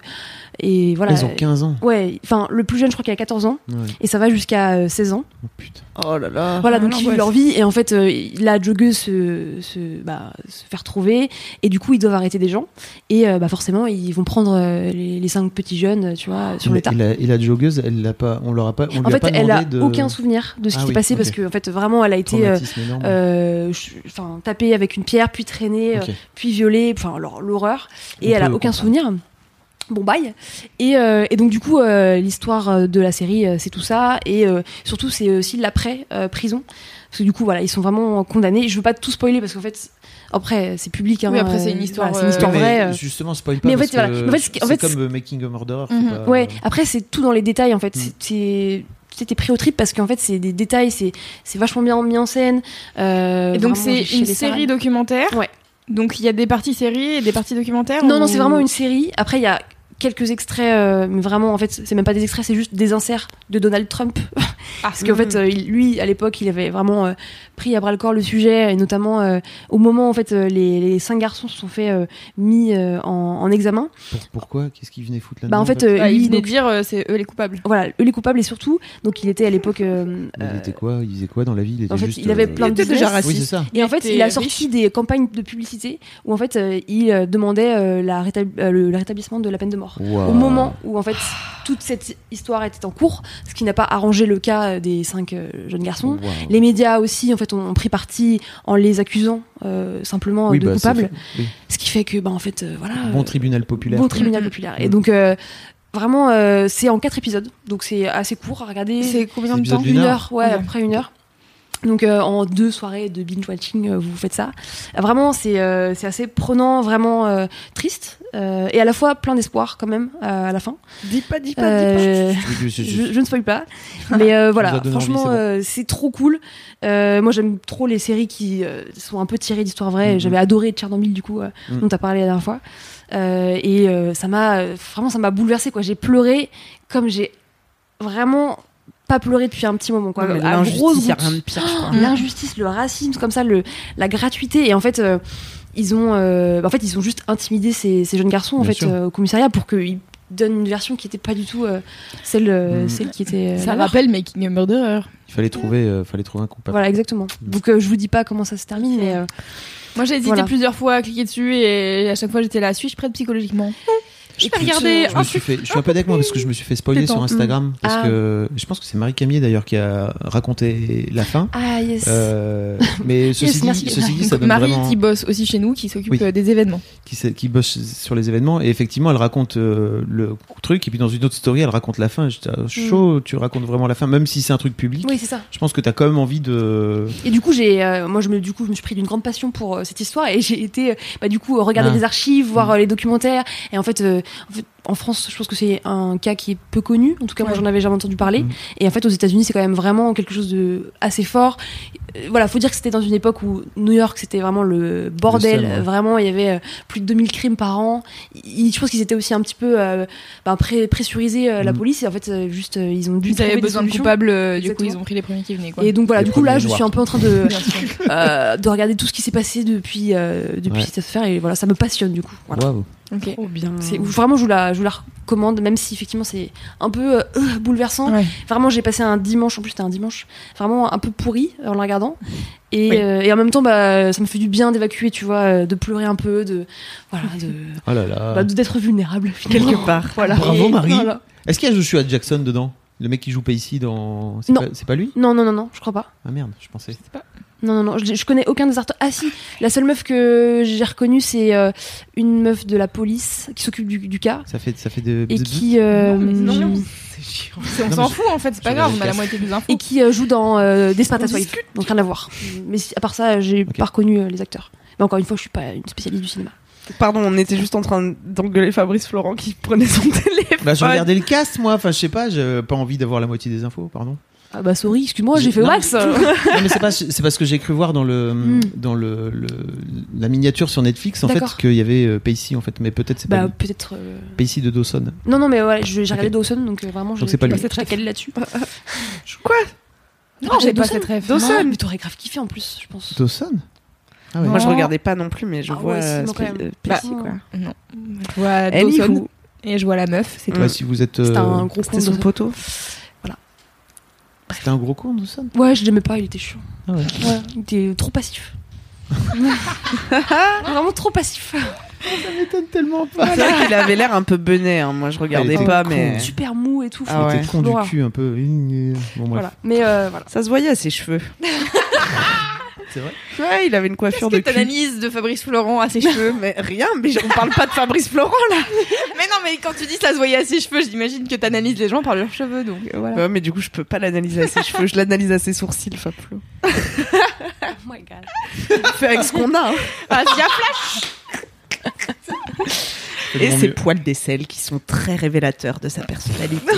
Speaker 5: et voilà.
Speaker 6: Ils ont 15 ans.
Speaker 5: Ouais, enfin, le plus jeune, je crois qu'il a 14 ans,
Speaker 6: Ouais.
Speaker 5: et ça va jusqu'à euh, 16 ans.
Speaker 6: Oh, putain.
Speaker 4: Oh là là.
Speaker 5: Voilà,
Speaker 2: Ah,
Speaker 5: donc ils
Speaker 2: l'angoisse.
Speaker 5: vivent leur vie et en fait, euh, la joggeuse se, se, bah, se fait retrouver et du coup, ils doivent arrêter des gens et euh, bah, forcément, ils vont prendre euh, les, les cinq petits jeunes, tu vois, sur
Speaker 6: Mais-
Speaker 5: le tas.
Speaker 6: Et la, et la joggeuse, elle l'a pas, on leur a pas, on lui
Speaker 5: En
Speaker 6: a
Speaker 5: fait,
Speaker 6: pas
Speaker 5: elle
Speaker 6: demandé
Speaker 5: a
Speaker 6: de.
Speaker 5: aucun souvenir de ce
Speaker 6: Ah
Speaker 5: qui s'est
Speaker 6: oui,
Speaker 5: passé parce
Speaker 6: ok.
Speaker 5: que en fait, vraiment, elle a été euh,
Speaker 6: Traumatisme énorme.
Speaker 5: euh, ch- enfin tapée avec une pierre, puis traînée, euh,
Speaker 6: Ok.
Speaker 5: puis violée, enfin l'hor- l'horreur et
Speaker 6: On
Speaker 5: elle a
Speaker 6: peut
Speaker 5: aucun
Speaker 6: comprendre.
Speaker 5: souvenir. Bon bye. Et, euh, et donc du coup, euh, l'histoire euh, de la série, euh, c'est tout ça. Et euh, surtout, c'est aussi l'après euh, prison. Parce que du coup, voilà, ils sont vraiment condamnés. Je veux pas tout spoiler parce qu'en fait, après, c'est public. Hein,
Speaker 2: Oui, après,
Speaker 5: euh,
Speaker 2: c'est une histoire,
Speaker 5: voilà, c'est une
Speaker 2: euh,
Speaker 5: histoire
Speaker 6: Oui, mais
Speaker 5: vraie. euh.
Speaker 6: Justement, spoil pas.
Speaker 5: Mais en
Speaker 6: parce
Speaker 5: fait, voilà.
Speaker 6: que
Speaker 5: En fait, ce qui- en
Speaker 6: c'est
Speaker 5: fait,
Speaker 6: comme euh, Making a Murderer. faut
Speaker 2: Mhm.
Speaker 6: pas-
Speaker 5: Ouais. Après, c'est tout dans les détails en fait.
Speaker 6: Mm.
Speaker 5: C'est- C'est c'était pris au trip parce qu'en fait, c'est des détails. C'est c'est vachement bien mis en scène.
Speaker 2: Et
Speaker 5: euh,
Speaker 2: donc
Speaker 5: vraiment,
Speaker 2: c'est
Speaker 5: chez
Speaker 2: une
Speaker 5: les
Speaker 2: série
Speaker 5: Sarah.
Speaker 2: documentaire.
Speaker 5: Ouais.
Speaker 2: Donc il y a des parties séries et des parties documentaires.
Speaker 5: Non,
Speaker 2: ou-
Speaker 5: non, c'est vraiment une série. Après, il y a quelques extraits, euh, mais vraiment, en fait, c'est même pas des extraits, c'est juste des inserts de Donald Trump.
Speaker 2: Ah,
Speaker 5: Parce qu'en
Speaker 2: mm-hmm.
Speaker 5: fait, euh, il- lui, à l'époque, il avait vraiment euh, pris à bras le corps le sujet, et notamment euh, au moment où en fait, euh, les, les cinq garçons se sont fait euh, mis euh, en, en examen.
Speaker 6: Pour- pourquoi Qu'est-ce qu'il venait foutre là
Speaker 5: Bah, en fait, euh,
Speaker 2: Ouais,
Speaker 5: lui,
Speaker 2: il venait de
Speaker 5: donc,
Speaker 2: dire euh, c'est eux les coupables.
Speaker 5: voilà, eux les coupables, et surtout, donc il était à l'époque. euh,
Speaker 6: il
Speaker 5: euh,
Speaker 6: était quoi Il faisait quoi dans la vie Il était
Speaker 5: en fait,
Speaker 6: juste,
Speaker 5: il avait
Speaker 6: euh,
Speaker 5: plein de
Speaker 4: était déjà
Speaker 5: business.
Speaker 6: Oui,
Speaker 4: raciste.
Speaker 6: c'est ça.
Speaker 5: Et en fait,
Speaker 2: était
Speaker 5: il a
Speaker 2: riche.
Speaker 5: sorti des campagnes de publicité où en fait, euh, il euh, demandait euh, la rétab- euh, le le rétablissement de la peine de mort.
Speaker 6: Waouh.
Speaker 5: au moment où en fait toute cette histoire était en cours, ce qui n'a pas arrangé le cas euh, des cinq euh, jeunes garçons.
Speaker 6: Waouh.
Speaker 5: Les médias aussi en fait ont ont pris parti en les accusant euh, simplement euh,
Speaker 6: Oui,
Speaker 5: de
Speaker 6: bah, c'est-
Speaker 5: coupables,
Speaker 6: oui.
Speaker 5: ce qui fait que bah en fait euh, voilà
Speaker 6: Bon
Speaker 5: euh,
Speaker 6: tribunal populaire.
Speaker 5: bon tribunal populaire. Et
Speaker 6: Mm.
Speaker 5: donc euh, vraiment euh, c'est en quatre épisodes, donc c'est assez court à regarder.
Speaker 2: C'est combien
Speaker 6: C'est
Speaker 2: de temps
Speaker 6: épisode
Speaker 5: une
Speaker 6: Une
Speaker 5: heure, ouais,
Speaker 2: Ouais.
Speaker 5: après une heure. Donc euh, en deux soirées de binge watching, vous faites ça. Euh, Vraiment, c'est euh, c'est assez prenant, vraiment euh, triste euh, et à la fois plein d'espoir quand même euh, à la fin.
Speaker 4: Dis pas, dis pas, dis pas.
Speaker 5: Euh,
Speaker 6: Oui, c'est-
Speaker 5: je, je ne spoil pas, mais euh,
Speaker 6: nous
Speaker 5: voilà,
Speaker 6: a donné envie,
Speaker 5: franchement,
Speaker 6: c'est bon.
Speaker 5: euh, c'est trop cool. Euh, moi, j'aime trop les séries qui euh, sont un peu tirées d'histoires vraies.
Speaker 4: Mm-hmm.
Speaker 6: Mhm.
Speaker 5: J'avais adoré Tchernobyl, du coup, euh,
Speaker 6: Mhm.
Speaker 4: Mm.
Speaker 5: dont t'as parlé la dernière fois, Euh, et euh, ça m'a euh, vraiment, ça m'a bouleversé. Quoi, j'ai pleuré comme j'ai vraiment pas pleuré depuis un petit moment. Quoi,
Speaker 4: Ouais, mais
Speaker 5: à grosses
Speaker 4: l'injustice, y a
Speaker 5: gouttes.
Speaker 4: rien de pire, je crois.
Speaker 5: L'injustice, le racisme, comme ça, le, la gratuité, et en fait. euh, ils ont, euh, en fait, ils ont juste intimidé ces, ces jeunes garçons en
Speaker 6: Bien
Speaker 5: fait,
Speaker 6: sûr.
Speaker 5: euh, au commissariat pour qu'ils donnent une version qui n'était pas du tout euh, celle, euh,
Speaker 6: Mm.
Speaker 5: celle qui était. euh,
Speaker 2: Ça
Speaker 5: la leur.
Speaker 2: rappelle Making a Murderer.
Speaker 6: Il fallait trouver, euh, fallait trouver un coupable.
Speaker 5: Voilà, exactement.
Speaker 6: Mm.
Speaker 5: Donc euh, je vous dis pas comment ça se termine, mais euh,
Speaker 2: Moi j'ai hésité
Speaker 5: Voilà.
Speaker 2: plusieurs fois à cliquer dessus et à chaque fois j'étais là suis-je prête psychologiquement
Speaker 11: Je vais
Speaker 6: Écoute,
Speaker 11: regarder
Speaker 6: je
Speaker 11: un
Speaker 2: Ah,
Speaker 6: me suis
Speaker 11: truc.
Speaker 6: fait, je suis un peu d'accord moi, parce que je me suis fait spoiler
Speaker 11: Détends.
Speaker 6: sur Instagram
Speaker 11: Mm.
Speaker 6: parce
Speaker 11: Ah.
Speaker 6: que je pense que c'est Marie Camier d'ailleurs qui a raconté la fin.
Speaker 5: Ah, yes.
Speaker 6: Euh, mais ceci,
Speaker 2: Yes,
Speaker 6: dit,
Speaker 2: merci.
Speaker 6: ceci dit, ça
Speaker 2: Donc,
Speaker 6: donne
Speaker 2: Marie
Speaker 6: vraiment
Speaker 2: qui bosse aussi chez nous, qui s'occupe
Speaker 6: Oui.
Speaker 2: euh, des événements.
Speaker 6: qui, sait- qui bosse sur les événements et effectivement elle raconte euh, le truc et puis dans une autre story elle raconte la fin. J'étais ah, chaud, tu racontes vraiment la fin même si c'est un truc public.
Speaker 5: Mm. Oui, c'est ça.
Speaker 6: Je pense que t'as quand même envie de.
Speaker 5: Et du coup, j'ai, euh, moi, je me, du coup, je me suis pris d'une grande passion pour euh, cette histoire et j'ai été, euh, bah, du coup, euh, regarder
Speaker 6: Ah.
Speaker 5: les archives,
Speaker 2: Mm.
Speaker 5: voir euh, les documentaires. Et en fait, euh, en fait, en France, je pense que c'est un cas qui est peu connu. En tout cas, moi, j'en avais jamais entendu parler.
Speaker 2: Mm.
Speaker 5: Et en fait, aux États-Unis, c'est quand même vraiment quelque chose de assez fort. Euh, voilà, faut dire que c'était dans une époque où New York, c'était vraiment le bordel.
Speaker 11: Le seum, ouais.
Speaker 5: euh, Vraiment, il y avait euh, plus de 2000 crimes par an. Ils- je pense qu'ils étaient aussi un petit peu euh, ben, pré- pressurisés, euh, la
Speaker 2: Mm.
Speaker 5: police. Et en fait, euh, juste, euh, ils ont dû
Speaker 2: Ils avaient
Speaker 5: trouver des
Speaker 2: besoin de
Speaker 5: solutions.
Speaker 2: coupables, euh, du coup,
Speaker 5: Exactement.
Speaker 2: ils ont pris les premiers qui venaient. Quoi.
Speaker 5: Et donc voilà,
Speaker 2: Les
Speaker 5: du coup là,
Speaker 2: premiers
Speaker 5: je suis un
Speaker 2: noirs.
Speaker 5: peu en train de,
Speaker 2: Bien sûr.
Speaker 5: euh, de regarder tout ce qui s'est passé depuis, euh, depuis
Speaker 6: Ouais.
Speaker 5: cette affaire et voilà, ça me passionne du coup. Voilà.
Speaker 6: Waouh.
Speaker 2: Ok.
Speaker 5: C'est vraiment je vous la, je vous la recommande même si effectivement c'est un peu euh, euh, bouleversant.
Speaker 2: Ouais.
Speaker 5: Vraiment j'ai passé un dimanche en plus c'était un dimanche vraiment un peu pourri en la regardant et,
Speaker 2: Oui.
Speaker 5: euh, et en même temps bah ça me fait du bien d'évacuer tu vois euh, de pleurer un peu de voilà de
Speaker 6: Oh là là.
Speaker 5: bah, de- d'être vulnérable finalement.
Speaker 4: Quelque part.
Speaker 5: Voilà.
Speaker 6: Bravo
Speaker 5: Et-
Speaker 6: Marie.
Speaker 5: voilà.
Speaker 6: Est-ce qu'il y a Joshua Jackson dedans Le mec qui joue pas ici dans. C'est
Speaker 5: Non.
Speaker 6: pas, c'est pas lui
Speaker 5: Non non non non je crois pas.
Speaker 6: Ah merde, je pensais.
Speaker 5: Non, non, non, je, je connais aucun des artistes. Ah si, la seule meuf que j'ai reconnue, c'est euh, une meuf de la police qui s'occupe du, du cas.
Speaker 6: Ça fait, ça fait de.
Speaker 5: Et qui. euh,
Speaker 2: C'est- On
Speaker 6: Non,
Speaker 2: s'en
Speaker 6: mais
Speaker 2: fout en fait, c'est pas
Speaker 6: je
Speaker 2: grave,
Speaker 6: vais
Speaker 2: on a la
Speaker 6: le
Speaker 2: moitié des infos.
Speaker 5: Et qui euh, joue dans euh, Desperate
Speaker 2: On
Speaker 5: Housewives. Donc rien à voir. Mais si- à part ça, j'ai pas reconnu euh, les acteurs. Mais encore une fois, je suis pas une spécialiste du cinéma.
Speaker 4: Pardon, on était juste en train d'engueuler Fabrice Florent qui prenait son téléphone.
Speaker 6: Bah, je regardais le cast, moi. Enfin, je sais pas, j'ai pas envie d'avoir la moitié des infos, pardon.
Speaker 5: Ah bah sorry, excuse-moi, j'ai fait
Speaker 6: Non,
Speaker 5: wax.
Speaker 6: non, mais c'est pas, c'est parce que j'ai cru voir dans le,
Speaker 5: Hmm.
Speaker 6: dans le, le- la miniature sur Netflix, en fait,
Speaker 5: D'accord.
Speaker 6: qu'il y avait euh, Pacey, en fait. Mais peut-être c'est pas
Speaker 5: bah
Speaker 6: lui.
Speaker 5: peut-être. euh,
Speaker 6: Pacey de Dawson.
Speaker 5: Non, non, mais ouais, je- j'ai regardé
Speaker 6: Ok.
Speaker 5: Dawson, donc euh, vraiment, je
Speaker 6: c'est pas lui.
Speaker 5: très calée là-dessus.
Speaker 4: Quoi
Speaker 5: Non,
Speaker 2: Ah, j'ai
Speaker 5: j'ai
Speaker 2: pas
Speaker 5: pas cette
Speaker 2: cette ref.
Speaker 5: Dawson.
Speaker 2: Non.
Speaker 5: Mais t'aurais grave kiffé en plus, je pense.
Speaker 6: Dawson Ah ouais.
Speaker 4: Moi, je
Speaker 2: Non.
Speaker 4: regardais pas non plus, mais je
Speaker 5: Ah
Speaker 4: vois
Speaker 5: ouais,
Speaker 4: euh,
Speaker 5: sinon, quand
Speaker 4: Spe-
Speaker 5: même.
Speaker 4: euh,
Speaker 2: Bah,
Speaker 4: Pepsi, quoi.
Speaker 2: Non. Je vois
Speaker 4: Anywho.
Speaker 2: Dawson et je vois la meuf, c'est
Speaker 4: Mm.
Speaker 2: tout.
Speaker 6: Ouais, si vous êtes. euh,
Speaker 5: C'était un gros con.
Speaker 4: C'était son
Speaker 5: Dawson.
Speaker 4: poteau.
Speaker 6: c'était un gros con, Dawson
Speaker 5: Ouais, je l'aimais pas, il était chiant.
Speaker 6: Ah ouais.
Speaker 5: Ouais, il était trop passif. Vraiment trop passif.
Speaker 6: tellement
Speaker 4: C'est vrai qu'il avait l'air un peu benet, hein. moi je regardais
Speaker 6: était
Speaker 4: pas,
Speaker 6: con.
Speaker 4: mais.
Speaker 5: Super mou et tout.
Speaker 4: Ah
Speaker 6: Il
Speaker 4: ouais.
Speaker 6: était con du
Speaker 5: Laura.
Speaker 6: cul, un peu. Bon, bref.
Speaker 5: Voilà. Mais euh, voilà.
Speaker 4: Ça se voyait à ses cheveux.
Speaker 6: C'est vrai
Speaker 4: Ouais, il avait une
Speaker 2: Qu'est-ce
Speaker 4: coiffure
Speaker 2: que
Speaker 4: de cul.
Speaker 2: t'analyses de Fabrice Florent à ses cheveux
Speaker 4: Mais rien, mais je- on parle pas de Fabrice Florent là.
Speaker 2: Mais non, mais quand tu dis ça se voyait à ses cheveux, j'imagine que t'analyses les gens par leurs cheveux, donc euh, voilà.
Speaker 4: Ouais, mais du coup, je peux pas l'analyser à ses cheveux, je l'analyse à ses sourcils, Fablo.
Speaker 5: Oh my god.
Speaker 4: Fais avec ce qu'on a. hein.
Speaker 2: Ah, c'est bien flash
Speaker 6: Fais de
Speaker 4: Et
Speaker 6: mon
Speaker 4: ses
Speaker 6: mieux.
Speaker 4: poils d'aisselle qui sont très révélateurs de sa personnalité.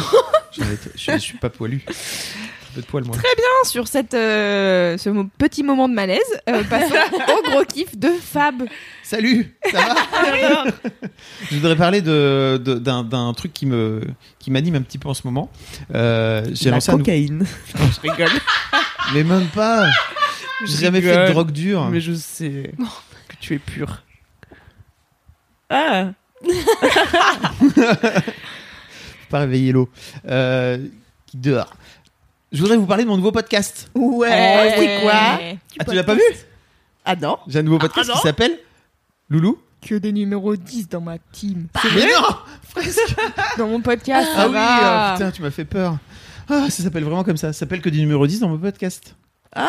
Speaker 6: J'arrête. Je je suis pas poilu. J'ai peu de poil, moi.
Speaker 2: sur cette, euh, ce mo- petit moment de malaise. euh, passons au gros kiff de Fab.
Speaker 6: Salut, ça va
Speaker 2: Ah
Speaker 6: Je voudrais parler de- de- d'un d'un truc qui me qui m'anime un petit peu en ce moment. Euh, J'ai
Speaker 4: La
Speaker 6: lancé un nou-
Speaker 4: cocaïne. je rigole.
Speaker 6: mais même pas. J'ai
Speaker 4: Je
Speaker 6: jamais fait
Speaker 4: rigole.
Speaker 6: de drogue dure.
Speaker 4: Mais je sais que tu es pur. Ah
Speaker 6: Faut Pas réveiller l'eau. Euh, qui dehors. Je voudrais vous parler de mon nouveau podcast.
Speaker 4: Ouais, c'est quoi
Speaker 6: Ah, tu l'as pas vu
Speaker 4: Ah non
Speaker 6: J'ai un nouveau podcast qui s'appelle Loulou.
Speaker 2: Que des numéros 10 dans ma team.
Speaker 4: Bah
Speaker 6: Mais non
Speaker 2: Dans mon podcast,
Speaker 6: Ah oui,
Speaker 4: bah.
Speaker 6: euh, putain, tu m'as fait peur. Ah, ça s'appelle vraiment comme ça. Ça s'appelle que du numéro 10 dans mon podcast.
Speaker 4: Ah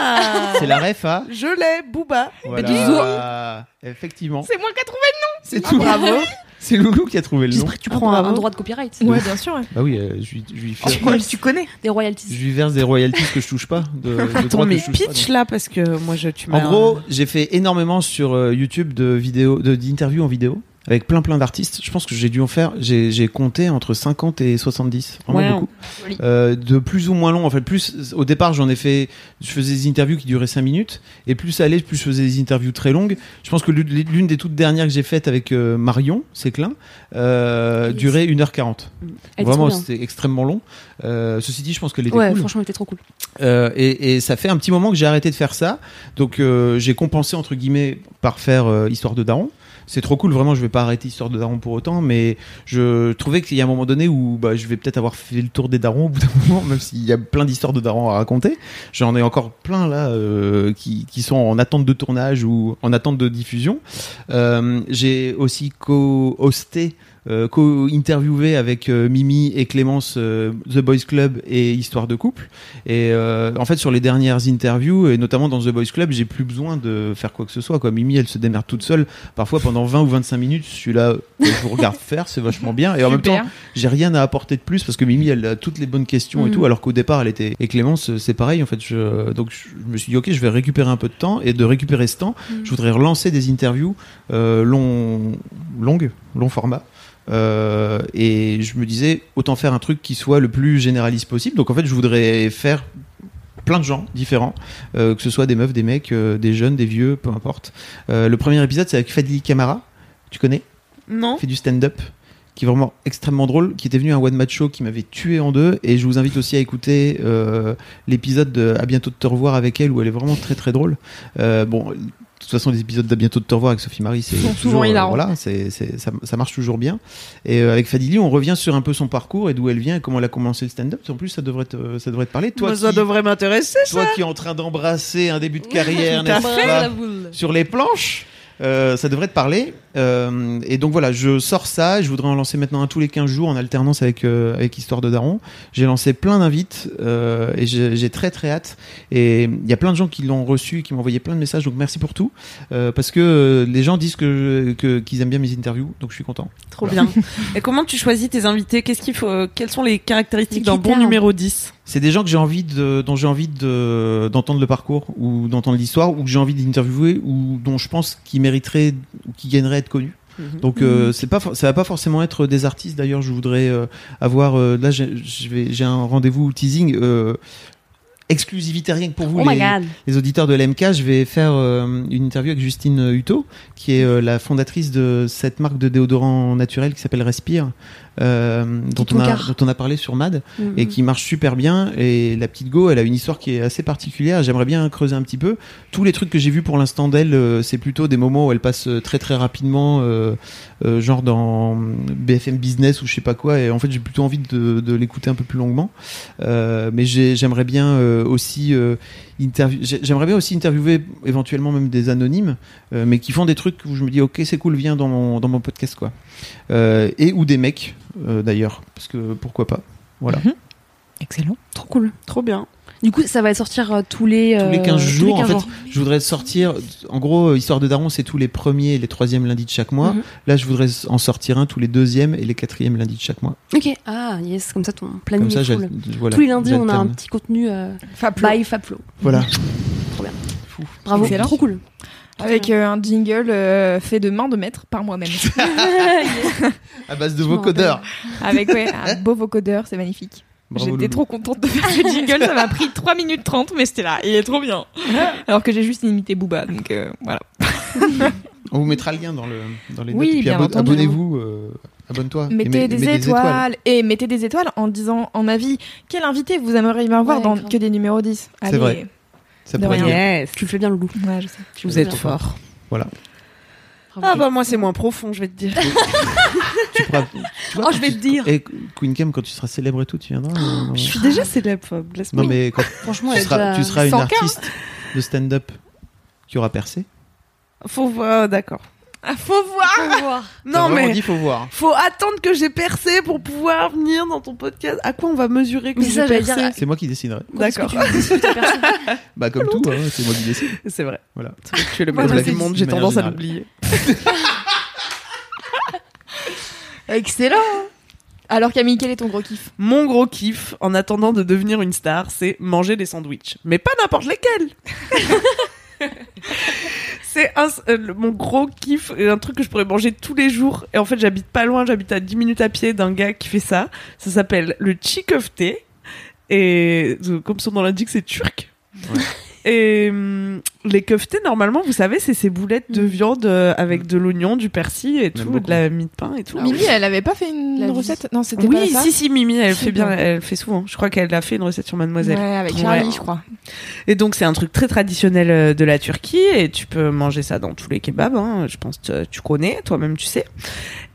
Speaker 4: Bah,
Speaker 6: C'est la ref à.
Speaker 4: Je l'ai, Booba.
Speaker 6: Voilà. Effectivement.
Speaker 2: C'est moi qui ai trouvé
Speaker 6: C'est tout. Bravo. C'est Loulou qui a trouvé le nom.
Speaker 5: J'espère que tu prends un, droit de copyright.
Speaker 2: le nom. Ouais, bien sûr.
Speaker 6: Bah oui, euh, je lui, je lui fais-
Speaker 4: tu connais
Speaker 5: Des
Speaker 6: je
Speaker 5: royalties.
Speaker 6: lui verse des royalties que je touche pas. De, de
Speaker 4: Attends,
Speaker 6: droits que
Speaker 4: mais
Speaker 6: je touche pas,
Speaker 4: pitch
Speaker 6: donc.
Speaker 4: là, parce que moi je tu
Speaker 6: En
Speaker 4: m'as-
Speaker 6: gros, j'ai fait énormément sur euh, YouTube de vidéos, de- d'interviews en vidéo avec plein plein d'artistes. Je pense que j'ai dû en faire, j'ai j'ai compté entre 50 et 70, vraiment
Speaker 4: Wow.
Speaker 6: beaucoup.
Speaker 2: Joli.
Speaker 6: Euh, de plus ou moins long, en fait. Plus au départ, j'en ai fait, je faisais des interviews qui duraient 5 minutes, et plus ça allait, plus je faisais des interviews très longues. Je pense que l'une l'une des toutes dernières que j'ai faites avec euh, Marion, c'est clin, euh,
Speaker 5: Yes.
Speaker 6: durait 1h40.
Speaker 5: Elle était
Speaker 6: Vraiment,
Speaker 5: trop bien.
Speaker 6: c'était extrêmement long. Euh, ceci dit, je pense qu'elle était
Speaker 5: Ouais,
Speaker 6: cool.
Speaker 5: franchement, elle était trop cool.
Speaker 6: Euh, et, et ça fait un petit moment que j'ai arrêté de faire ça. Donc euh, j'ai compensé entre guillemets par faire euh, Histoire de Daron. C'est trop cool, vraiment. Je vais pas arrêter Histoire de Daron pour autant, mais je trouvais qu'il y a un moment donné où bah, je vais peut-être avoir fait le tour des darons au bout d'un moment, même s'il y a plein d'histoires de darons à raconter. J'en ai encore plein là euh, qui, qui sont en attente de tournage ou en attente de diffusion. Euh, j'ai aussi co-hosté euh, co-interviewé avec euh, Mimi et Clémence euh, The Boys Club et Histoire de couple. Et euh, en fait, sur les dernières interviews, et notamment dans The Boys Club, j'ai plus besoin de faire quoi que ce soit. Quoi. Mimi, elle se démerde toute seule. Parfois, pendant 20 ou 25 minutes, je suis là, euh, je vous regarde faire, c'est vachement bien. Et en même
Speaker 2: Super.
Speaker 6: temps, j'ai rien à apporter de plus parce que Mimi, elle a toutes les bonnes questions et
Speaker 2: Mhm.
Speaker 6: tout, alors qu'au départ, elle était. Et Clémence, euh, c'est pareil, en fait. Je... Donc, je je me suis dit, ok, je vais récupérer un peu de temps. Et de récupérer ce temps,
Speaker 2: Mhm.
Speaker 6: je voudrais relancer des interviews euh, long... longues, long format. Euh, et je me disais, autant faire un truc qui soit le plus généraliste possible. Donc, en fait, je voudrais faire plein de gens différents, euh, que ce soit des meufs, des mecs, euh, des jeunes, des vieux, peu importe. Euh, le premier épisode, c'est avec Fadi Camara. Tu connais
Speaker 4: Non.
Speaker 6: Il fait du stand-up, qui est vraiment extrêmement drôle, qui était venu à un one-match show qui m'avait tué en deux. Et je vous invite aussi à écouter euh, l'épisode de À bientôt de te revoir avec elle, où elle est vraiment très très drôle. Euh, bon. De toute façon, les épisodes d'À bientôt de te revoir avec Sophie Marie, c'est
Speaker 2: Sont souvent
Speaker 6: toujours, euh,
Speaker 2: hilarants.
Speaker 6: voilà, c'est, c'est- ça, ça marche toujours bien. Et euh, avec Fadili, on revient sur un peu son parcours et d'où elle vient et comment elle a commencé le stand-up. En plus, ça devrait te, ça devrait te parler. Toi,
Speaker 4: Moi, ça
Speaker 6: qui-
Speaker 4: devrait m'intéresser,
Speaker 6: toi qui est en train d'embrasser un début de carrière,
Speaker 4: Tout à
Speaker 6: n'est-ce
Speaker 4: fait.
Speaker 6: pas, sur les planches. euh, ça devrait te parler. Euh, et donc voilà, je sors ça. Je voudrais en lancer maintenant un tous les 15 jours en alternance avec, euh, avec Histoire de Daron. J'ai lancé plein d'invites euh, et j'ai j'ai très très hâte. Et il y a plein de gens qui l'ont reçu, qui m'ont envoyé plein de messages. Donc merci pour tout. Euh, parce que euh, les gens disent que je- que- qu'ils aiment bien mes interviews. Donc je suis content.
Speaker 4: Trop
Speaker 6: Voilà.
Speaker 4: bien. Et comment tu choisis tes invités Qu'est-ce qu'il faut euh, Quelles sont les caractéristiques
Speaker 5: Les
Speaker 4: d'un bon
Speaker 5: critères.
Speaker 4: numéro 10
Speaker 6: C'est des gens que j'ai envie de, dont j'ai envie de, d'entendre le parcours ou d'entendre l'histoire ou que j'ai envie d'interviewer ou dont je pense qu'ils mériteraient ou qui gagneraient à être connus.
Speaker 5: Mhm.
Speaker 6: Donc euh, c'est pas for- ça va pas forcément être des artistes d'ailleurs je voudrais euh, avoir euh, là j'ai- je vais- j'ai un rendez-vous teasing euh, exclusivité rien que pour vous
Speaker 5: Oh my
Speaker 6: les,
Speaker 5: God.
Speaker 6: les auditeurs de l'MK je vais faire euh, une interview avec Justine Hutto qui est euh, la fondatrice de cette marque de déodorant naturel qui s'appelle Respire euh, dont, on a,
Speaker 5: Toncard.
Speaker 6: dont on a parlé sur Mad
Speaker 5: Mhm.
Speaker 6: et qui marche super bien et la petite Go elle a une histoire qui est assez particulière j'aimerais bien creuser un petit peu tous les trucs que j'ai vus pour l'instant d'elle, euh, c'est plutôt des moments où elle passe euh, très très rapidement, euh, euh, genre dans BFM Business ou je sais pas quoi. Et en fait, j'ai plutôt envie de, de l'écouter un peu plus longuement. Euh, mais j'ai- j'aimerais bien euh, aussi euh, interview- j'ai- j'aimerais bien aussi interviewer éventuellement même des anonymes, euh, mais qui font des trucs où je me dis ok c'est cool, viens dans mon dans mon podcast quoi. Euh, et ou des mecs euh, d'ailleurs, parce que pourquoi pas. Voilà.
Speaker 11: Excellent.
Speaker 5: Trop cool.
Speaker 4: Trop bien.
Speaker 5: Du coup, ça va sortir euh, tous les
Speaker 6: tous les
Speaker 5: euh,
Speaker 6: 15
Speaker 5: tous les
Speaker 6: jours.
Speaker 5: 15
Speaker 6: en fait, je voudrais sortir. En gros, euh, Histoire de Daron, c'est tous les premiers et les troisièmes lundis de chaque mois.
Speaker 5: Mhm.
Speaker 6: Là, je voudrais en sortir un tous les deuxièmes et les quatrièmes lundis de chaque mois.
Speaker 5: Ok. Ah yes, comme ça ton planning
Speaker 6: Comme ça,
Speaker 5: est
Speaker 6: j'ai-
Speaker 5: full.
Speaker 6: voilà,
Speaker 5: Tous les lundis, on a un
Speaker 6: j'alterne.
Speaker 5: petit contenu euh,
Speaker 2: Fablo.
Speaker 5: by Fablo.
Speaker 6: Voilà.
Speaker 5: Trop bien. Bravo.
Speaker 2: Excellent.
Speaker 5: Trop cool.
Speaker 2: Avec euh, un jingle euh, fait de main de maître par moi-même.
Speaker 6: À base de
Speaker 5: Je m'en
Speaker 6: vocodeurs.
Speaker 2: Avec ouais, un beau vocodeur, c'est magnifique.
Speaker 6: Bravo,
Speaker 2: J'étais
Speaker 6: Loulou.
Speaker 2: trop contente de faire le jingle, ça m'a pris 3 minutes 30, mais c'était là, il est trop bien. Alors que j'ai juste imité Booba, donc euh, voilà.
Speaker 6: On vous mettra le lien dans, le, dans les
Speaker 2: Oui,
Speaker 6: notes. Et puis
Speaker 2: bien
Speaker 6: abo-
Speaker 2: entendu.
Speaker 6: abonnez-vous. euh, Abonne-toi. Et
Speaker 2: Mettez
Speaker 6: mets-
Speaker 2: des,
Speaker 6: mets
Speaker 2: étoiles. et mettez des étoiles en disant en avis quel invité vous aimeriez bien voir
Speaker 5: Ouais,
Speaker 2: dans
Speaker 5: grave.
Speaker 2: que des numéros 10.
Speaker 6: C'est
Speaker 2: Allez.
Speaker 6: vrai. Ça
Speaker 2: De
Speaker 6: pourrait
Speaker 2: rien.
Speaker 6: être bien.
Speaker 4: Yes.
Speaker 5: Tu le fais bien le loup.
Speaker 2: Ouais, je sais.
Speaker 5: Tu le
Speaker 4: Vous
Speaker 5: fais
Speaker 4: êtes
Speaker 5: bien.
Speaker 4: fort.
Speaker 6: Voilà.
Speaker 4: Ah bah moi c'est moins profond, je vais te dire.
Speaker 6: Tu pourras- tu vois,
Speaker 5: Oh, je vais te dire. Oh,
Speaker 6: Et Queen Cam, quand tu seras célèbre et tout, tu viendras. euh,
Speaker 4: je suis déjà célèbre, Fab, laisse-moi.
Speaker 6: Non, mais quand
Speaker 5: Franchement,
Speaker 6: tu
Speaker 5: elle
Speaker 6: seras,
Speaker 5: a-
Speaker 6: tu seras une
Speaker 2: 100K.
Speaker 6: artiste de stand-up qui aura percé.
Speaker 4: Faut voir, d'accord.
Speaker 2: Ah, faut voir
Speaker 5: Faut voir.
Speaker 6: T'as
Speaker 4: Non
Speaker 6: vraiment
Speaker 4: mais
Speaker 6: dit, faut voir.
Speaker 4: faut attendre que j'ai percé pour pouvoir venir dans ton podcast. À quoi on va mesurer que
Speaker 5: Mais
Speaker 4: j'ai
Speaker 5: ça, j'allais
Speaker 4: percé
Speaker 5: dire,
Speaker 6: C'est moi qui déciderai.
Speaker 4: D'accord.
Speaker 6: Bah,
Speaker 4: Ah
Speaker 6: comme tout, hein, c'est moi qui décide.
Speaker 4: C'est vrai.
Speaker 6: Voilà.
Speaker 4: Tu es le
Speaker 6: Moi,
Speaker 4: meilleur
Speaker 6: je
Speaker 4: du
Speaker 6: sais.
Speaker 4: monde, j'ai
Speaker 6: De manière
Speaker 4: tendance à
Speaker 6: générale.
Speaker 4: l'oublier.
Speaker 2: Excellent Alors Camille, quel est ton gros kiff
Speaker 4: Mon gros kiff en attendant de devenir une star, c'est manger des sandwichs. Mais pas n'importe lesquels C'est un- euh, le- mon gros kiff, et un truc que je pourrais manger tous les jours. Et en fait, j'habite pas loin, j'habite à 10 minutes à pied d'un gars qui fait ça. Ça s'appelle le chikofte. Et euh, comme son nom l'indique, c'est turc. Et hum, les koftés, normalement, vous savez, c'est ces boulettes de viande euh, avec de l'oignon, du persil et tout,
Speaker 6: beaucoup.
Speaker 4: de la mie de pain et tout.
Speaker 2: Mimi, elle avait pas fait une
Speaker 5: La vie.
Speaker 2: recette Non, c'était pas
Speaker 4: Oui,
Speaker 2: ça
Speaker 4: si, si, Mimi, elle fait bien,
Speaker 2: bien.
Speaker 4: elle fait souvent. Je crois qu'elle a fait une recette sur Mademoiselle.
Speaker 2: Ouais, avec
Speaker 4: Ouais.
Speaker 2: Charlie, je crois.
Speaker 4: Et donc, c'est un truc très traditionnel euh, de la Turquie et tu peux manger ça dans tous les kebabs, hein. Je pense que tu connais, toi-même, tu sais.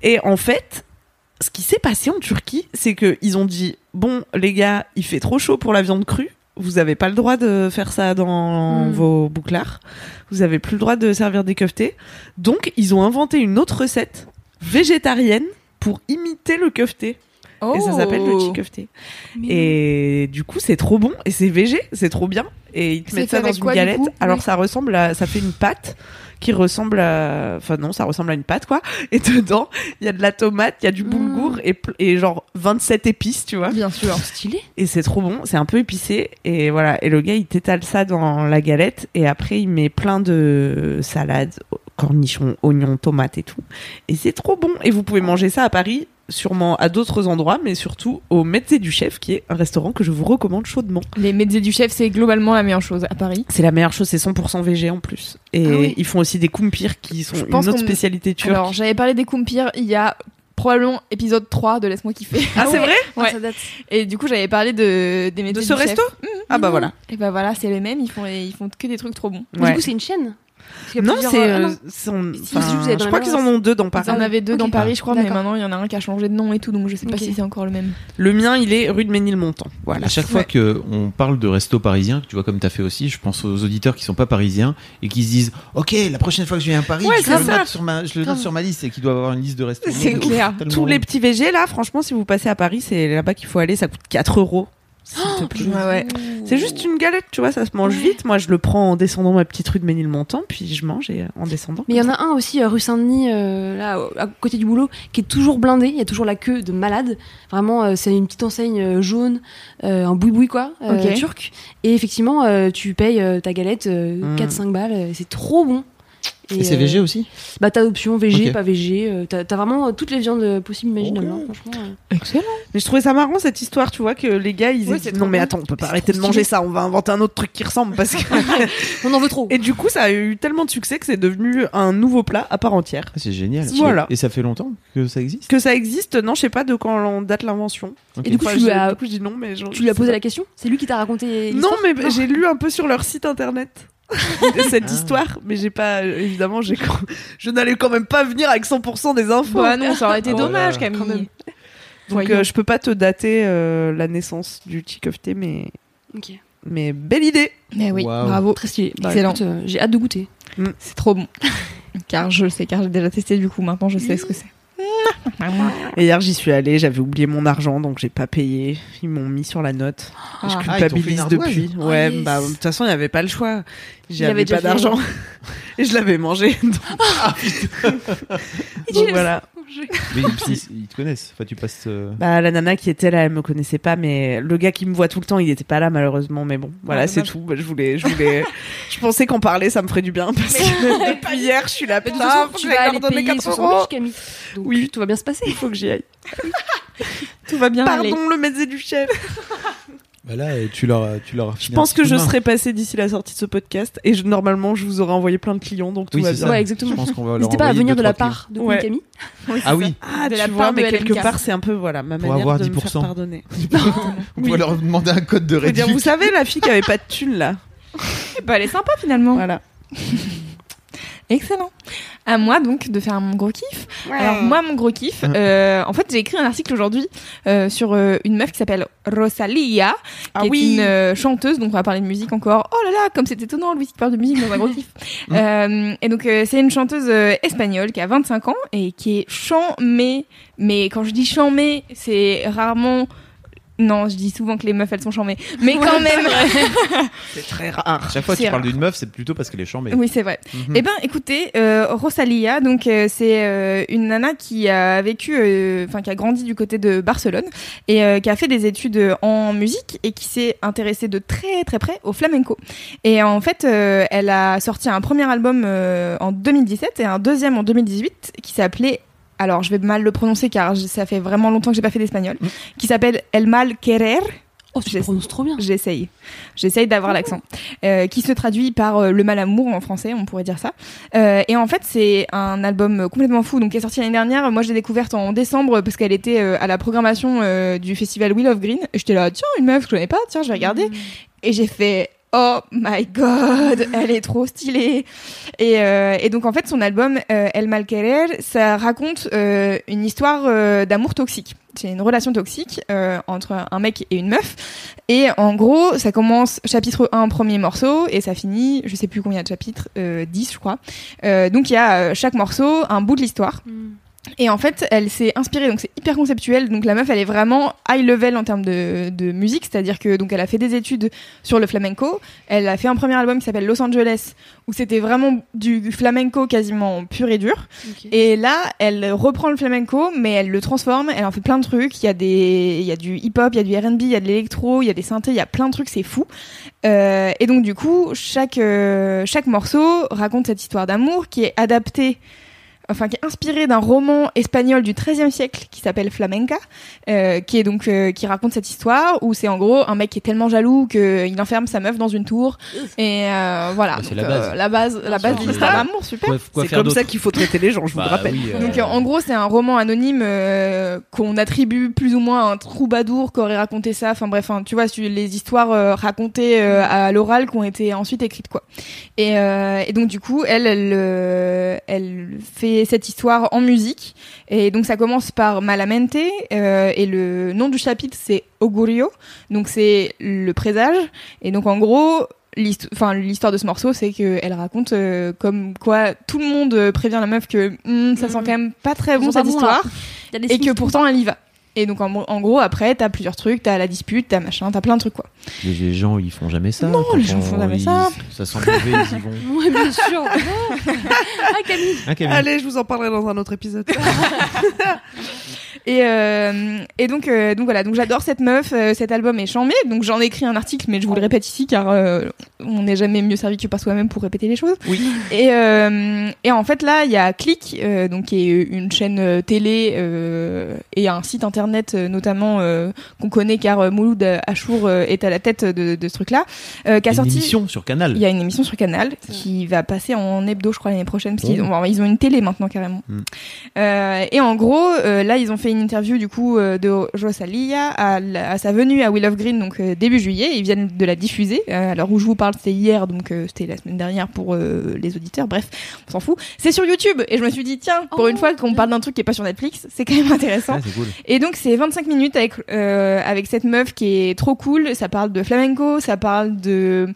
Speaker 4: Et en fait, ce qui s'est passé en Turquie, c'est que ils ont dit, bon, les gars, il fait trop chaud pour la viande crue. Vous avez pas le droit de faire ça dans
Speaker 2: Mm.
Speaker 4: vos bouclards. Vous avez plus le droit de servir des keftés. Donc, ils ont inventé une autre recette végétarienne pour imiter le kefté. Et ça s'appelle
Speaker 2: Oh.
Speaker 4: le chikefté. Et du coup, c'est trop bon et c'est végé, c'est trop bien. Et ils te
Speaker 2: C'est
Speaker 4: mettent
Speaker 2: fait
Speaker 4: ça dans
Speaker 2: avec
Speaker 4: une
Speaker 2: quoi, du
Speaker 4: galette.
Speaker 2: coup
Speaker 4: Alors
Speaker 2: Ouais.
Speaker 4: ça ressemble à, ça fait une pâte qui ressemble à, enfin non, ça ressemble à une pâte quoi. Et dedans, il y a de la tomate, il y a du boulgour
Speaker 2: Mm.
Speaker 4: et, pl- et genre 27 épices, tu vois.
Speaker 5: Bien sûr. Stylé.
Speaker 4: Et c'est trop bon, c'est un peu épicé et voilà. Et le gars, il t'étale ça dans la galette et après il met plein de salades, cornichons, oignons, tomates et tout. Et c'est trop bon. Et vous pouvez manger ça à Paris, sûrement à d'autres endroits, mais surtout au Mezzé du Chef, qui est un restaurant que je vous recommande chaudement.
Speaker 2: Les médias du chef, c'est globalement la meilleure chose à Paris.
Speaker 4: C'est la meilleure chose, c'est 100% végé en plus. Et
Speaker 2: Ah oui.
Speaker 4: ils font aussi des kumpirs qui sont une
Speaker 2: pense
Speaker 4: autre
Speaker 2: qu'on-
Speaker 4: spécialité turque.
Speaker 2: Alors, j'avais parlé des kumpirs il y a probablement épisode 3 de Laisse-moi kiffer.
Speaker 4: Ah, c'est vrai
Speaker 2: Ouais.
Speaker 5: ça date.
Speaker 2: Et du coup, j'avais parlé de, des métiers
Speaker 4: De ce
Speaker 2: du chef. Mm,
Speaker 4: resto Ah bah voilà.
Speaker 2: Et bah voilà, c'est les mêmes, ils font, les- ils font que des trucs trop bons.
Speaker 5: Du
Speaker 4: Ouais.
Speaker 5: coup, c'est une chaîne. Parce qu'il y a
Speaker 4: Non,
Speaker 5: plusieurs-
Speaker 4: c'est.
Speaker 5: ah,
Speaker 4: euh,
Speaker 5: non.
Speaker 4: son-
Speaker 5: Si, si,
Speaker 4: enfin,
Speaker 5: vous êtes
Speaker 4: je
Speaker 5: dans la
Speaker 4: crois
Speaker 5: même
Speaker 4: qu'ils en ont deux dans Paris.
Speaker 2: Ils en avaient deux dans
Speaker 5: Ok.
Speaker 2: Paris, je crois, mais
Speaker 5: D'accord.
Speaker 2: maintenant il y en a un qui a changé de nom et tout, donc je sais pas
Speaker 5: Ok.
Speaker 2: si c'est encore le même.
Speaker 4: Le mien, il est rue de Ménilmontant. Voilà.
Speaker 6: À chaque fois qu'on parle de resto parisien, que tu vois comme tu as fait aussi, je pense aux auditeurs qui sont pas parisiens et qui se disent Ok, la prochaine fois que je viens à Paris,
Speaker 4: Ouais,
Speaker 6: je, le
Speaker 4: c'est ça.
Speaker 6: note sur ma, je le note
Speaker 5: Grave.
Speaker 6: sur ma liste et qu'ils doivent avoir une liste de restos.
Speaker 4: C'est
Speaker 6: Ouf,
Speaker 2: clair.
Speaker 6: tellement
Speaker 4: Tous
Speaker 6: bon.
Speaker 4: les petits VG là, franchement, si vous passez à Paris, c'est là-bas qu'il faut aller. Ça coûte 4 euros. s'il
Speaker 5: Oh,
Speaker 4: te plaît. C'est juste une galette, tu vois, ça se mange vite. Moi, je le prends en descendant ma petite rue de Ménilmontant, puis je mange et, euh, en descendant.
Speaker 5: Mais il y en a un aussi, euh, rue Saint-Denis, euh, là, au- à côté du boulot, qui est toujours blindé. Il y a toujours la queue de malade. Vraiment, euh, c'est une petite enseigne euh, jaune, euh, en boui-boui, quoi, euh,
Speaker 2: Ok.
Speaker 5: turc. Et effectivement, euh, tu payes euh, ta galette euh,
Speaker 4: Mm.
Speaker 5: 4-5 balles. euh, c'est trop bon.
Speaker 6: Et c'est
Speaker 5: euh,
Speaker 6: végé aussi
Speaker 5: Bah, t'as option végé,
Speaker 6: Ok.
Speaker 5: pas végé. euh, t'as t'as vraiment euh, toutes les viandes euh, possibles, imaginables.
Speaker 4: Ok.
Speaker 5: hein, franchement, euh.
Speaker 2: Excellent.
Speaker 4: Mais je trouvais ça marrant cette histoire, tu vois, que les gars ils
Speaker 2: Ouais,
Speaker 4: disent
Speaker 2: c'est
Speaker 4: non
Speaker 2: trop
Speaker 4: mais
Speaker 2: bien.
Speaker 4: attends, on peut pas arrêter de manger ça, on va inventer un autre truc qui ressemble parce que.
Speaker 5: On en veut trop.
Speaker 4: et du coup, ça a eu tellement de succès que c'est devenu un nouveau plat à part entière.
Speaker 6: Ah, C'est génial.
Speaker 4: Voilà.
Speaker 6: Et ça fait longtemps que ça existe
Speaker 4: Que ça existe, non, je sais pas de quand on date l'invention.
Speaker 6: Ok.
Speaker 5: Et du coup,
Speaker 4: Enfin,
Speaker 5: tu
Speaker 4: je-
Speaker 5: lui as-
Speaker 4: du coup, je dis non, mais genre,
Speaker 5: Tu lui as
Speaker 4: je
Speaker 5: posé
Speaker 4: sais
Speaker 5: la question C'est lui qui t'a raconté
Speaker 4: Non,
Speaker 5: l'histoire
Speaker 4: mais j'ai lu un peu sur leur site internet de cette
Speaker 6: Ah.
Speaker 4: histoire, mais j'ai pas euh, évidemment, j'ai quand- je n'allais quand même pas venir avec 100% des infos.
Speaker 2: Bah non, ça aurait été
Speaker 6: Oh là
Speaker 2: dommage,
Speaker 6: là.
Speaker 2: Camille.
Speaker 5: Quand même.
Speaker 4: Donc euh, je peux pas te dater euh, la naissance du Chikofté, mais
Speaker 5: Ok.
Speaker 4: mais belle idée.
Speaker 2: Mais oui,
Speaker 6: Waouh.
Speaker 2: bravo.
Speaker 5: Très stylé. Bah,
Speaker 2: Excellent.
Speaker 5: écoute, euh, j'ai hâte de goûter.
Speaker 2: C'est trop bon. car je le sais, car j'ai déjà testé du coup, maintenant je sais ce que c'est.
Speaker 4: Et hier j'y suis allée, j'avais oublié mon argent, donc j'ai pas payé. Ils m'ont mis sur la note. Et je
Speaker 2: Ah.
Speaker 6: Ah, ils t'ont fait une
Speaker 4: culpabilise
Speaker 6: ardoise.
Speaker 4: depuis.
Speaker 5: Oh,
Speaker 4: ouais,
Speaker 5: yes.
Speaker 4: bah de toute façon il y avait pas le choix. J'avais
Speaker 5: avait déjà
Speaker 4: pas
Speaker 5: fait.
Speaker 4: d'argent et je l'avais mangé. Donc, donc voilà.
Speaker 5: Bah,
Speaker 6: Mais ils, ils- ils te connaissent. Enfin, tu passes. euh,
Speaker 4: Bah, la nana qui était là, elle me connaissait pas, mais le gars qui me voit tout le temps, il était pas là, malheureusement, mais bon, voilà,
Speaker 2: Ah,
Speaker 4: c'est
Speaker 2: dommage.
Speaker 4: tout. Bah, je voulais, je voulais, je pensais qu'en parler, ça me ferait du bien, parce que depuis hier, je suis là, Ah,
Speaker 5: Mais de toute
Speaker 4: putain,
Speaker 5: façon,
Speaker 4: je
Speaker 5: tu
Speaker 4: vais
Speaker 5: vas
Speaker 4: leur
Speaker 5: aller
Speaker 4: donner
Speaker 5: payer
Speaker 4: 4
Speaker 5: ce
Speaker 4: euros.
Speaker 5: sandwich, Camille. Donc,
Speaker 4: Oui.
Speaker 5: tout va bien se passer.
Speaker 4: Il faut que j'y aille.
Speaker 2: Tout va bien aller.
Speaker 4: Pardon, le métier du chef.
Speaker 6: Bah là, euh, tu leur, as- tu leur as
Speaker 4: Je
Speaker 6: filé un
Speaker 4: pense
Speaker 6: petit
Speaker 4: que
Speaker 6: coup de
Speaker 4: je
Speaker 6: main.
Speaker 4: serais passé d'ici la sortie de ce podcast, et je- normalement, je vous aurais envoyé plein de clients, donc tout
Speaker 6: Oui,
Speaker 4: va
Speaker 6: c'est
Speaker 4: bien.
Speaker 6: ça.
Speaker 5: Ouais, exactement.
Speaker 6: Je pense qu'on va leur
Speaker 5: N'hésitez pas à
Speaker 6: envoyer
Speaker 5: venir
Speaker 6: deux,
Speaker 5: de la
Speaker 6: trois
Speaker 5: part de
Speaker 4: Ouais.
Speaker 5: Camille.
Speaker 6: clients. Ah oui,
Speaker 4: Ah,
Speaker 2: De
Speaker 4: tu
Speaker 2: la
Speaker 4: vois,
Speaker 2: part de
Speaker 4: mais quelque
Speaker 2: LMK.
Speaker 4: part, c'est un peu, voilà, ma
Speaker 6: Pour
Speaker 4: manière
Speaker 6: avoir
Speaker 4: de me faire
Speaker 6: 10%.
Speaker 4: pardonner.
Speaker 6: on va leur demander un code de
Speaker 4: Je veux dire,
Speaker 6: réduction.
Speaker 4: vous savez, la fille qui avait pas de thune, là.
Speaker 2: Bah, elle est sympa finalement.
Speaker 4: Voilà.
Speaker 2: Excellent. À moi donc de faire mon gros kiff. Alors moi mon gros kiff, euh, en fait j'ai écrit un article aujourd'hui euh, sur euh, une meuf qui s'appelle Rosalia, qui
Speaker 4: Ah
Speaker 2: est
Speaker 4: oui.
Speaker 2: une euh, chanteuse. Donc on va parler de musique encore. Oh là là, comme c'est étonnant Louis qui parle de musique dans un gros kiff. Euh, et donc euh, c'est une chanteuse euh, espagnole qui a 25 ans et qui est chamée. Mais quand je dis chamée, c'est rarement. Non, je dis souvent que les meufs elles sont chamées, mais quand même.
Speaker 4: C'est très rare.
Speaker 6: Chaque fois que
Speaker 2: C'est
Speaker 6: tu parles d'une meuf, c'est plutôt parce qu'elle est chambée.
Speaker 2: Oui, c'est vrai.
Speaker 6: Mhm.
Speaker 2: Eh ben, écoutez, euh, Rosalia, donc euh, c'est euh, une nana qui a vécu, euh, enfin qui a grandi du côté de Barcelone et euh, qui a fait des études euh, en musique et qui s'est intéressée de très très près au flamenco. Et en fait, euh, elle a sorti un premier album euh, en 2017 et un deuxième en 2018 qui s'appelait alors, je vais mal le prononcer car je- ça fait vraiment longtemps que j'ai pas fait d'espagnol. Qui s'appelle El Mal Querer.
Speaker 5: Oh, tu
Speaker 2: J'ai-
Speaker 5: le prononces trop bien.
Speaker 2: J'essaye. J'essaye d'avoir l'accent. Euh, qui se traduit par euh, le mal amour en français, on pourrait dire ça. Euh, et en fait, c'est un album euh, complètement fou, donc qui est sorti l'année dernière. Moi, je l'ai découverte en décembre euh, parce qu'elle était euh, à la programmation euh, du festival Wheel of Green. Et j'étais là, tiens, une meuf que je connais pas, tiens, je vais regarder. Et j'ai fait. Oh my god, elle est trop stylée. Et, euh, et donc en fait son album euh, El Mal Querer, ça raconte euh, une histoire euh, d'amour toxique. C'est une relation toxique euh, entre un mec et une meuf. Et en gros, ça commence chapitre 1, premier morceau, et ça finit, je sais
Speaker 5: Hmm.
Speaker 2: plus combien de chapitres, euh, 10 je crois. Euh, donc il y a euh, chaque morceau un bout de l'histoire. Et en fait, elle s'est inspirée, donc c'est hyper conceptuel. Donc la meuf, elle est vraiment high level en termes de, de musique, c'est-à-dire que donc elle a fait des études sur le flamenco. Elle a fait un premier album qui s'appelle Los Angeles, où c'était vraiment du flamenco quasiment pur et dur. Et là, elle reprend le flamenco, mais elle le transforme. Elle en fait plein de trucs. Il y a des, il y a du hip-hop, il y a du R&B, il y a de l'électro, il y a des synthés, il y a plein de trucs. C'est fou. Euh, et donc du coup, chaque euh, chaque morceau raconte cette histoire d'amour qui est adaptée enfin qui est inspiré d'un roman espagnol du XIIIe siècle qui s'appelle Flamenca, euh, qui est donc euh, qui raconte cette histoire où c'est en gros un mec qui est tellement jaloux que il enferme sa meuf dans une tour et euh, voilà
Speaker 11: Bah, c'est
Speaker 2: Donc,
Speaker 11: la base.
Speaker 2: euh, la base la base de l'histoire d'amour super.
Speaker 4: C'est comme ça qu'il faut traiter les gens, je vous
Speaker 11: Bah
Speaker 4: le rappelle.
Speaker 11: oui, euh,
Speaker 2: Donc euh, en gros c'est un roman anonyme euh, qu'on attribue plus ou moins à un troubadour qui aurait raconté ça. Enfin bref, hein, tu vois sur les histoires euh, racontées euh, à l'oral qui ont été ensuite écrites quoi. Et, euh, et donc du coup elle elle, euh, elle fait cette histoire en musique et donc ça commence par Malamente euh, et le nom du chapitre c'est Augurio donc c'est le présage et donc en gros l'hist- enfin, l'histoire de ce morceau c'est qu'elle raconte euh, comme quoi tout le monde euh, prévient la meuf que Hmm, ça sent quand même pas très
Speaker 5: Ils
Speaker 2: bon
Speaker 5: sont pas
Speaker 2: cette
Speaker 5: bons,
Speaker 2: histoire
Speaker 5: là. hein. Il y a des
Speaker 2: et que
Speaker 5: signes.
Speaker 2: pourtant elle y va et donc en, en gros après t'as plusieurs trucs t'as la dispute t'as machin t'as plein de trucs quoi
Speaker 11: Les, les gens, ils font jamais ça.
Speaker 2: Non,
Speaker 11: Quand
Speaker 2: les gens font jamais
Speaker 11: ils-
Speaker 2: ça.
Speaker 11: Ça sent mauvais, ils y vont.
Speaker 5: Oui, bien sûr. ah, Camille.
Speaker 11: Hein, Kevin
Speaker 4: Allez, je vous en parlerai dans un autre épisode.
Speaker 2: Et, euh, et donc, euh, donc voilà, donc j'adore cette meuf, euh, cet album est chambé, donc j'en ai écrit un article, mais je vous le répète ici car euh, on n'est jamais mieux servi que par soi-même pour répéter les choses.
Speaker 4: Oui.
Speaker 2: Et, euh, et en fait là, il y a Click, euh, donc qui est une chaîne euh, télé euh, et un site internet euh, notamment euh, qu'on connaît car euh, Mouloud Achour euh, est à la tête de, de ce truc-là, euh, qui a
Speaker 11: Une
Speaker 2: sorti.
Speaker 11: émission sur Canal.
Speaker 2: Il y a une émission sur Canal qui va passer en hebdo, je crois, l'année prochaine, parce qu'ils
Speaker 11: Oh.
Speaker 2: ont, bon, ils ont une télé maintenant carrément.
Speaker 11: Mm.
Speaker 2: Euh, et en gros, euh, là, ils ont fait une interview du coup euh, de Rosalia à, la- à sa venue à Will of Green, donc euh, début juillet. Ils viennent de la diffuser. Euh, alors où je vous parle, c'était hier, donc euh, c'était la semaine dernière pour euh, les auditeurs. Bref, on s'en fout. C'est sur YouTube. Et je me suis dit, tiens, pour une fois qu'on parle d'un truc qui est pas sur Netflix, c'est quand même intéressant.
Speaker 11: Ah, c'est cool.
Speaker 2: Et donc c'est 25 minutes avec euh, avec cette meuf qui est trop cool. Ça parle de flamenco, ça parle de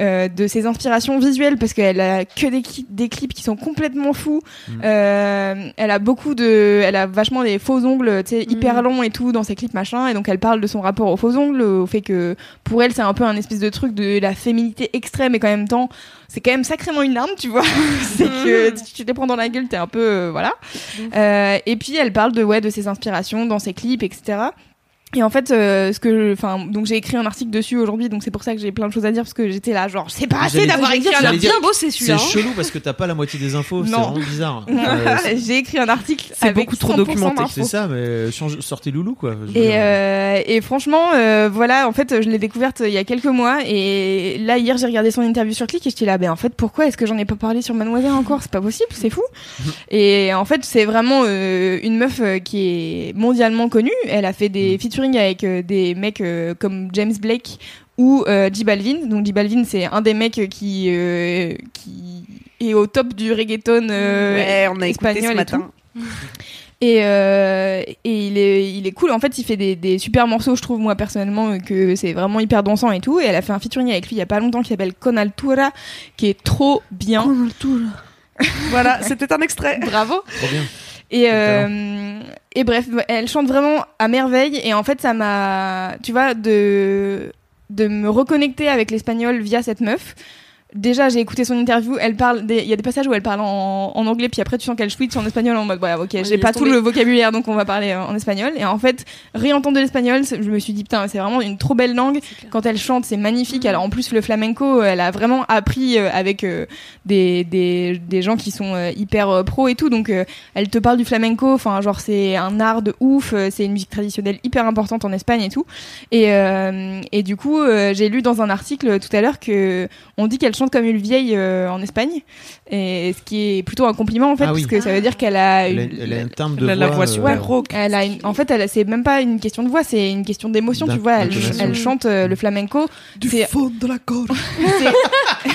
Speaker 2: euh, de ses inspirations visuelles parce qu'elle a que des, qui- des clips qui sont complètement fous. Euh, elle a beaucoup de, elle a vachement des faux ongles, tu sais, hyper longs et tout dans ses clips machin. Et donc elle parle de son rapport aux faux ongles, au fait que pour elle c'est un peu un espèce de truc de la féminité extrême et qu'en même temps c'est quand même sacrément une arme, tu vois. c'est que si tu te les prends dans la gueule, t'es un peu euh, voilà. Euh, et puis elle parle de ouais de ses inspirations dans ses clips, etc. Et en fait, euh, ce que, enfin, donc j'ai écrit un article dessus aujourd'hui, donc c'est pour ça que j'ai plein de choses à dire parce que j'étais là, genre, c'est pas assez
Speaker 11: J'allais-
Speaker 2: d'avoir écrit un
Speaker 11: j'allais dire,
Speaker 2: article.
Speaker 5: Bien beau, c'est
Speaker 11: C'est
Speaker 5: celui-là. hein.
Speaker 11: chelou parce que t'as pas la moitié des infos. C'est
Speaker 2: Non.
Speaker 11: vraiment bizarre. Euh, c'est-
Speaker 2: j'ai écrit un article.
Speaker 4: C'est
Speaker 2: avec
Speaker 4: beaucoup trop
Speaker 2: 100%
Speaker 4: documenté,
Speaker 2: d'infos.
Speaker 11: c'est ça, mais euh, change- sortez Loulou quoi. Je veux
Speaker 2: Et,
Speaker 11: dire.
Speaker 2: euh, et franchement, euh, voilà, en fait, je l'ai découverte euh, il y a quelques mois. Et là, hier, j'ai regardé son interview sur Click et j'étais là, ben en fait, pourquoi est-ce que j'en ai pas parlé sur Mademoiselle encore C'est pas possible, c'est fou. et en fait, c'est vraiment euh, une meuf euh, qui est mondialement connue. Elle a fait des featuring avec euh, des mecs euh, comme James Blake ou euh, J Balvin. Donc J Balvin, c'est un des mecs qui, euh, qui est au top du reggaeton euh,
Speaker 4: ouais, on a écouté
Speaker 2: espagnol
Speaker 4: ce
Speaker 2: et tout.
Speaker 4: matin.
Speaker 2: Et, euh, et il, est, il est cool. En fait, il fait des, des super morceaux, je trouve, moi, personnellement, euh, que c'est vraiment hyper dansant et tout. Et elle a fait un featuring avec lui il y a pas longtemps qui s'appelle Con Altura, qui est trop bien.
Speaker 4: Voilà, c'était un extrait.
Speaker 2: Bravo!
Speaker 11: Trop bien.
Speaker 2: Et, euh, et bref, elle chante vraiment à merveille. Et en fait, ça m'a, tu vois, de, de me reconnecter avec l'espagnol via cette meuf. Déjà, j'ai écouté son interview. Elle parle, des- il y a des passages où elle parle en, en anglais, puis après tu sens qu'elle switch en espagnol en mode, ouais, ok, j'ai
Speaker 5: laisse
Speaker 2: pas tout
Speaker 5: tomber.
Speaker 2: le vocabulaire, donc on va parler euh, en espagnol. Et en fait, réentendre de l'espagnol, c'est- je me suis dit putain, c'est vraiment une trop belle langue. Quand elle chante, c'est magnifique. Alors en plus, le flamenco, elle a vraiment appris euh, avec euh, des, des des gens qui sont euh, hyper euh, pros et tout. Donc euh, elle te parle du flamenco, enfin genre c'est un art de ouf, euh, c'est une musique traditionnelle hyper importante en Espagne et tout. Et, euh, et du coup, euh, j'ai lu dans un article euh, tout à l'heure que on dit qu'elle chante comme une vieille euh, en Espagne, et ce qui est plutôt un compliment en fait,
Speaker 11: Ah oui.
Speaker 2: parce que ça veut dire qu'elle a
Speaker 11: Elle
Speaker 2: une,
Speaker 11: a- elle a un timbre de
Speaker 4: La,
Speaker 11: voix.
Speaker 4: la voix
Speaker 11: euh,
Speaker 4: super rauque.
Speaker 2: elle a une- en fait, elle, c'est même pas une question de voix, c'est une question d'émotion, tu
Speaker 11: D'in-
Speaker 2: vois. Elle,
Speaker 11: d'intonation.
Speaker 2: elle chante euh, le flamenco.
Speaker 4: Du
Speaker 2: C'est-
Speaker 4: fond de la gorge.
Speaker 2: c'est-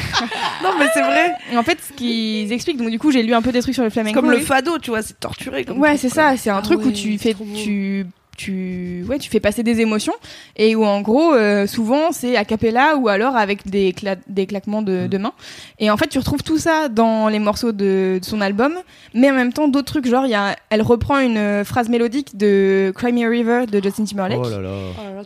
Speaker 4: Non, mais c'est vrai.
Speaker 2: en fait, ce qu'ils expliquent, donc du coup, j'ai lu un peu des trucs sur le
Speaker 4: C'est
Speaker 2: flamenco.
Speaker 4: comme le
Speaker 2: et-
Speaker 4: fado, tu vois, c'est torturé. Comme
Speaker 2: Ouais,
Speaker 4: truc,
Speaker 2: c'est
Speaker 4: quoi.
Speaker 2: ça. C'est un
Speaker 5: Ah
Speaker 2: truc
Speaker 5: ouais,
Speaker 2: où tu
Speaker 5: c'est
Speaker 2: fais,
Speaker 5: trop beau.
Speaker 2: tu tu, ouais, tu fais passer des émotions et où en gros, euh, souvent c'est a cappella ou alors avec des, cla- des claquements de,
Speaker 6: Mm.
Speaker 2: de mains. Et en fait, tu retrouves tout ça dans les morceaux de, de son album, mais en même temps d'autres trucs. Genre, il y a, elle reprend une euh, phrase mélodique de Cry Me a River de Justin Timberlake.
Speaker 6: Oh là là.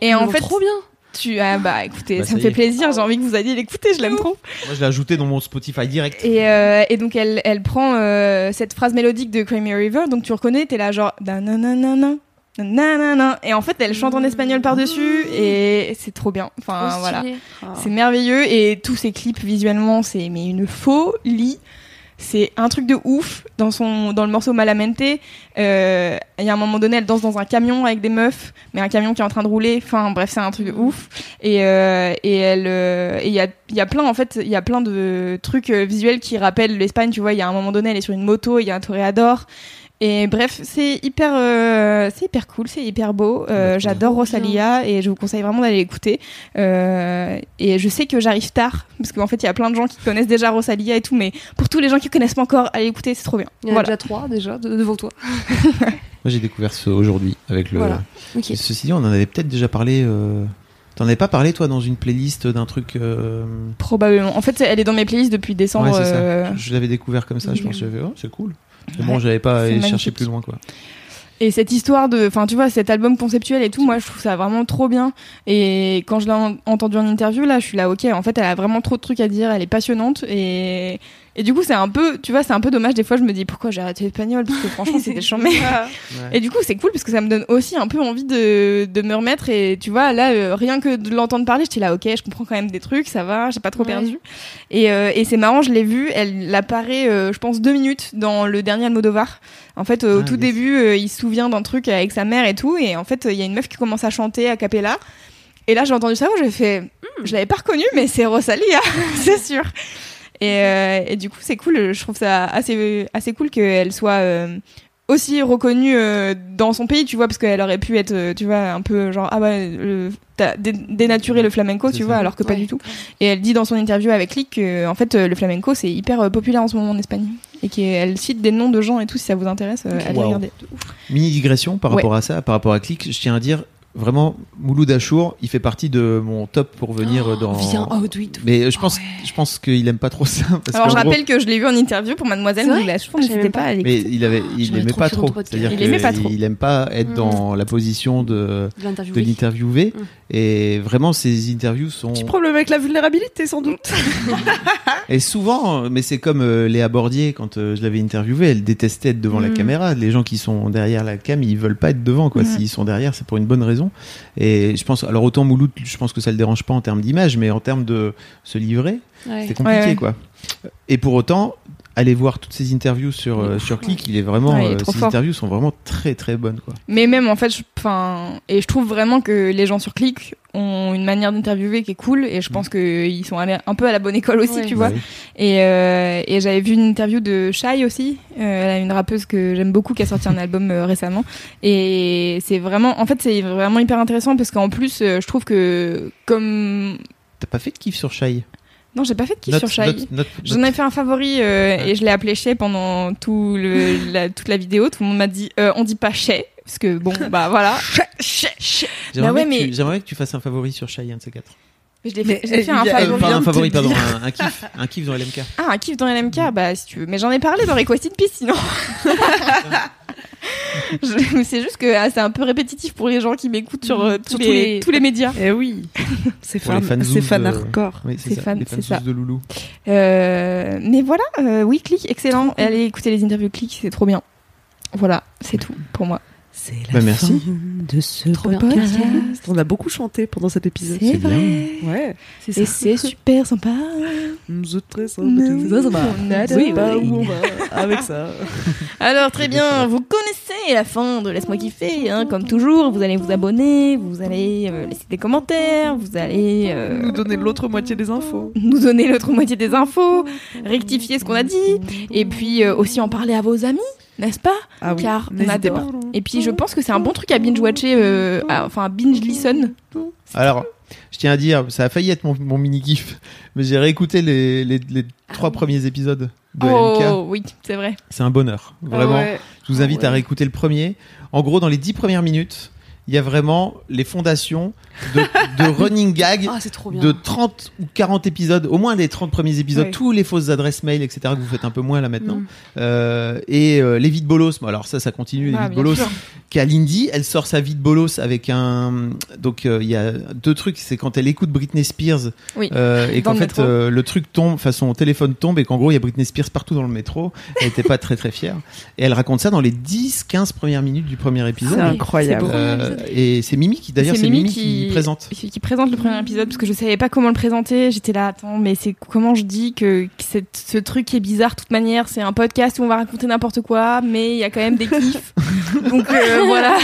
Speaker 2: Et en fait,
Speaker 5: trop bien.
Speaker 2: Tu ah bah écoutez,
Speaker 6: Bah,
Speaker 2: ça
Speaker 6: ça
Speaker 2: me
Speaker 6: y
Speaker 2: fait
Speaker 6: est.
Speaker 2: plaisir. J'ai envie que vous alliez l'écouter. Je l'aime trop.
Speaker 6: Moi, je l'ai ajouté dans mon Spotify direct.
Speaker 2: Et, euh, et donc elle, elle prend euh, cette phrase mélodique de Cry Me a River, donc tu reconnais, t'es là genre nananana, nananana. et en fait elle chante en espagnol par-dessus et c'est trop bien. Enfin
Speaker 5: Trop
Speaker 2: voilà,
Speaker 5: stylé. Ah.
Speaker 2: c'est merveilleux et tous ces clips visuellement c'est mais une folie. C'est un truc de ouf dans son dans le morceau Malamente. euh, Il y a un moment donné, elle danse dans un camion avec des meufs, mais un camion qui est en train de rouler. Enfin bref, c'est un truc de ouf. Et euh, et elle euh, et il y a il y a plein en fait il y a plein de trucs euh, visuels qui rappellent l'Espagne. Tu vois, il y a un moment donné, elle est sur une moto, il y a un toréador. Et bref, c'est hyper euh, c'est hyper cool, c'est hyper beau. Euh, J'adore Rosalia et je vous conseille vraiment d'aller l'écouter. Euh, et je sais que j'arrive tard parce qu'en fait il y a plein de gens qui connaissent déjà Rosalia et tout, mais pour tous les gens qui connaissent pas encore, allez écouter, c'est trop bien.
Speaker 5: Il y en a
Speaker 2: Voilà.
Speaker 5: déjà trois déjà de- devant toi.
Speaker 6: Moi, j'ai découvert ce aujourd'hui avec le.
Speaker 5: Voilà. Ok.
Speaker 6: Ceci dit, on en avait peut-être déjà parlé. euh, T'en avais pas parlé, toi, dans une playlist d'un truc. euh,
Speaker 2: Probablement. En fait, elle est dans mes playlists depuis
Speaker 6: Ouais,
Speaker 2: décembre.
Speaker 6: c'est
Speaker 2: euh,
Speaker 6: ça. Je, je l'avais découvert comme ça. Je
Speaker 2: oui.
Speaker 6: pense que j'avais. Oh, c'est cool. Mais bon, j'avais pas à
Speaker 2: c'est
Speaker 6: aller chercher
Speaker 2: magnifique.
Speaker 6: plus loin, quoi.
Speaker 2: Et cette histoire de, enfin tu vois, cet album conceptuel et tout, moi je trouve ça vraiment trop bien. Et quand je l'ai en- entendu en interview, là, je suis là, ok, en fait, elle a vraiment trop de trucs à dire, elle est passionnante et et du coup c'est un peu, tu vois, c'est un peu dommage des fois. Je me dis pourquoi j'ai arrêté l'espagnol parce que franchement c'était chambé. Et du coup c'est cool parce que ça me donne aussi un peu envie de, de me remettre et tu vois là euh, rien que de l'entendre parler, j'étais là, ok, je comprends quand même des trucs, ça va, j'ai pas trop
Speaker 5: Ouais.
Speaker 2: perdu. Et, euh, et c'est marrant, je l'ai vu, elle apparaît, euh, je pense, deux minutes dans le dernier Almodovar. En fait, euh, au
Speaker 6: Ah,
Speaker 2: tout
Speaker 6: yes.
Speaker 2: début, euh, il se souvient d'un truc avec sa mère et tout, et en fait, euh, il y a une meuf qui commence à chanter à cappella. Et là, j'ai entendu ça, j'ai fait, Hmm, je l'avais pas reconnu, mais c'est Rosalia, c'est sûr. Et, euh, et du coup, c'est cool, je trouve ça assez, assez cool qu'elle soit euh, aussi reconnue euh, dans son pays, tu vois, parce qu'elle aurait pu être, euh, tu vois, un peu genre, ah bah, euh, t'as dé- dénaturé le flamenco,
Speaker 6: C'est
Speaker 2: tu
Speaker 6: ça.
Speaker 2: vois, alors que pas
Speaker 5: Ouais.
Speaker 2: du tout. Et elle dit dans son interview avec Lick que en fait euh, le flamenco c'est hyper euh, populaire en ce moment en Espagne et qu'elle cite des noms de gens et tout si ça vous intéresse euh, allez
Speaker 6: Wow.
Speaker 2: regarder.
Speaker 6: Mini digression par
Speaker 2: Ouais.
Speaker 6: rapport à ça, par rapport à Click, je tiens à dire vraiment Mouloud Achour, il fait partie de mon top pour venir euh, dans.
Speaker 5: Viens, oh, oui, oui.
Speaker 6: Mais je pense, je pense qu'il aime pas trop ça. parce
Speaker 2: Ah Alors
Speaker 6: qu'en
Speaker 2: je
Speaker 6: gros-
Speaker 2: rappelle que je l'ai vu en interview pour Mademoiselle
Speaker 5: C'est vrai Ah,
Speaker 2: Douglas. Je pense
Speaker 5: Je
Speaker 2: que
Speaker 5: savais
Speaker 2: c'était
Speaker 5: pas.
Speaker 2: pas à l'écoute.
Speaker 6: Mais il avait, il
Speaker 5: Je l'avais
Speaker 6: aimait
Speaker 5: trop
Speaker 6: pas
Speaker 5: sur le
Speaker 6: trop.
Speaker 5: podcast.
Speaker 6: C'est-à-dire
Speaker 2: Il
Speaker 6: que
Speaker 2: aimait pas trop.
Speaker 6: il aime pas être
Speaker 5: Mm.
Speaker 6: dans la position de,
Speaker 5: De l'interview.
Speaker 6: de l'interviewé.
Speaker 2: Mm.
Speaker 6: Et vraiment, ses interviews sont.
Speaker 4: Petit problème avec la vulnérabilité, sans doute.
Speaker 6: Et souvent, euh, mais c'est comme euh, Léa Bordier, quand euh, je l'avais interviewée, elle détestait être devant la
Speaker 2: Mm.
Speaker 6: caméra. Les gens qui sont derrière la cam, ils veulent pas être devant, quoi.
Speaker 2: Ouais.
Speaker 6: S'ils sont derrière, c'est pour une bonne raison. Et je pense, alors autant Mouloud, je pense que ça le dérange pas en termes d'image, mais en termes de se livrer, c'est compliqué,
Speaker 2: Ouais, ouais.
Speaker 6: quoi. Et pour autant, allez voir toutes ces interviews sur, euh, sur Click, il est vraiment,
Speaker 2: Ouais, il est
Speaker 6: euh,
Speaker 2: trop
Speaker 6: ces
Speaker 2: fort.
Speaker 6: interviews sont vraiment très très bonnes, quoi.
Speaker 2: Mais même en fait, je- enfin, et je trouve vraiment que les gens sur Click ont une manière d'interviewer qui est cool et je pense qu'ils sont allés un peu à la bonne école aussi,
Speaker 5: Ouais.
Speaker 2: tu vois.
Speaker 6: Mm. Bah oui.
Speaker 2: Et, euh, et j'avais vu une interview de Shai aussi, euh, elle a une rappeuse que j'aime beaucoup qui a sorti un album euh, récemment. Et c'est vraiment, en fait, c'est vraiment hyper intéressant parce qu'en plus, euh, je trouve que comme.
Speaker 6: T'as pas fait de kiff sur Shai
Speaker 2: Non, j'ai pas fait de kiff
Speaker 6: Note-
Speaker 2: sur Shai.
Speaker 6: note- note-
Speaker 2: J'en ai fait un favori euh, et je l'ai appelé Shai pendant tout le, la- toute la vidéo. Tout le monde m'a dit euh, on dit pas Shai. Parce que bon, bah voilà.
Speaker 6: J'aimerais
Speaker 2: Bah ouais,
Speaker 6: bien que tu-
Speaker 2: mais-
Speaker 6: j'aimerais bien que tu fasses un favori sur Shai, un de ces quatre.
Speaker 2: Je l'ai
Speaker 4: Mais,
Speaker 2: fait, j'ai fait un
Speaker 4: euh,
Speaker 6: Euh,
Speaker 2: favori.
Speaker 6: pardon, un favori,
Speaker 4: de te
Speaker 6: pardon, un, un kiff, un kiff dans LMK.
Speaker 2: Ah, un kiff dans LMK, bah si tu veux. Mais j'en ai parlé dans Request in Peace, sinon. Je- mais c'est juste que ah, c'est un peu répétitif pour les gens qui m'écoutent sur, euh, tous,
Speaker 5: Sur
Speaker 2: les,
Speaker 5: tous
Speaker 2: tous,
Speaker 5: les-
Speaker 2: les... médias.
Speaker 4: Eh oui. C'est
Speaker 6: Pour les
Speaker 4: fan,
Speaker 6: fanzous
Speaker 4: c'est fan
Speaker 6: de-
Speaker 4: hardcore.
Speaker 6: Oui,
Speaker 2: C'est fan-
Speaker 6: les
Speaker 2: c'est
Speaker 6: fanzous
Speaker 2: ça.
Speaker 6: de Loulou.
Speaker 2: Euh, mais voilà, euh, oui, Click, excellent. Allez écouter les interviews Click, c'est trop bien. Voilà, c'est tout pour moi.
Speaker 4: C'est la
Speaker 6: Bah, merci.
Speaker 4: fin de ce
Speaker 5: Trop bien.
Speaker 4: podcast. On a beaucoup chanté pendant cet épisode.
Speaker 6: C'est bien.
Speaker 4: Ouais.
Speaker 5: C'est ça.
Speaker 2: Et c'est super sympa.
Speaker 4: Nous très
Speaker 2: Nous, on a
Speaker 4: Oui, bah,
Speaker 2: adoré.
Speaker 4: où on va avec ça.
Speaker 2: Alors très bien, vous connaissez la fin de Laisse-moi kiffer, hein, comme toujours, vous allez vous abonner, vous allez euh, laisser des commentaires, vous allez euh,
Speaker 4: Nous donner l'autre moitié des infos.
Speaker 2: nous donner l'autre moitié des infos, rectifier ce qu'on a dit,
Speaker 5: Mmh.
Speaker 2: et puis euh, aussi en parler à vos amis, n'est-ce pas
Speaker 4: Ah oui,
Speaker 2: Car on
Speaker 4: n'hésitez
Speaker 2: adore. Et puis
Speaker 5: Mmh.
Speaker 2: je pense que c'est un bon truc à binge-watcher, euh, à- enfin à binge-listen.
Speaker 6: Alors, je tiens à dire, ça a failli être mon, mon mini kiff, mais j'ai réécouté les, les, les trois premiers épisodes de LMK.
Speaker 2: Oh Ah oui, c'est vrai.
Speaker 6: C'est un bonheur, vraiment.
Speaker 4: Ouais.
Speaker 6: Je vous invite
Speaker 4: Ah ouais.
Speaker 6: à réécouter le premier. En gros, dans les dix premières minutes, il y a vraiment les fondations de, de running gag
Speaker 5: Ah, c'est trop bien.
Speaker 6: de 30 ou 40 épisodes, au moins les 30 premiers épisodes,
Speaker 5: Oui.
Speaker 6: tous les fausses adresses mail, etc. que vous faites un peu moins là maintenant. Euh, et euh, les vides bolos, bon, alors ça, ça continue, les
Speaker 5: Ah,
Speaker 6: vides
Speaker 5: bien
Speaker 6: bolos.
Speaker 5: sûr.
Speaker 6: Kalindi, elle sort sa vie de bolos avec un. Donc euh, il y a deux trucs, c'est quand elle écoute Britney Spears
Speaker 2: Oui.
Speaker 6: euh, et
Speaker 2: Dans
Speaker 6: qu'en
Speaker 2: le
Speaker 6: fait
Speaker 2: métro.
Speaker 6: euh, le truc tombe, enfin son téléphone tombe et qu'en gros il y a Britney Spears partout dans le métro. Elle était pas très très fière. Et elle raconte ça dans les 10-15 premières minutes du premier épisode.
Speaker 12: C'est incroyable.
Speaker 2: C'est beau.
Speaker 6: Euh, et c'est Mimi qui, d'ailleurs, c'est Mimi, qui... présente.
Speaker 2: qui présente le premier épisode parce que je savais pas comment le présenter. J'étais là, attends, mais c'est comment je dis que, que cette- ce truc est bizarre de toute manière. C'est un podcast où on va raconter n'importe quoi, mais il y a quand même des kiffs. Donc euh, voilà.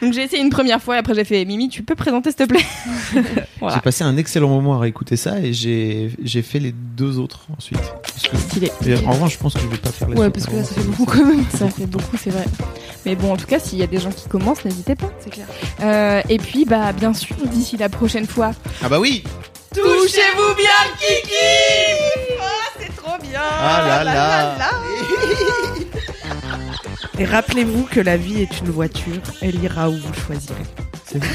Speaker 2: Donc j'ai essayé une première fois et après j'ai fait Mimi, tu peux présenter s'il te plaît. voilà.
Speaker 6: J'ai passé un excellent moment à réécouter ça et j'ai j'ai fait les deux autres ensuite. Parce que- Et en revanche, je pense que je vais pas faire les
Speaker 2: Ouais,
Speaker 6: autres,
Speaker 2: parce que là,
Speaker 6: vraiment,
Speaker 2: ça fait
Speaker 6: c'est-
Speaker 2: beaucoup quand même. Ça fait beaucoup, c'est vrai. Mais bon, en tout cas, s'il y a des gens qui commencent, n'hésitez pas. C'est clair. et puis, bah, bien sûr, d'ici la prochaine fois.
Speaker 6: Ah bah oui
Speaker 13: Touchez-vous bien le kiki Oh, c'est trop bien
Speaker 6: Ah là là.
Speaker 12: Et rappelez-vous que la vie est une voiture, elle ira où vous choisirez.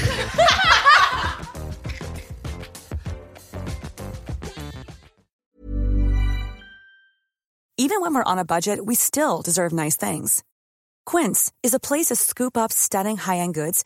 Speaker 4: Even when we're on a budget, we still deserve nice things. Quince is a place to scoop up stunning high-end goods